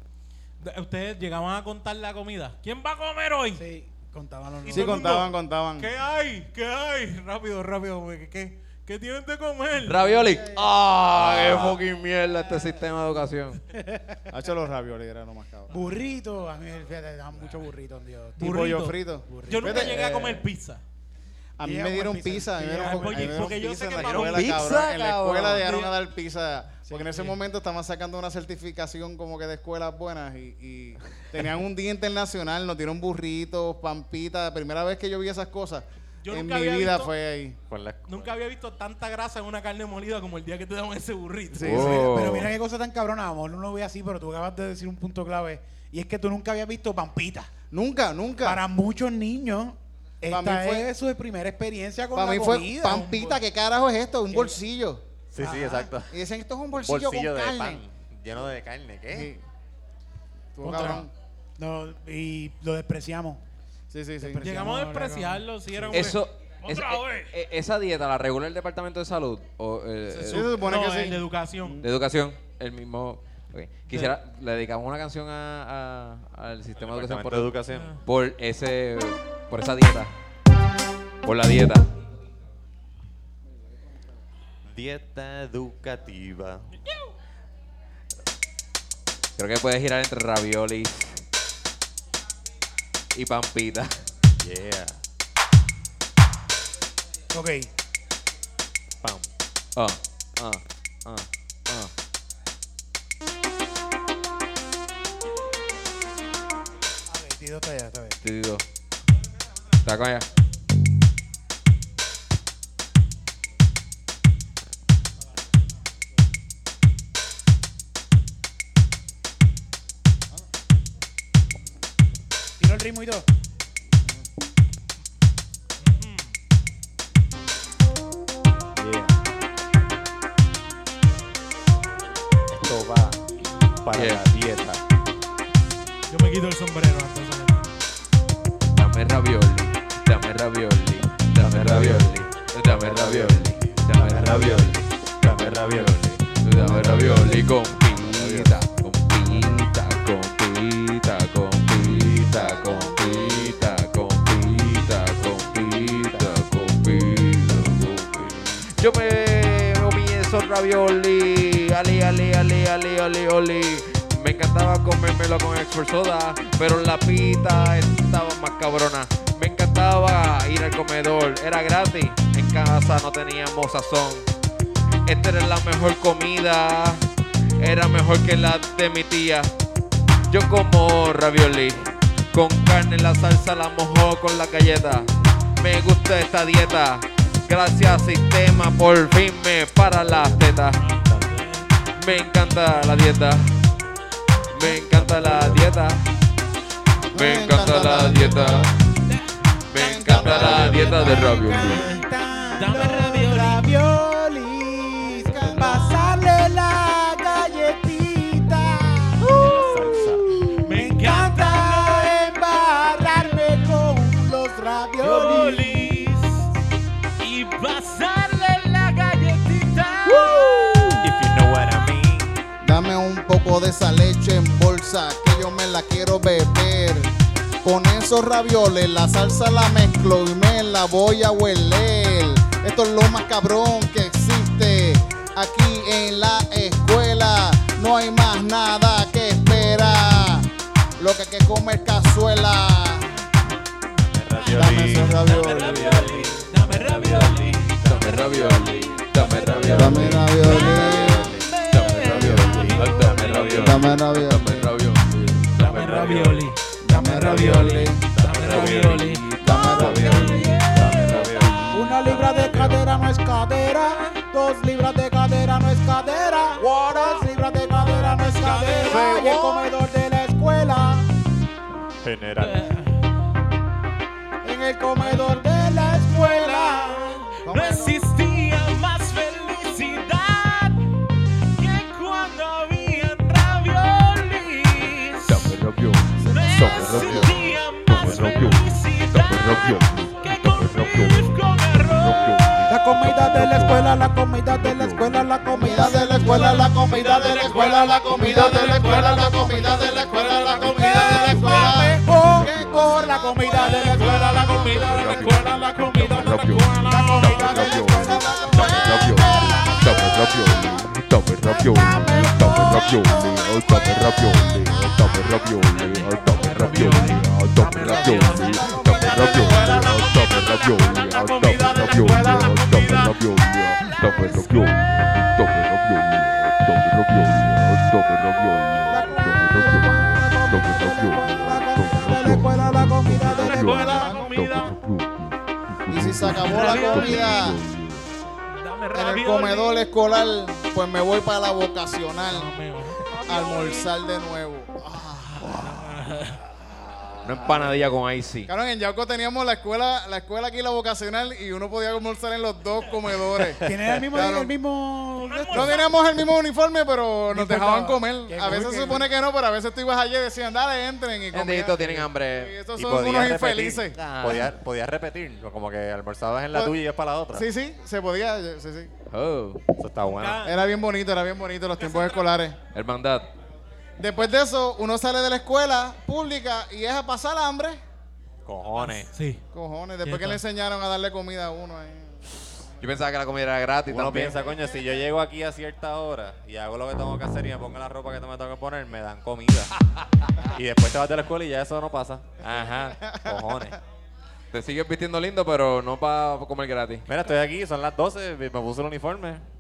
Speaker 7: Ustedes llegaban a contar la comida. ¿Quién va a comer hoy?
Speaker 5: Sí. Contaban los
Speaker 23: Sí,
Speaker 5: nombres.
Speaker 23: contaban, contaban.
Speaker 7: ¿Qué hay? ¿Qué hay? Rápido, rápido. güey, ¿Qué, qué, qué tienen de comer?
Speaker 24: Ravioli. ¡Ah! ¡Qué fucking mierda este sistema de educación!
Speaker 23: Ha hecho los ravioli, era lo más cabrón.
Speaker 5: Burrito, a mí fíjate, daban mucho burrito, Dios.
Speaker 23: Y pollo frito.
Speaker 7: Yo nunca
Speaker 23: Fíjate,
Speaker 7: llegué a
Speaker 23: eh,
Speaker 7: comer pizza.
Speaker 23: A mí
Speaker 5: Llegan
Speaker 23: me dieron
Speaker 5: con
Speaker 23: pizza.
Speaker 5: pizza.
Speaker 23: a mí me
Speaker 7: Llegan
Speaker 23: dieron-
Speaker 7: con-
Speaker 23: a mí me dieron
Speaker 7: porque yo
Speaker 23: pizza
Speaker 7: sé que
Speaker 23: en la
Speaker 7: mamón-
Speaker 23: escuela,
Speaker 7: Pizza,
Speaker 23: cabrón. En la escuela
Speaker 24: cabrón.
Speaker 23: llegaron a dar pizza. Porque en ese
Speaker 5: sí.
Speaker 23: momento estaban sacando una certificación como que de escuelas buenas y, y tenían un día internacional, nos dieron burritos, pampitas. La primera vez que yo vi esas cosas
Speaker 7: Yo
Speaker 23: en
Speaker 7: nunca
Speaker 23: mi
Speaker 7: había
Speaker 23: vida
Speaker 7: visto-
Speaker 23: fue ahí.
Speaker 3: Fue en la escuela.
Speaker 7: Nunca había visto tanta grasa en una carne molida como el día que te daban ese burrito.
Speaker 5: Pero mira-
Speaker 3: Oh.
Speaker 5: Pero mira qué cosa tan cabrona, amor. No lo voy así, pero tú acabas de decir un punto clave. Y es que tú nunca habías visto Pampita.
Speaker 23: Nunca, nunca.
Speaker 5: Para muchos niños, esta
Speaker 23: mí fue-
Speaker 5: es su primera experiencia con
Speaker 23: Para
Speaker 5: la
Speaker 23: mí fue
Speaker 5: comida.
Speaker 23: pampita, ¿qué carajo es esto?
Speaker 7: Eh.
Speaker 23: Un bolsillo.
Speaker 3: Sí, sí, exacto.
Speaker 23: Y dicen, esto es un bolsillo,
Speaker 3: Bolsillo
Speaker 23: con
Speaker 3: de
Speaker 23: carne.
Speaker 3: pan. Lleno de carne, ¿qué?
Speaker 23: Sí. Estuvo
Speaker 5: Contra.
Speaker 23: cabrón.
Speaker 5: No, y lo despreciamos.
Speaker 23: Sí, sí, sí.
Speaker 7: Llegamos a despreciarlo, sí, era como que-
Speaker 4: Eso. es- e- e- esa dieta la regula el Departamento de Salud o eh,
Speaker 23: Sí,
Speaker 4: eh,
Speaker 23: se supone
Speaker 7: No,
Speaker 23: que sí.
Speaker 7: el de educación.
Speaker 4: de Educación, el mismo. ok. Quisiera, le dedicamos una canción a, a- al sistema de educación
Speaker 3: Departamento
Speaker 4: por,
Speaker 3: de educación.
Speaker 4: por ese, por esa dieta, por la dieta.
Speaker 3: Dieta educativa.
Speaker 4: Creo que puede girar entre ravioli y pampita.
Speaker 3: Yeah.
Speaker 5: Ok.
Speaker 3: Pam.
Speaker 4: Ah, ah, ah, ah.
Speaker 5: A ver, Tito está allá, está bien.
Speaker 4: Titito. Está con ella.
Speaker 5: Tiro el ritmo y todo.
Speaker 25: Esto va para
Speaker 4: Yeah.
Speaker 25: la dieta.
Speaker 7: Yo me quito el sombrero. entonces.
Speaker 4: Dame ravioli, dame ravioli, dame ravioli, dame ravioli, dame ravioli,
Speaker 25: Dame ravioli.
Speaker 4: dame ravioli con pita, con pita, con pita, con pita, con pita, con pita, con pita, con pita, con pita. Yo me comí esos ravioli, ali, ali, ali, ali, ali, ali. Me encantaba comérmelo con expert soda, pero la pita estaba más cabrona. Me encantaba ir al comedor, era gratis. En casa no teníamos sazón. Esta era la mejor comida, era mejor que la de mi tía. Yo como ravioli, con carne, la salsa la mojo con la galleta. Me gusta esta dieta, gracias sistema, por fin me para las tetas. Me encanta la dieta, me encanta la dieta, me encanta la dieta, me encanta la dieta de ravioli.
Speaker 7: Dame ravioli.
Speaker 1: Raviolis, pasarle la galletita.
Speaker 7: Me
Speaker 1: Me encanta embarrarme con los raviolis.
Speaker 7: raviolis y pasarle la galletita.
Speaker 3: If you know what I mean.
Speaker 8: Dame un poco de esa leche en bolsa que yo me la quiero beber. Con esos ravioles la salsa la mezclo y me la voy a hueler. Esto es lo más cabrón que existe aquí en la escuela. No hay más nada que espera. Lo que hay que comer cazuela. Dame esos ravioles.
Speaker 7: Dame ravioli.
Speaker 4: Dame ravioli, dame ravioli.
Speaker 8: Dame ravioles.
Speaker 4: Dame
Speaker 8: Dame
Speaker 4: ravioli, dame ravioli.
Speaker 8: ravioles.
Speaker 4: Dame
Speaker 7: Dame
Speaker 4: ravioli,
Speaker 7: ravioli. Dame ravioli. Dame ravioli.
Speaker 4: dame ravioli, dame ravioli.
Speaker 1: Una libra de cadera no es cadera. Dos libras de cadera no es cadera. Dos libras de cadera no es cadera. Y el comedor de la escuela.
Speaker 25: General.
Speaker 1: En el comedor de la escuela.
Speaker 7: No existía más felicidad que cuando había raviolis.
Speaker 4: Dame ravioli,
Speaker 7: No
Speaker 4: dame ravioli.
Speaker 7: existía más felicidad que con beef con arroz.
Speaker 1: La comida de la escuela, la comida de la escuela, la comida de la escuela, la comida de la escuela, la comida de la escuela, la comida de la escuela, la comida de la escuela, la comida de la escuela,
Speaker 26: ravioli, dame ravioli, dame ravioli, dame ravioli, dame ravioli, dame ravioli, dame ravioli, dame ravioli, dame ravioli, dame ravioli, dame ravioli, dame ravioli, dame ravioli, dame ravioli.
Speaker 22: Y si se acabó la comida en el comedor escolar, pues me voy para la vocacional. a Almorzar de nuevo.
Speaker 4: Una empanadilla con icy.
Speaker 8: Claro, en Yauco teníamos la escuela, la escuela aquí, la vocacional, y uno podía almorzar en los dos comedores.
Speaker 5: Tienen el mismo,
Speaker 8: Claro.
Speaker 5: el mismo.
Speaker 8: No teníamos el mismo uniforme, pero nos
Speaker 5: No importaba.
Speaker 8: dejaban comer.
Speaker 5: Qué
Speaker 8: A veces
Speaker 5: cool,
Speaker 8: se
Speaker 5: qué
Speaker 8: supone que no, pero a veces tú ibas allí y decían, dale, entren y comían.
Speaker 4: Bendito, tienen hambre.
Speaker 8: Y estos
Speaker 3: Y
Speaker 8: son
Speaker 3: podías
Speaker 8: unos
Speaker 3: repetir,
Speaker 8: infelices.
Speaker 3: Podías
Speaker 25: Ah.
Speaker 3: podías repetir, como que almorzabas en la
Speaker 8: Pod-
Speaker 3: tuya y es para la otra.
Speaker 8: Sí, Ah. sí, se podía. yo- Sí, sí.
Speaker 4: Oh,
Speaker 3: Eso está bueno.
Speaker 8: Era bien bonito, era bien bonito los tiempos escolares.
Speaker 4: hermandad.
Speaker 8: Después de eso, uno sale de la escuela pública y es a pasar hambre.
Speaker 3: Cojones.
Speaker 7: Sí.
Speaker 8: Cojones, después que
Speaker 7: Cierto.
Speaker 8: le enseñaron a darle comida a uno ahí.
Speaker 4: Yo pensaba que la comida era gratis
Speaker 3: Uno
Speaker 4: también.
Speaker 3: piensa, coño, si yo llego aquí a cierta hora y hago lo que tengo que hacer y me pongo la ropa que me tengo que poner, me dan comida. y después te vas de la escuela y ya eso no pasa. Ajá, cojones.
Speaker 4: Te sigues vistiendo lindo, pero no para comer gratis.
Speaker 3: Mira, estoy aquí, son las 12, me puse el uniforme.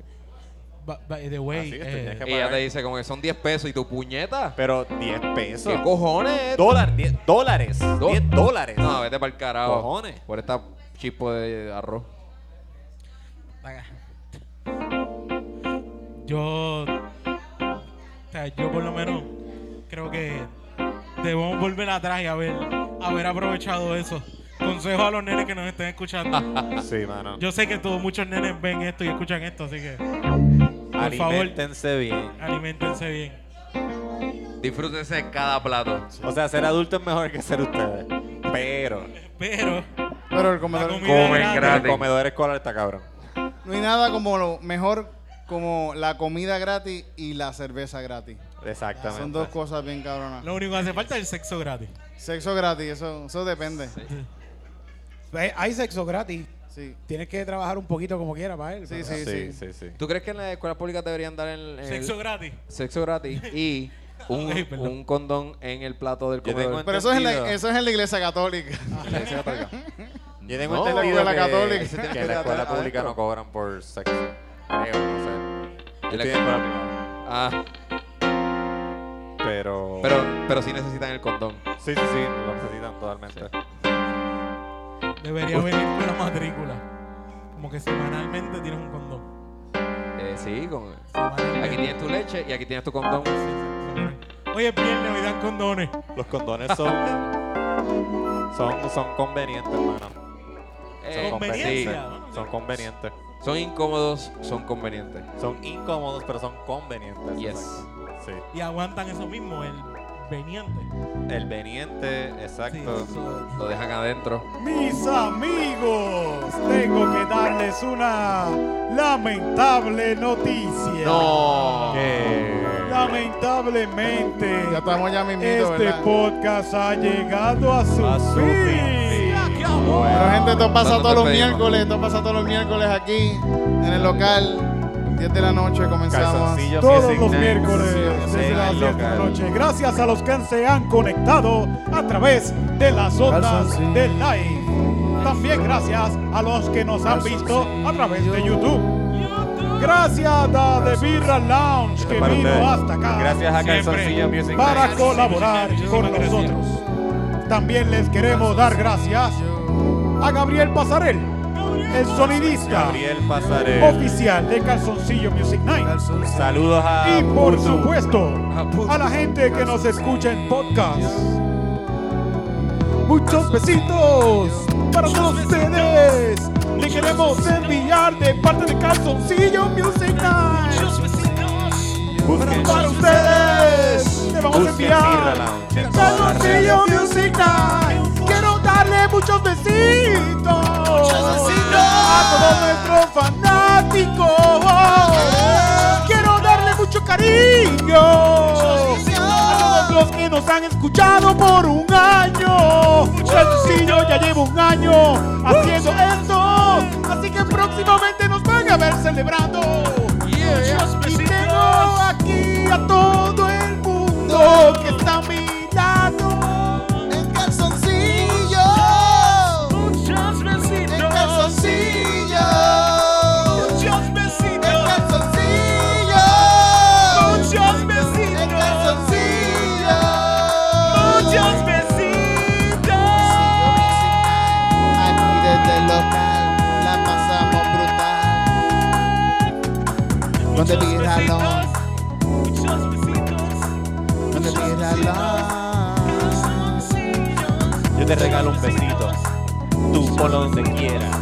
Speaker 7: By, by the
Speaker 3: Así
Speaker 7: way,
Speaker 3: que
Speaker 7: eh,
Speaker 3: tenías que
Speaker 4: Y ella
Speaker 3: pagar.
Speaker 4: te dice como que son 10 pesos y tu puñeta.
Speaker 3: Pero 10 pesos.
Speaker 4: ¿Qué cojones?
Speaker 3: Dólar, 10 dólares.
Speaker 4: Do-
Speaker 3: 10 dólares.
Speaker 4: No, vete para el carajo.
Speaker 3: Cojones.
Speaker 4: Por esta chispo de arroz.
Speaker 6: Paga.
Speaker 7: yo. O sea, yo por lo menos creo que debemos volver atrás y haber, haber aprovechado eso. Consejo a los nenes que nos estén escuchando.
Speaker 3: Sí, mano.
Speaker 7: Yo sé que todos muchos nenes ven esto y escuchan esto, así que por favor,
Speaker 3: Alimentense bien.
Speaker 7: alimentense bien.
Speaker 4: Disfrútense cada plato.
Speaker 3: O sea, ser adulto es mejor que ser ustedes. Pero
Speaker 7: Pero
Speaker 8: Pero el
Speaker 7: la
Speaker 8: comedor.
Speaker 7: comida
Speaker 4: Comen
Speaker 7: es gratis.
Speaker 3: el
Speaker 4: Gratis.
Speaker 3: comedor escolar está cabrón.
Speaker 8: No hay nada como lo mejor como la comida gratis y la cerveza gratis.
Speaker 3: Exactamente.
Speaker 8: Son dos cosas bien cabronas.
Speaker 7: Lo único que hace falta es el sexo gratis.
Speaker 8: Sexo gratis, eso, eso depende.
Speaker 5: Hay- Hay sexo gratis.
Speaker 8: Sí.
Speaker 5: Tienes que trabajar un poquito como quiera para él.
Speaker 8: Sí,
Speaker 5: pero-
Speaker 8: sí, sí.
Speaker 3: Sí, sí, sí.
Speaker 4: ¿Tú crees que en las escuelas públicas deberían dar el, el-
Speaker 7: Sexo gratis.
Speaker 4: sexo gratis y un,
Speaker 7: Ok, perdón.
Speaker 4: un condón en el plato del
Speaker 3: Yo tengo
Speaker 4: comedor?
Speaker 8: Pero eso es, en la,
Speaker 3: Entendido.
Speaker 8: eso es en la iglesia católica.
Speaker 4: La iglesia católica.
Speaker 3: Yo tengo
Speaker 4: No,
Speaker 3: entendido
Speaker 8: la
Speaker 3: que,
Speaker 8: católica.
Speaker 3: que
Speaker 4: tiene que
Speaker 3: en la
Speaker 4: dar
Speaker 3: escuela
Speaker 4: adentro.
Speaker 3: pública no cobran por sexo. Creo, no sé.
Speaker 4: Yo
Speaker 3: Estoy
Speaker 4: le-
Speaker 3: en escuela privada.
Speaker 4: Ah,
Speaker 3: Pero,
Speaker 4: pero, pero sí necesitan el condón.
Speaker 3: sí, sí, sí, lo necesitan totalmente.
Speaker 7: Debería venir con la matrícula. Como que semanalmente tienes un condón.
Speaker 4: Eh, sí, con,
Speaker 7: Semanalmente.
Speaker 4: aquí tienes tu leche y aquí tienes tu condón.
Speaker 7: Sí, sí, sí. Oye, viernes hoy dan condones.
Speaker 3: Los condones son, son, son convenientes, hermano.
Speaker 4: Eh,
Speaker 3: Son
Speaker 7: Conveniencia,
Speaker 3: convenientes.
Speaker 7: ¿no?
Speaker 3: Son convenientes.
Speaker 4: sí. Son incómodos, son convenientes.
Speaker 3: Son incómodos, pero son convenientes.
Speaker 4: Yes.
Speaker 3: exacto. Sí.
Speaker 7: Y aguantan eso mismo, el veniente.
Speaker 3: El veniente,
Speaker 7: Sí,
Speaker 3: exacto.
Speaker 7: eso-
Speaker 4: Lo dejan adentro.
Speaker 5: Mis amigos, tengo que darles una lamentable noticia.
Speaker 4: No.
Speaker 5: Lamentablemente,
Speaker 8: Ya estamos ya mismito,
Speaker 5: este
Speaker 8: ¿verdad?
Speaker 5: podcast ha llegado a su, fin.
Speaker 8: Pero gente, esto pasa todos
Speaker 4: ¿Cuándo te
Speaker 8: los
Speaker 4: pedimos?
Speaker 8: miércoles, esto pasa todos los miércoles aquí, en el local, 10 de la noche comenzamos.
Speaker 3: Calzoncillos
Speaker 5: Todos
Speaker 3: Music
Speaker 5: los
Speaker 3: Night.
Speaker 5: miércoles
Speaker 3: Sí,
Speaker 5: desde
Speaker 3: en
Speaker 5: las
Speaker 3: el
Speaker 5: 10 de la
Speaker 3: local.
Speaker 5: noche. Gracias a los que se han conectado a través de las ondas
Speaker 22: Calzoncillo.
Speaker 5: del live. También gracias a los que nos han visto a través de YouTube. Gracias a The Birra Lounge que
Speaker 3: Para ustedes.
Speaker 5: vino hasta acá.
Speaker 3: Gracias a
Speaker 7: Siempre.
Speaker 3: Calzoncillo Music
Speaker 5: para
Speaker 3: Night.
Speaker 5: colaborar con nosotros. También les queremos dar gracias a Gabriel Pasarel, el sonidista
Speaker 3: Gabriel Pasarel.
Speaker 5: oficial de Calzoncillo Music Night.
Speaker 3: Saludos a
Speaker 5: Y por
Speaker 3: Urdu.
Speaker 5: supuesto, a la gente que nos escucha en podcast. Muchos besitos para todos ustedes. Le queremos enviar de parte de Calzoncillo Music Night.
Speaker 3: Busquen,
Speaker 5: Para ustedes, le vamos a
Speaker 3: busquen Birra
Speaker 5: enviar.
Speaker 3: Lounge en todas las redes.
Speaker 5: Calzoncillo Music Night. Quiero darle muchos besitos a todos nuestros fanáticos. Quiero darle mucho cariño a todos los que nos han escuchado por un año. Calzoncillo ya llevo un año haciendo esto, así que próximamente nos van a ver celebrando. Y tengo
Speaker 27: y a todo el mundo que está a mi lado. En calzoncillos. Muchos besitos. En calzoncillos. Muchos besitos. En calzoncillos. Muchos besitos. En calzoncillos. Muchos besitos.
Speaker 8: Aquí desde el local la pasamos brutal. No te píralo. No te
Speaker 3: Yo te regalo un besito. Tú por donde quieras.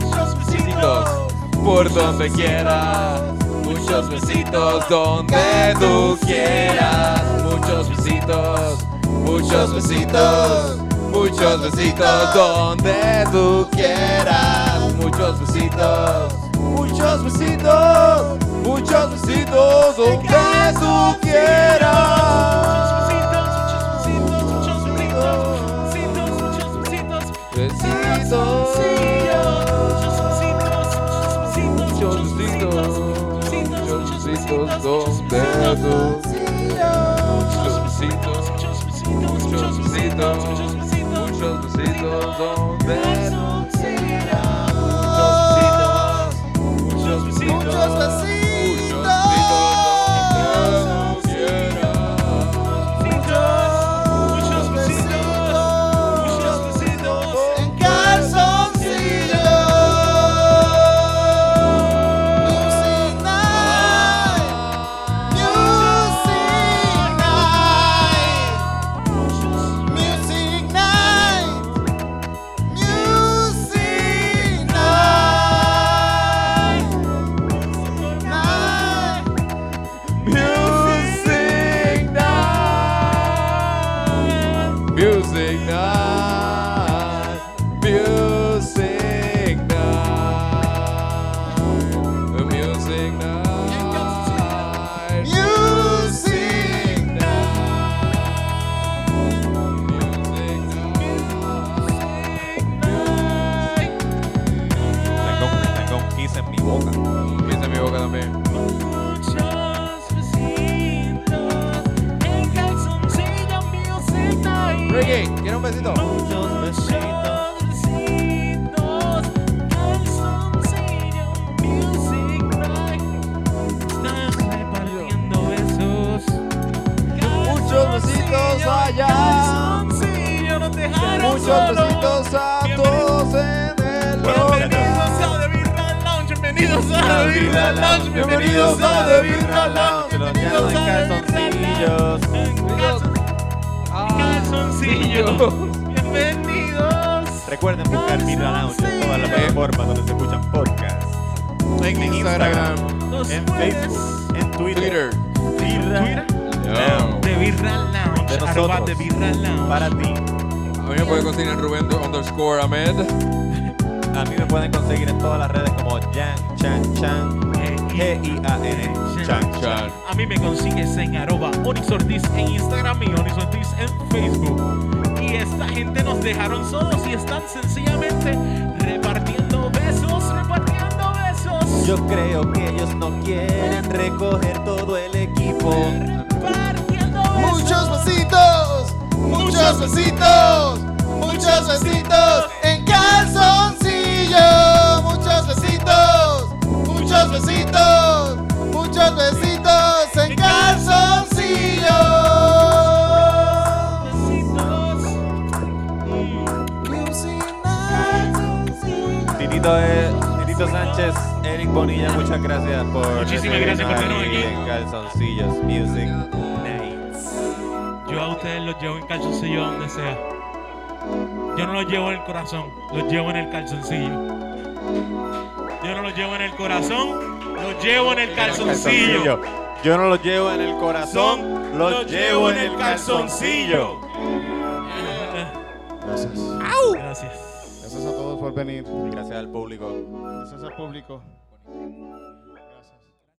Speaker 1: Besitos por donde quieras. Muchos besitos donde tú quieras. Muchos besitos, muchos besitos, muchos besitos donde tú quieras. Muchos besitos, muchos besitos, muchos besitos donde tú quieras. Besitos. Muchos besitos. Muchos besitos donde tú Muchos besitos. Muchos besitos. Muchos besitos donde tú quieras. Muchos besitos. Muchos besitos. Muchos besitos donde tú quieras. Muchos besitos. Muchos besitos. En Music night. Music night. Music night. Music night. Music
Speaker 3: Tengo, tengo un kiss en mi boca.
Speaker 1: Piensa en mi boca también. Reggae, ¿quieres un besito? Muchos besitos.
Speaker 28: Muchos besitos allá. Muchos besitos a todos en el local.
Speaker 7: Bienvenidos a The Birra Lounge, bienvenidos a The Birra Lounge, bienvenidos a The Birra Lounge.
Speaker 3: Ah.
Speaker 7: Calzoncillos. Bienvenidos.
Speaker 3: Recuerden buscar Mirra Lounge en todas las plataformas donde se escuchan podcasts.
Speaker 1: En Instagram.
Speaker 3: En
Speaker 5: Pues,
Speaker 3: Facebook, en Twitter. Twitter.
Speaker 1: No.
Speaker 7: The Birra Lounge,
Speaker 3: De
Speaker 7: arroba
Speaker 3: nosotros.
Speaker 7: The Birra Lounge.
Speaker 3: Para ti.
Speaker 1: A mí me puede conseguir en Rubén underscore Ahmed.
Speaker 3: A mí me pueden conseguir en todas las redes como Yang Chan Chan. G-I-A-N. Chan
Speaker 1: Chan.
Speaker 7: A mí me consigues en arroba Onyx Ortiz en Instagram y Onyx Ortiz en Facebook. Y esta gente nos dejaron solos y están sencillamente repartiendo besos, repartiendo besos.
Speaker 3: Yo creo que ellos no quieren recoger todo el equipo.
Speaker 8: Muchos besitos, muchos besitos, muchos besitos en calzoncillo. Muchos besitos, muchos besitos, muchos besitos en calzoncillo.
Speaker 3: Titito, eh, Titito Sánchez, Eric Bonilla, muchas gracias por.
Speaker 7: Muchísimas gracias por
Speaker 3: recibirnos
Speaker 7: tenernos aquí.
Speaker 3: En Calzoncillos Music Nights.
Speaker 7: Yo a ustedes los llevo en calzoncillo donde sea. Yo no los llevo en el corazón, los llevo en el calzoncillo. Yo no los llevo en el corazón, los llevo en el calzoncillo.
Speaker 3: Yo no los llevo en el corazón, los, llevo en el calzoncillo.
Speaker 8: Gracias.
Speaker 7: Eh, Gracias.
Speaker 29: Gracias a todos por venir.
Speaker 3: Gracias al público.
Speaker 29: Gracias al público.